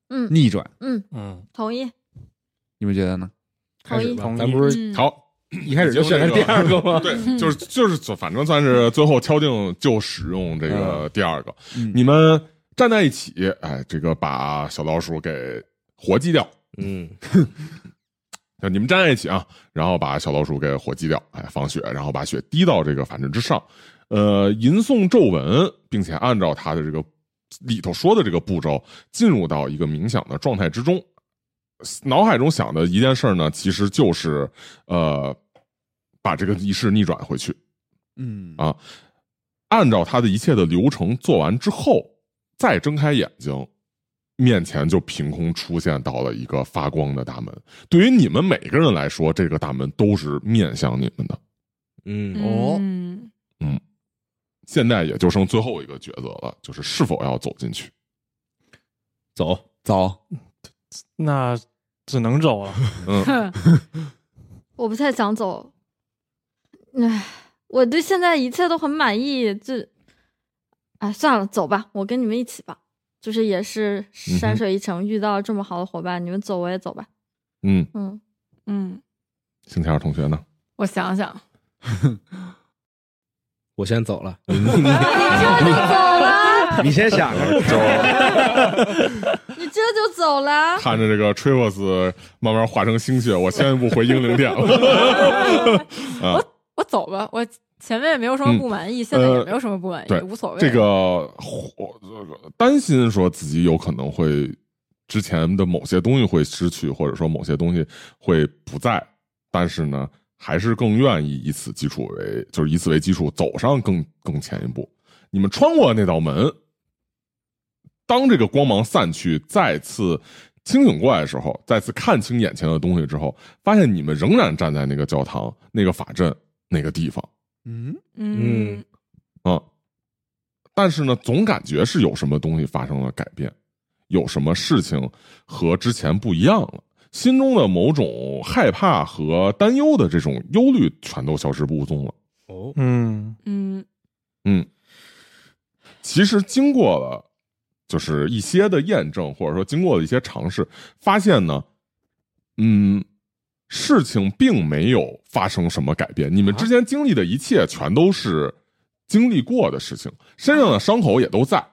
Speaker 5: 嗯
Speaker 3: 逆转，
Speaker 5: 嗯，
Speaker 4: 嗯，
Speaker 5: 同意
Speaker 3: 你们觉得呢？
Speaker 2: 开
Speaker 5: 同
Speaker 2: 始
Speaker 5: 意，
Speaker 2: 吧
Speaker 4: 同，意
Speaker 2: 咱不是
Speaker 7: 嗯
Speaker 6: 好，
Speaker 2: 一开始就选的第二个 吗？
Speaker 6: 对，就是就是，反正算是最后敲定就使用这个第二个。
Speaker 3: 嗯
Speaker 6: 你们站在一起，哎，这个把小老鼠给活祭掉，
Speaker 2: 嗯，
Speaker 6: 就你们站在一起啊，然后把小老鼠给火击掉，哎，放血，然后把血滴到这个法阵之上，呃，吟诵咒文，并且按照它的这个里头说的这个步骤，进入到一个冥想的状态之中。脑海中想的一件事儿呢，其实就是呃，把这个仪式逆转回去。
Speaker 3: 嗯
Speaker 6: 啊按照他的一切的流程做完之后，再睁开眼睛，面前就凭空出现到了一个发光的大门。对于你们每个人来说，这个大门都是面向你们的。
Speaker 2: 嗯
Speaker 3: 哦
Speaker 7: 嗯
Speaker 6: 现在也就剩最后一个抉择了，就是是否要走进去。
Speaker 2: 走，
Speaker 3: 走，
Speaker 4: 那只能走了。
Speaker 6: 哦嗯
Speaker 5: 我不太想走。唉，我对现在一切都很满意。这，哎，算了，走吧，我跟你们一起吧。就是也是
Speaker 6: 嗯哼
Speaker 5: 山水一程，遇到这么好的伙伴，你们走我也走吧。
Speaker 6: 嗯，
Speaker 5: 嗯，
Speaker 7: 嗯，
Speaker 6: 星期二同学呢？
Speaker 7: 我想 想，
Speaker 2: 我先走了，
Speaker 5: 这就走了，
Speaker 2: 你先想啊着。
Speaker 5: 你这就走了。
Speaker 6: 看着这个 Travis 慢慢化成星屑，我先一步回英灵殿 了。
Speaker 7: 我走吧，我前面也没有什么不满意，现在也没有什么不满意，
Speaker 6: 嗯呃对
Speaker 7: 无所谓。
Speaker 6: 这个我担心说自己有可能会之前的某些东西会失去，或者说某些东西会不在，但是呢，还是更愿意以此基础为，就是以此为基础走上更更前一步。你们穿过那道门，当这个光芒散去，再次清醒过来的时候，再次看清眼前的东西之后，发现你们仍然站在那个教堂、那个法阵、那个地方。
Speaker 3: 嗯，
Speaker 7: 嗯
Speaker 6: 啊，但是呢，总感觉是有什么东西发生了改变，有什么事情和之前不一样了，心中的某种害怕和担忧的这种忧虑全都消失不踪了。
Speaker 2: 哦，
Speaker 4: 嗯，
Speaker 7: 嗯
Speaker 6: 嗯，其实经过了就是一些的验证，或者说经过了一些尝试，发现呢，嗯，事情并没有发生什么改变。你们之前经历的一切全都是经历过的事情，身上的伤口也都在。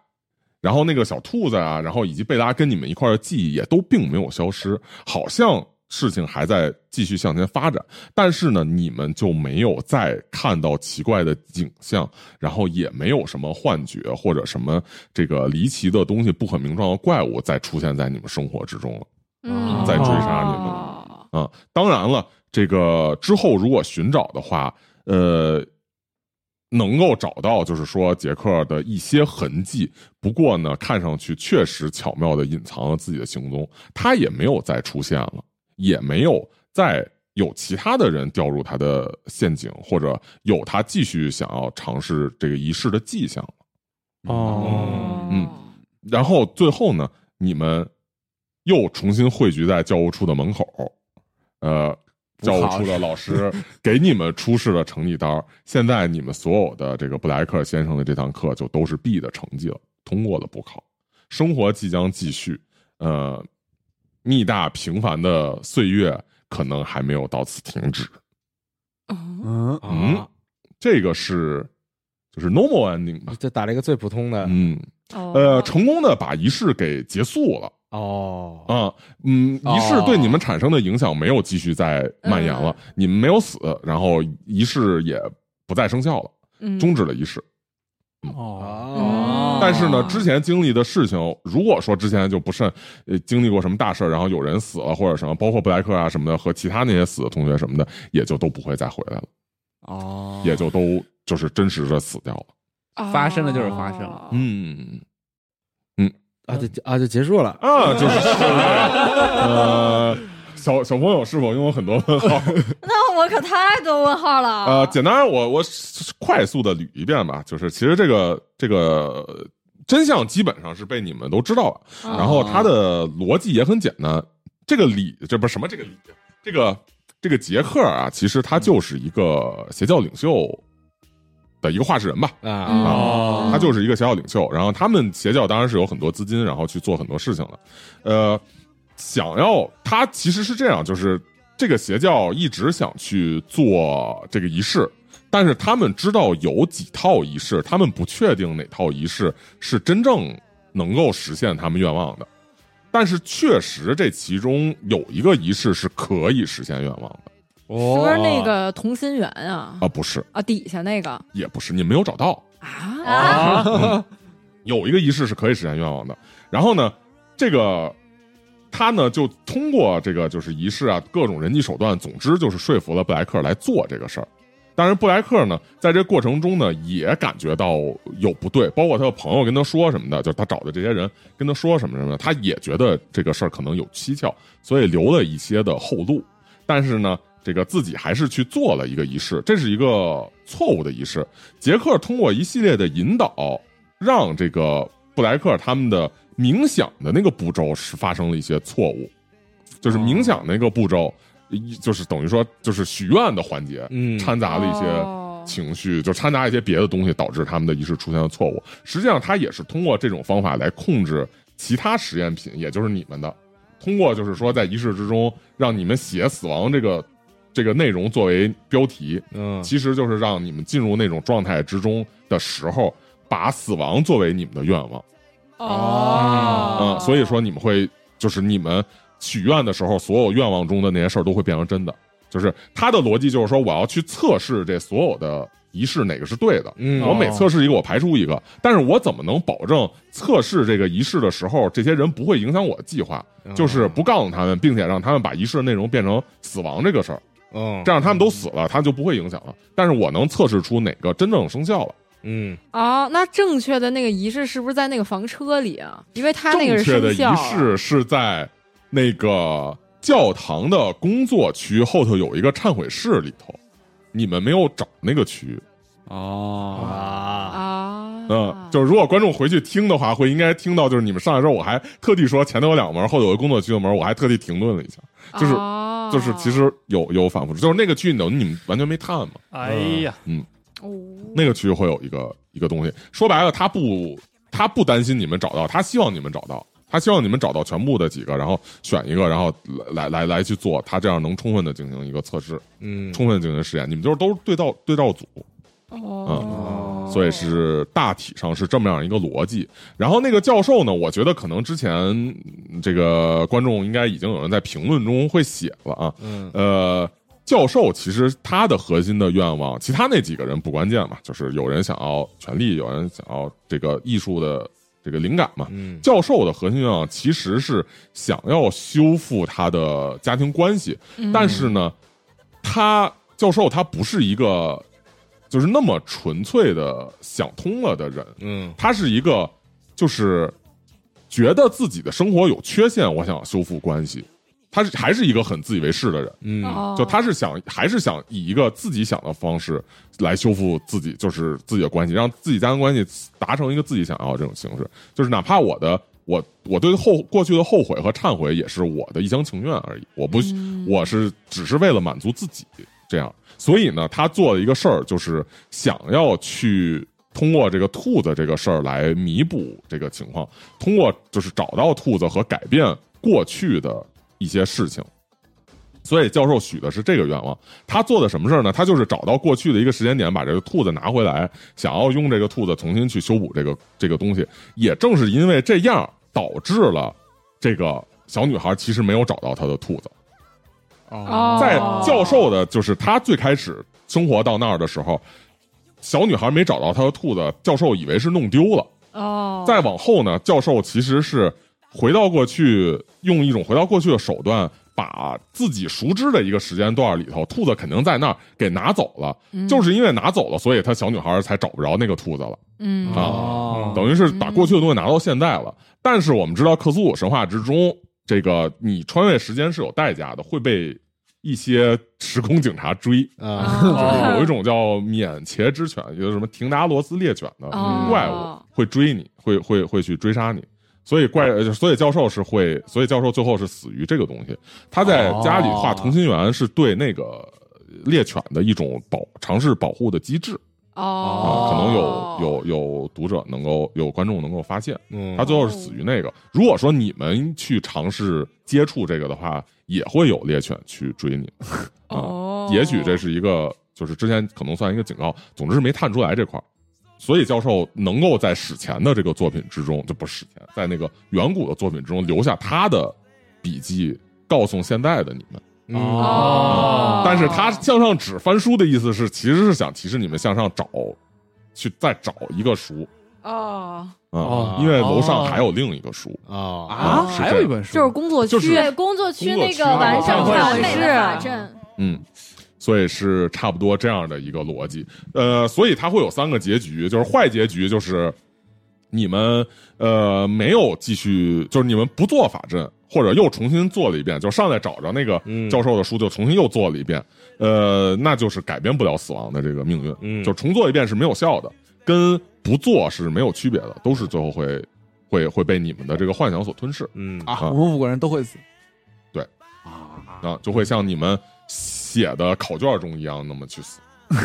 Speaker 6: 然后那个小兔子啊，然后以及贝拉跟你们一块儿的记忆也都并没有消失，好像事情还在继续向前发展。但是呢，你们就没有再看到奇怪的景象，然后也没有什么幻觉或者什么这个离奇的东西、不可名状的怪物再出现在你们生活之中了。
Speaker 5: 嗯，
Speaker 6: 在追杀你们
Speaker 7: 哦
Speaker 6: 啊、当然了，这个之后如果寻找的话，呃，能够找到就是说杰克的一些痕迹，不过呢，看上去确实巧妙的隐藏了自己的行踪，他也没有再出现了，也没有再有其他的人掉入他的陷阱，或者有他继续想要尝试这个仪式的迹象。
Speaker 4: 哦，
Speaker 6: 嗯然后最后呢，你们又重新汇聚在教务处的门口，呃，教务处的老师给你们出示了成绩单儿。现在你们所有的这个布莱克先生的这堂课就都是 B 的成绩了，通过了补考，生活即将继续。呃，密大平凡的岁月可能还没有到此停止。
Speaker 7: 嗯
Speaker 3: 嗯，
Speaker 6: 嗯
Speaker 2: 啊，
Speaker 6: 这个是就是 normal ending 吧？
Speaker 2: 这啊打了一个最普通的
Speaker 6: 嗯，
Speaker 5: 哦
Speaker 6: 呃，成功的把仪式给结束了。
Speaker 2: 哦，
Speaker 6: 啊，嗯，
Speaker 3: 哦
Speaker 6: 仪式对你们产生的影响没有继续再蔓延了，你们没有死，然后仪式也不再生效了，
Speaker 7: 嗯
Speaker 6: 终止了仪式。
Speaker 4: 哦，
Speaker 7: 哦
Speaker 6: 但是呢，之前经历的事情，如果说之前就不慎呃经历过什么大事儿，然后有人死了或者什么，包括布莱克啊什么的和其他那些死的同学什么的，也就都不会再回来了，
Speaker 3: 哦
Speaker 6: 也就都就是真实的死掉了。
Speaker 3: 发生了就是发生了，
Speaker 7: 哦
Speaker 6: 嗯
Speaker 2: 啊，就啊就结束了。
Speaker 6: 啊，就是 呃，小小朋友是否拥有很多问号？
Speaker 5: 那我可太多问号了。
Speaker 3: 啊
Speaker 6: 呃，简单我我快速的捋一遍吧，就是其实这个这个呃真相基本上是被你们都知道了，
Speaker 7: 嗯
Speaker 6: 然后它的逻辑也很简单，这个理这不是什么这个理，这个这个杰克啊，其实他就是一个邪教领袖的一个话事人吧，
Speaker 7: 嗯
Speaker 6: 嗯
Speaker 2: 啊，
Speaker 4: 哦
Speaker 6: 他就是一个邪教领袖，然后他们邪教当然是有很多资金，然后去做很多事情的，呃，想要他其实是这样，就是这个邪教一直想去做这个仪式，但是他们知道有几套仪式，他们不确定哪套仪式是真正能够实现他们愿望的，但是确实这其中有一个仪式是可以实现愿望的
Speaker 7: 是
Speaker 2: 哦
Speaker 7: 不是那个同心圆啊？
Speaker 6: 啊，不是，
Speaker 7: 啊，底下那个
Speaker 6: 也不是，你没有找到。
Speaker 7: 啊，
Speaker 4: 啊，
Speaker 6: 有一个仪式是可以实现愿望的。然后呢，这个他呢就通过这个就是仪式啊，各种人际手段，总之就是说服了布莱克来做这个事儿。当然，布莱克呢，在这过程中呢，也感觉到有不对，包括他的朋友跟他说什么的，就是他找的这些人跟他说什么什么的，他也觉得这个事儿可能有蹊跷，所以留了一些的后路。但是呢，这个自己还是去做了一个仪式，这是一个错误的仪式。杰克通过一系列的引导，让这个布莱克他们的冥想的那个步骤是发生了一些错误，就是冥想那个步骤，一就是等于说就是许愿的环节，
Speaker 2: 嗯
Speaker 6: 掺杂了一些
Speaker 7: 哦
Speaker 6: 情绪，就掺杂一些别的东西，导致他们的仪式出现了错误。实际上，他也是通过这种方法来控制其他实验品，也就是你们的，通过就是说在仪式之中让你们写死亡这个这个内容作为标题，
Speaker 2: 嗯
Speaker 6: 其实就是让你们进入那种状态之中的时候，把死亡作为你们的愿望。
Speaker 7: 哦啊
Speaker 6: 嗯，所以说你们会就是你们许愿的时候，所有愿望中的那些事儿都会变成真的。就是他的逻辑就是说，我要去测试这所有的仪式哪个是对的。
Speaker 2: 嗯
Speaker 6: 我每测试一个，我排除一个，但是我怎么能保证测试这个仪式的时候，这些人不会影响我的计划？
Speaker 2: 嗯
Speaker 6: 就是不告诉他们，并且让他们把仪式的内容变成死亡这个事儿，
Speaker 2: 嗯
Speaker 6: 这样他们都死了，他就不会影响了。但是我能测试出哪个真正生效了。
Speaker 2: 嗯
Speaker 7: 哦，那正确的那个仪式是不是在那个房车里啊？因为他那个
Speaker 6: 正
Speaker 7: 是
Speaker 6: 确
Speaker 7: 生
Speaker 6: 的仪
Speaker 7: 肖啊
Speaker 6: 式是在那个教堂的工作区后头有一个忏悔室里头，你们没有找那个区域。
Speaker 3: 哦，
Speaker 4: 啊，
Speaker 7: 啊，
Speaker 6: 嗯，就是如果观众回去听的话，会应该听到，就是你们上来之后，我还特地说前头有两个门，后头有个工作区的门，我还特地停顿了一下，就是
Speaker 7: 哦
Speaker 6: 就是其实有有反复，就是那个区你们你们完全没探嘛，
Speaker 4: 哎呀，
Speaker 7: 哦
Speaker 6: 那个区会有一个一个东西。说白了，他不他不担心你们找到，他希望你们找到，他希望你们找到全部的几个，然后选一个，然后来来来来去做，他这样能充分的进行一个测试，
Speaker 2: 嗯
Speaker 6: 充分进行实验。你们就是都是对照对照组，
Speaker 7: 哦，
Speaker 6: 所以是大体上是这么样一个逻辑。然后那个教授呢，我觉得可能之前嗯这个观众应该已经有人在评论中会写了啊，
Speaker 2: 嗯
Speaker 6: 呃，教授其实他的核心的愿望，其他那几个人不关键嘛，就是有人想要权力，有人想要这个艺术的这个灵感嘛。
Speaker 2: 嗯
Speaker 6: 教授的核心愿望其实是想要修复他的家庭关系，
Speaker 2: 嗯
Speaker 6: 但是呢，他教授他不是一个就是那么纯粹的想通了的人，
Speaker 2: 嗯
Speaker 6: 他是一个就是觉得自己的生活有缺陷，我想要修复关系，他是还是一个很自以为是的人。
Speaker 2: 嗯
Speaker 7: 哦
Speaker 6: 就他是想，还是想以一个自己想的方式来修复自己，就是自己的关系，让自己家庭关系达成一个自己想要的这种形式。就是哪怕我的我我对后过去的后悔和忏悔，也是我的一厢情愿而已。我不，我是只是为了满足自己这样。所以呢，他做了一个事儿，就是想要去通过这个兔子这个事儿来弥补这个情况，通过就是找到兔子和改变过去的一些事情。所以教授许的是这个愿望。他做的什么事儿呢？他就是找到过去的一个时间点，把这个兔子拿回来，想要用这个兔子重新去修补这个这个东西。也正是因为这样，导致了这个小女孩其实没有找到她的兔子。
Speaker 7: 哦
Speaker 6: 在教授的，就是他最开始生活到那儿的时候，小女孩没找到她的兔子，教授以为是弄丢了。
Speaker 7: 哦，
Speaker 6: 再往后呢，教授其实是回到过去，用一种回到过去的手段，把自己熟知的一个时间段里头，兔子肯定在那儿给拿走了。就是因为拿走了，所以他小女孩才找不着那个兔子了。
Speaker 7: 嗯
Speaker 6: 啊
Speaker 4: 哦，
Speaker 6: 等于是把过去的东西拿到现在了。但是我们知道，克苏鲁神话之中，这个你穿越时间是有代价的，会被一些时空警察追。
Speaker 2: 啊
Speaker 6: 就是
Speaker 7: 哦
Speaker 6: 有一种叫免茄之犬，也就是什么廷达罗斯猎犬的
Speaker 7: 哦
Speaker 6: 怪物，会追你，会会会去追杀你。所以怪，呃所以教授是会，所以教授最后是死于这个东西。他在家里画同心圆，是对那个猎犬的一种保尝试保护的机制啊。
Speaker 7: 哦，
Speaker 6: 可能有有有读者能够有观众能够发现，
Speaker 2: 嗯
Speaker 6: 他最后是死于那个。如果说你们去尝试接触这个的话，也会有猎犬去追你们啊。
Speaker 7: 哦，
Speaker 6: 也许这是一个，就是之前可能算一个警告，总之是没探出来这块儿，所以教授能够在史前的这个作品之中，就不是史前，在那个远古的作品之中留下他的笔记，告诉现在的你们。
Speaker 2: 嗯
Speaker 4: 哦
Speaker 6: 但是他向上指翻书的意思是，其实是想提示你们向上找，去再找一个书
Speaker 7: 哦，
Speaker 6: 啊、
Speaker 2: 哦
Speaker 6: 因为楼上还有另一个书。
Speaker 2: 哦
Speaker 3: 啊，
Speaker 6: 是这样
Speaker 3: 还有一本书，
Speaker 7: 就是工作区，
Speaker 6: 就是
Speaker 5: 对，工作区那个完
Speaker 6: 工
Speaker 5: 善
Speaker 6: 作区
Speaker 5: 完美的
Speaker 7: 啊
Speaker 5: 法阵，
Speaker 6: 嗯，所以是差不多这样的一个逻辑。呃，所以它会有三个结局，就是坏结局就是你们呃没有继续，就是你们不做法阵，或者又重新做了一遍，就上来找着那个
Speaker 2: 嗯
Speaker 6: 教授的书，就重新又做了一遍。呃，那就是改变不了死亡的这个命运，
Speaker 2: 嗯
Speaker 6: 就重做一遍是没有效的，跟不做是没有区别的，都是最后会会会被你们的这个幻想所吞噬。
Speaker 2: 嗯
Speaker 3: 啊，
Speaker 6: 啊
Speaker 3: 我们五个人都会死。
Speaker 6: 对
Speaker 3: 啊，
Speaker 6: 啊，就会像你们写的考卷中一样那么去死。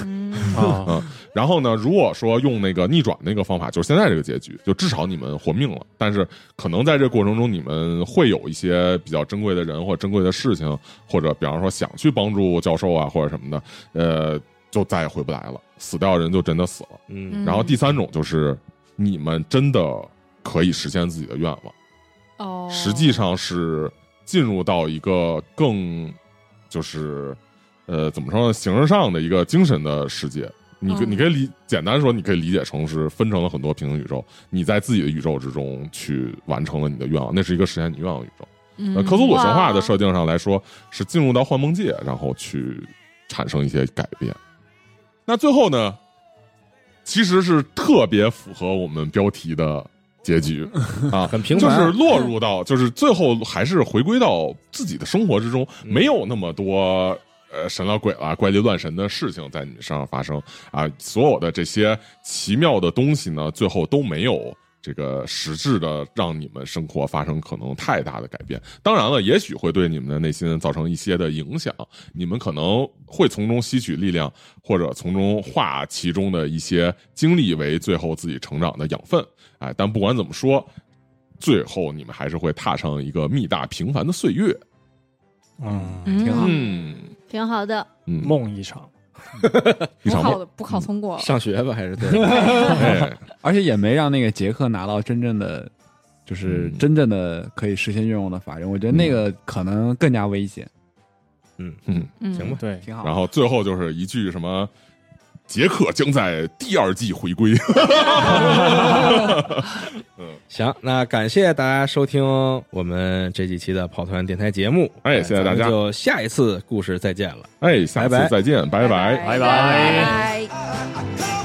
Speaker 5: 嗯
Speaker 4: 啊
Speaker 6: 然后呢，如果说用那个逆转那个方法，就是现在这个结局，就至少你们活命了。但是可能在这过程中，你们会有一些比较珍贵的人或者珍贵的事情，或者比方说想去帮助教授啊或者什么的，呃，就再也回不来了。死掉的人就真的死了。
Speaker 2: 嗯
Speaker 6: 然后第三种就是你们真的可以实现自己的愿望。
Speaker 7: 哦，
Speaker 6: 实际上是进入到一个更就是呃怎么说呢，形而上的一个精神的世界。你可
Speaker 7: 嗯
Speaker 6: 你可以理简单说，你可以理解成是分成了很多平行宇宙，你在自己的宇宙之中去完成了你的愿望，那是一个实现你愿望的宇宙。
Speaker 7: 嗯
Speaker 6: 呃，科苏鲁神话的
Speaker 7: 哇
Speaker 6: 设定上来说，是进入到幻梦界，然后去产生一些改变。那最后呢，其实是特别符合我们标题的结局啊，
Speaker 2: 很平
Speaker 6: 就
Speaker 2: 凡
Speaker 6: 是落入到，就是最后还是回归到自己的生活之中，
Speaker 2: 嗯
Speaker 6: 没有那么多。呃，神了鬼了，怪力乱神的事情在你们身上发生啊！所有的这些奇妙的东西呢，最后都没有这个实质的让你们生活发生可能太大的改变。当然了，也许会对你们的内心造成一些的影响，你们可能会从中吸取力量，或者从中化其中的一些经历为最后自己成长的养分。哎，但不管怎么说，最后你们还是会踏上一个密大平凡的岁月。
Speaker 4: 嗯，
Speaker 7: 挺好
Speaker 6: 嗯
Speaker 5: 挺好的。
Speaker 6: 嗯，
Speaker 4: 梦一场，
Speaker 7: 补
Speaker 6: 一场
Speaker 7: 考
Speaker 6: 梦，
Speaker 7: 的补考通过，
Speaker 2: 上学吧，还是对，
Speaker 6: 哎，
Speaker 3: 而且也没让那个杰克拿到真正的，就是
Speaker 6: 嗯
Speaker 3: 真正的可以实现愿望的法人，我觉得那个可能更加危险，
Speaker 6: 嗯。
Speaker 7: 嗯
Speaker 2: 行吧，
Speaker 4: 对，
Speaker 3: 挺好。
Speaker 6: 然后最后就是一句什么，杰克将在第二季回归。
Speaker 2: 行，那感谢大家收听我们这几期的跑团电台节目，
Speaker 6: 哎
Speaker 2: 哎
Speaker 6: 谢谢大家
Speaker 2: 咱们就下一次故事再见了。
Speaker 6: 哎，下
Speaker 2: 拜
Speaker 6: 次
Speaker 2: 拜
Speaker 6: 再见，拜拜
Speaker 4: 拜
Speaker 9: I
Speaker 4: 拜。
Speaker 7: 拜。
Speaker 9: go